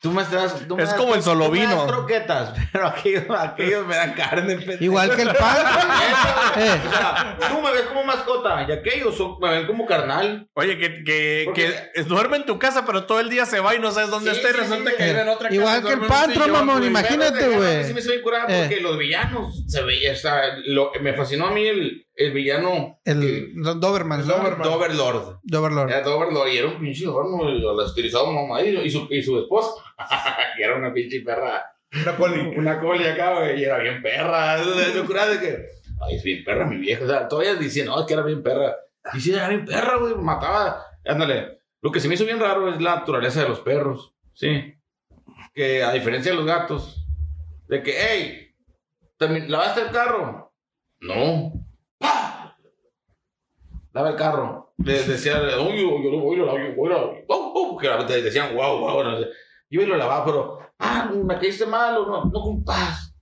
[SPEAKER 6] Tú me estás. tú me
[SPEAKER 4] Es
[SPEAKER 6] das-
[SPEAKER 4] como el solovino.
[SPEAKER 6] tú me das croquetas, <laughs> pero aquellos, aquellos me dan carne. pendejo.
[SPEAKER 7] güey. Igual que el pan.
[SPEAKER 6] <laughs>
[SPEAKER 7] güey. Eh,
[SPEAKER 6] O sea, tú me ves como mascota y aquellos son- me ven como carnal.
[SPEAKER 4] Oye, que, que,
[SPEAKER 6] Porque-
[SPEAKER 4] que duerme en tu casa, pero todo el día se va y no sabes dónde
[SPEAKER 6] Sí,
[SPEAKER 4] está y
[SPEAKER 6] sí,
[SPEAKER 4] resulta
[SPEAKER 6] sí.
[SPEAKER 4] que vive en otra casa.
[SPEAKER 7] Igual que el
[SPEAKER 4] duerme en un
[SPEAKER 7] Pantro,
[SPEAKER 4] sillón,
[SPEAKER 7] mamón,
[SPEAKER 4] güey.
[SPEAKER 7] imagínate.
[SPEAKER 6] Pero,
[SPEAKER 7] güey.
[SPEAKER 6] a mí Sí me soy curada
[SPEAKER 7] Eh.
[SPEAKER 6] porque los villanos se veían. O sea, lo- me fascinó a mí el, el villano.
[SPEAKER 7] el Don Doberman. ¿no?
[SPEAKER 6] Doberlord.
[SPEAKER 7] Doberlord.
[SPEAKER 6] Era todo verlo, y era un pinche horno, y la estilizaba mamá, y, y su, y su esposa, <laughs> que era una pinche perra,
[SPEAKER 5] Una poli.
[SPEAKER 6] una coli acá, güey, y era bien perra, es una locura de que, ay, es bien perra mi vieja, o sea, todavía dicen, no, es que era bien perra, y sí, era bien perra, güey, mataba, ándale, lo que se me hizo bien raro es la naturaleza de los perros, sí, que a diferencia de los gatos, de que, hey, también, ¿lavaste el carro? No. ¡Pah! Lava el carro. Les decía, uy, yo, yo lo voy a lavar, yo voy a lavar. Uh, uh, que la- les decían, wow, wow. no sé. Yo lo lavaba, pero, ah, me caíste mal, o no, no cumpas.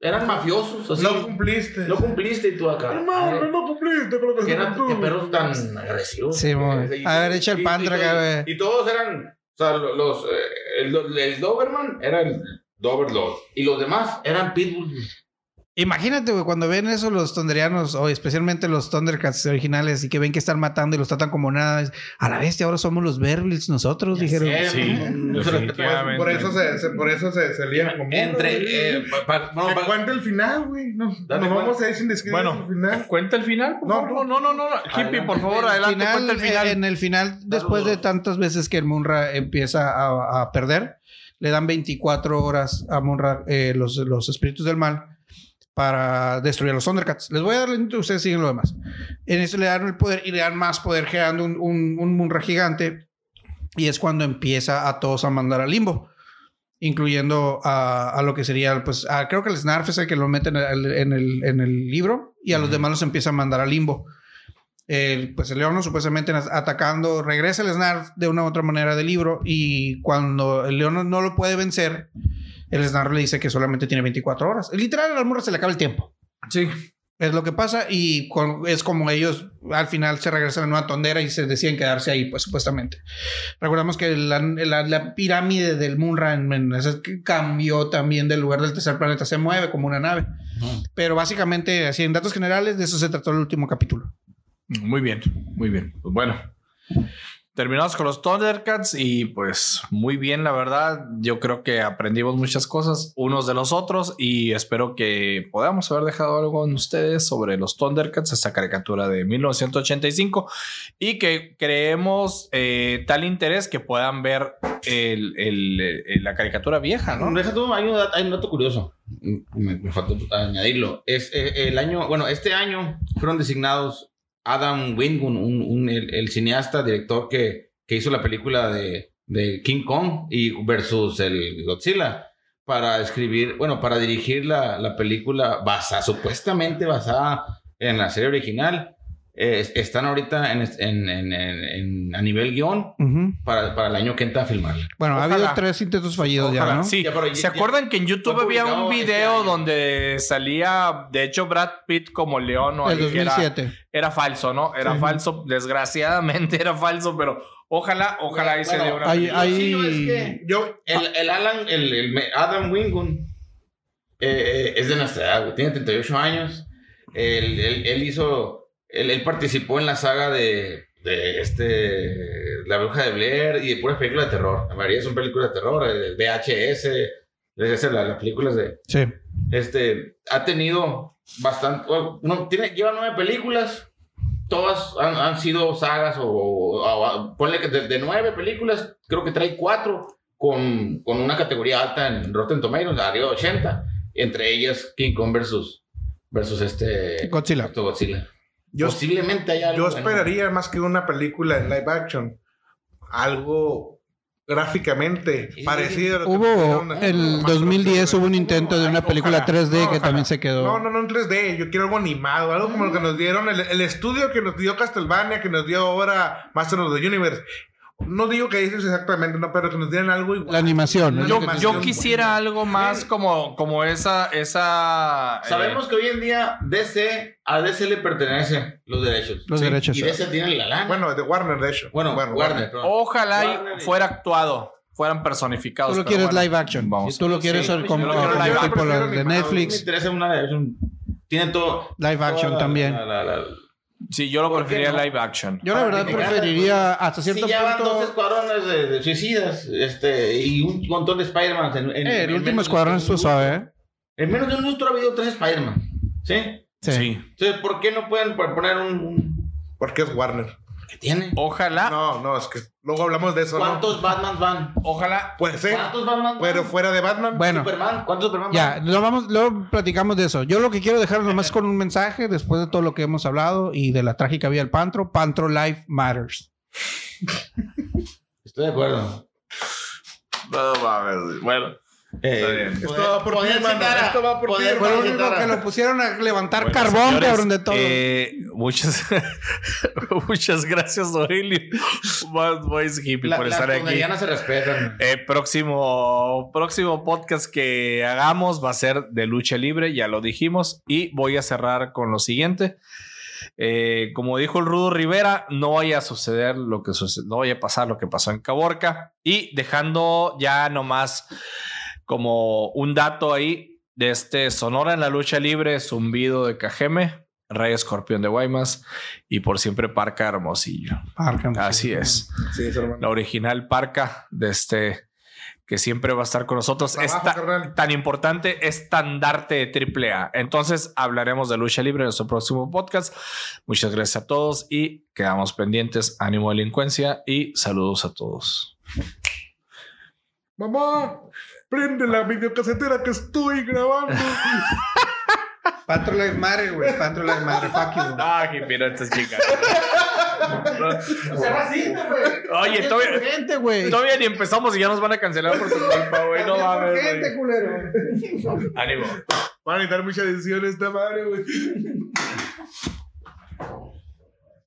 [SPEAKER 6] Eran mafiosos, así.
[SPEAKER 5] No cumpliste.
[SPEAKER 6] No cumpliste y tú acá.
[SPEAKER 5] Hermano, no cumpliste con lo que
[SPEAKER 6] Que
[SPEAKER 5] se
[SPEAKER 6] eran
[SPEAKER 5] cumplió.
[SPEAKER 6] que perros tan agresivos.
[SPEAKER 7] Sí, mon.
[SPEAKER 6] Y-
[SPEAKER 7] A ver, echa el
[SPEAKER 6] y-
[SPEAKER 7] pantra
[SPEAKER 6] y-
[SPEAKER 7] acá, güey.
[SPEAKER 6] Y todos eran, o sea, lo- los, eh, el, do- el Doberman era el Doberlord. Y los demás eran Pitbull.
[SPEAKER 7] Imagínate, güey, cuando ven eso los tonderianos, o especialmente los Thundercats originales, y que ven que están matando y los tratan como nada. es, A la bestia, ahora somos los Berbils nosotros, dijeron.
[SPEAKER 6] Eh,
[SPEAKER 4] Sí,
[SPEAKER 6] no, no se respetaba
[SPEAKER 4] definitivamente.
[SPEAKER 6] eso.
[SPEAKER 5] Por eso se, se- por eso se, se lían como.
[SPEAKER 6] Entre. eh, pa- pa- no,
[SPEAKER 5] No,
[SPEAKER 6] pa-
[SPEAKER 5] cuenta el final, güey. No, nos
[SPEAKER 6] Date
[SPEAKER 5] vamos a ir sin describir
[SPEAKER 4] Bueno,
[SPEAKER 5] el final.
[SPEAKER 4] ¿Eh? cuenta el final. por
[SPEAKER 5] No,
[SPEAKER 4] favor. no, no, no, no. Hippie, por favor,
[SPEAKER 7] En el
[SPEAKER 4] adelante,
[SPEAKER 7] final,
[SPEAKER 4] cuenta el final.
[SPEAKER 7] eh, En el final, después de tantas veces que el Munra empieza a, a perder, le dan 24 horas a Munra, eh, los, los espíritus del mal, para destruir a los Thundercats. Les voy a dar, el intro, ustedes siguen lo demás. En eso le dan el poder y le dan más poder, creando un, un, un Munra gigante. Y es cuando empieza a todos a mandar al limbo. Incluyendo a, a lo que sería, pues, a- creo que el Snarf es el que lo mete en el, en el, en el libro y a los demás los empieza a mandar al limbo el, pues el león supuestamente nas- atacando, regresa el Snarf de una u otra manera del libro y cuando el león no lo puede vencer, el Snarf le dice que solamente tiene 24 horas. Literal, al murra se le acaba el tiempo.
[SPEAKER 4] Sí.
[SPEAKER 7] Es lo que pasa y con- es como ellos al final se regresan a una tondera y se deciden quedarse ahí, pues supuestamente. Recordamos que la, la- la pirámide del Munra en- en ese cambió también del lugar del tercer planeta, se mueve como una nave. Pero básicamente, así en datos generales, de eso se trató el último capítulo.
[SPEAKER 4] Muy bien, muy bien. Pues bueno, terminamos con los Thundercats y pues muy bien, la verdad. Yo creo que aprendimos muchas cosas unos de los otros y espero que podamos haber dejado algo en ustedes sobre los Thundercats, esta caricatura de 1985 y que creemos eh, tal interés que puedan ver el- el- el- la caricatura vieja,
[SPEAKER 6] No,
[SPEAKER 4] ¿no?
[SPEAKER 6] deja tú, hay un, dat- hay un dato curioso. Me, me faltó añadirlo. Es, eh, el año, bueno, este año fueron designados Adam Wingun, un, un- el, el cineasta, director que, que hizo la película de, de King Kong y versus el Godzilla, para escribir, bueno, para dirigir la, la película basada, supuestamente basada en la serie original. Eh, están ahorita en, est- en- en- en- en- a nivel guión para, para el año que entra a filmarla.
[SPEAKER 7] Bueno,
[SPEAKER 4] Ojalá.
[SPEAKER 7] ha habido tres intentos fallidos
[SPEAKER 4] Ojalá,
[SPEAKER 7] ya, ¿no?
[SPEAKER 4] Sí,
[SPEAKER 6] Ya, pero ya-
[SPEAKER 4] ¿se
[SPEAKER 6] ya-
[SPEAKER 4] acuerdan que en YouTube
[SPEAKER 6] fue
[SPEAKER 4] había un
[SPEAKER 6] publicado este
[SPEAKER 4] video
[SPEAKER 6] año?
[SPEAKER 4] donde salía, de hecho, Brad Pitt como león o
[SPEAKER 7] El
[SPEAKER 4] algo que era-
[SPEAKER 7] 2007.
[SPEAKER 4] era falso, ¿no? Era
[SPEAKER 7] Sí.
[SPEAKER 4] falso, desgraciadamente era falso, pero ojalá, ojalá ahí se
[SPEAKER 6] Bueno,
[SPEAKER 4] dé una.
[SPEAKER 7] Hay,
[SPEAKER 6] Lo
[SPEAKER 7] hay-
[SPEAKER 6] chido es que-
[SPEAKER 5] Yo,
[SPEAKER 6] El, el Alan, el, el me- Adam Wingun eh, eh, es de nuestra edad, güey. Tiene 38 años. Él, él- él hizo. Él, él participó en la saga de, de este. La bruja de Blair y de puras películas de terror. La mayoría son películas de terror, eh, VHS. Les hace la- las películas de.
[SPEAKER 7] Sí.
[SPEAKER 6] Este. Ha tenido bastante. bueno, No, tiene, lleva nueve películas. Todas han, han sido sagas o, o- o- ponle que de, de nueve películas, creo que trae cuatro con, con una categoría alta en Rotten Tomatoes, arriba de 80. Entre ellas King Kong versus, versus este
[SPEAKER 7] Godzilla.
[SPEAKER 6] este Godzilla.
[SPEAKER 5] yo,
[SPEAKER 6] Posiblemente haya algo
[SPEAKER 5] yo
[SPEAKER 6] bueno.
[SPEAKER 5] esperaría más que una película en live action. Algo gráficamente
[SPEAKER 6] Sí.
[SPEAKER 5] parecido a lo que hicieron
[SPEAKER 7] Hubo
[SPEAKER 5] las-
[SPEAKER 7] el
[SPEAKER 5] las-
[SPEAKER 7] 2010 hubo un intento de una
[SPEAKER 6] Ojalá.
[SPEAKER 7] película 3D
[SPEAKER 5] No,
[SPEAKER 7] que
[SPEAKER 5] ojalá.
[SPEAKER 7] también se
[SPEAKER 5] No,
[SPEAKER 7] quedó.
[SPEAKER 5] no, no en 3D. Yo quiero algo animado, algo como lo que nos dieron, el, el estudio que nos dio Castlevania, que nos dio ahora Master of the Universe. No digo que eso es exactamente, no, pero que nos dieran algo igual.
[SPEAKER 7] La animación.
[SPEAKER 5] No,
[SPEAKER 7] es
[SPEAKER 4] Yo,
[SPEAKER 7] lo que-
[SPEAKER 5] más
[SPEAKER 4] yo
[SPEAKER 5] bien,
[SPEAKER 4] quisiera
[SPEAKER 5] bueno.
[SPEAKER 4] algo más como, como esa, esa. eh,
[SPEAKER 6] Sabemos que hoy en día DC, a DC le pertenece los derechos.
[SPEAKER 7] Los derechos.
[SPEAKER 6] Y DC tiene la lana.
[SPEAKER 5] Bueno, de Warner, de hecho.
[SPEAKER 6] Bueno, Warner. perdón.
[SPEAKER 4] ojalá y
[SPEAKER 6] Warner y-
[SPEAKER 4] fuera actuado, fueran personificados.
[SPEAKER 7] Tú lo
[SPEAKER 4] pero
[SPEAKER 7] quieres
[SPEAKER 4] bueno.
[SPEAKER 7] live action.
[SPEAKER 4] Vamos.
[SPEAKER 7] Tú lo quieres
[SPEAKER 6] Sí,
[SPEAKER 7] el-
[SPEAKER 6] yo
[SPEAKER 7] como
[SPEAKER 4] lo quiero live
[SPEAKER 7] como
[SPEAKER 4] action,
[SPEAKER 7] tipo
[SPEAKER 5] prefiero
[SPEAKER 7] la de
[SPEAKER 5] animado.
[SPEAKER 6] No me
[SPEAKER 7] Netflix.
[SPEAKER 6] interesa una es un- Tiene todo.
[SPEAKER 7] Live
[SPEAKER 6] toda
[SPEAKER 7] action
[SPEAKER 6] la-
[SPEAKER 7] también.
[SPEAKER 6] la- la- la-
[SPEAKER 4] Sí, yo lo
[SPEAKER 6] ¿Por qué
[SPEAKER 4] preferiría
[SPEAKER 6] no?
[SPEAKER 4] live action.
[SPEAKER 7] Yo la
[SPEAKER 6] Para
[SPEAKER 7] verdad
[SPEAKER 6] que te ganas,
[SPEAKER 7] preferiría
[SPEAKER 6] güey.
[SPEAKER 7] hasta cierto
[SPEAKER 6] sí, ya van dos
[SPEAKER 7] punto. Eh,
[SPEAKER 6] escuadrones de, de suicidas este, y un montón de Spider-Man. En, en-
[SPEAKER 7] Eh,
[SPEAKER 6] en
[SPEAKER 7] el último
[SPEAKER 6] menos
[SPEAKER 7] escuadrón
[SPEAKER 6] de un
[SPEAKER 7] estuvo
[SPEAKER 6] lustro.
[SPEAKER 7] suave, ¿eh?
[SPEAKER 6] En menos de un lustro ha habido tres Spider-Man. ¿Sí?
[SPEAKER 7] Sí.
[SPEAKER 6] Entonces, ¿por qué no pueden poner un. un-
[SPEAKER 5] Porque es Warner.
[SPEAKER 6] ¿Qué tiene?
[SPEAKER 7] Ah.
[SPEAKER 4] Ojalá,
[SPEAKER 5] No, no, es que luego hablamos de eso, ¿no?
[SPEAKER 6] ¿Cuántos Batman van?
[SPEAKER 4] ojalá.
[SPEAKER 5] Puede ser.
[SPEAKER 6] ¿Cuántos Batman van?
[SPEAKER 5] Pero fuera de Batman.
[SPEAKER 7] Bueno,
[SPEAKER 6] Superman, ¿Cuántos Superman
[SPEAKER 7] ya,
[SPEAKER 6] van?
[SPEAKER 7] lo vamos, luego platicamos de eso. Yo lo que quiero dejar nomás con un mensaje después de todo lo que hemos hablado y de la trágica vida del Pantro. Pantro Life Matters.
[SPEAKER 6] Estoy de acuerdo.
[SPEAKER 4] No mames, Bueno,
[SPEAKER 6] Eh,
[SPEAKER 4] está bien.
[SPEAKER 5] Esto va por ti, hermano. Esto va por ti,
[SPEAKER 7] Fue lo
[SPEAKER 5] hermano.
[SPEAKER 7] único que lo pusieron a levantar
[SPEAKER 4] Bueno,
[SPEAKER 7] carbón,
[SPEAKER 4] señores,
[SPEAKER 7] cabrón, de todo.
[SPEAKER 4] eh, muchas, <laughs> muchas gracias, Aurelio. Bad Boys Hippie
[SPEAKER 6] La-
[SPEAKER 4] por
[SPEAKER 6] las
[SPEAKER 4] estar aquí.
[SPEAKER 6] colombianas se respetan.
[SPEAKER 4] Eh, próximo, próximo podcast que hagamos va a ser de lucha libre, ya lo dijimos. Y voy a cerrar con lo siguiente. Eh, como dijo el Rudo Rivera, no vaya a suceder lo que sucede, no vaya a pasar lo que pasó en Caborca. Y dejando ya nomás como un dato ahí de este Sonora en la lucha libre, zumbido de Cajeme, Rey Escorpión de Guaymas y por siempre Parca Hermosillo.
[SPEAKER 7] Arkham.
[SPEAKER 4] Así es
[SPEAKER 5] Sí, es hermano.
[SPEAKER 4] la original Parca, de este, que siempre va a estar con nosotros.
[SPEAKER 5] Trabajo,
[SPEAKER 4] Está
[SPEAKER 5] carnal.
[SPEAKER 4] tan importante estandarte de AAA. Entonces hablaremos de lucha libre en nuestro próximo podcast. Muchas gracias a todos y quedamos pendientes. Ánimo delincuencia y saludos a todos.
[SPEAKER 5] Mamá, prende la videocasetera que estoy grabando.
[SPEAKER 7] Pantro Life Matters, güey. Pantro Life Matters. Fuck you. güey.
[SPEAKER 4] Ah, qué piratas chicas.
[SPEAKER 6] racista, güey.
[SPEAKER 4] Oye, todavía,
[SPEAKER 7] Gente, güey.
[SPEAKER 4] todavía ni empezamos y ya nos van a cancelar por tu culpa, güey. No mames. güey.
[SPEAKER 7] Gente, culero.
[SPEAKER 4] Ánimo.
[SPEAKER 5] Van a necesitar mucha edición esta madre, güey.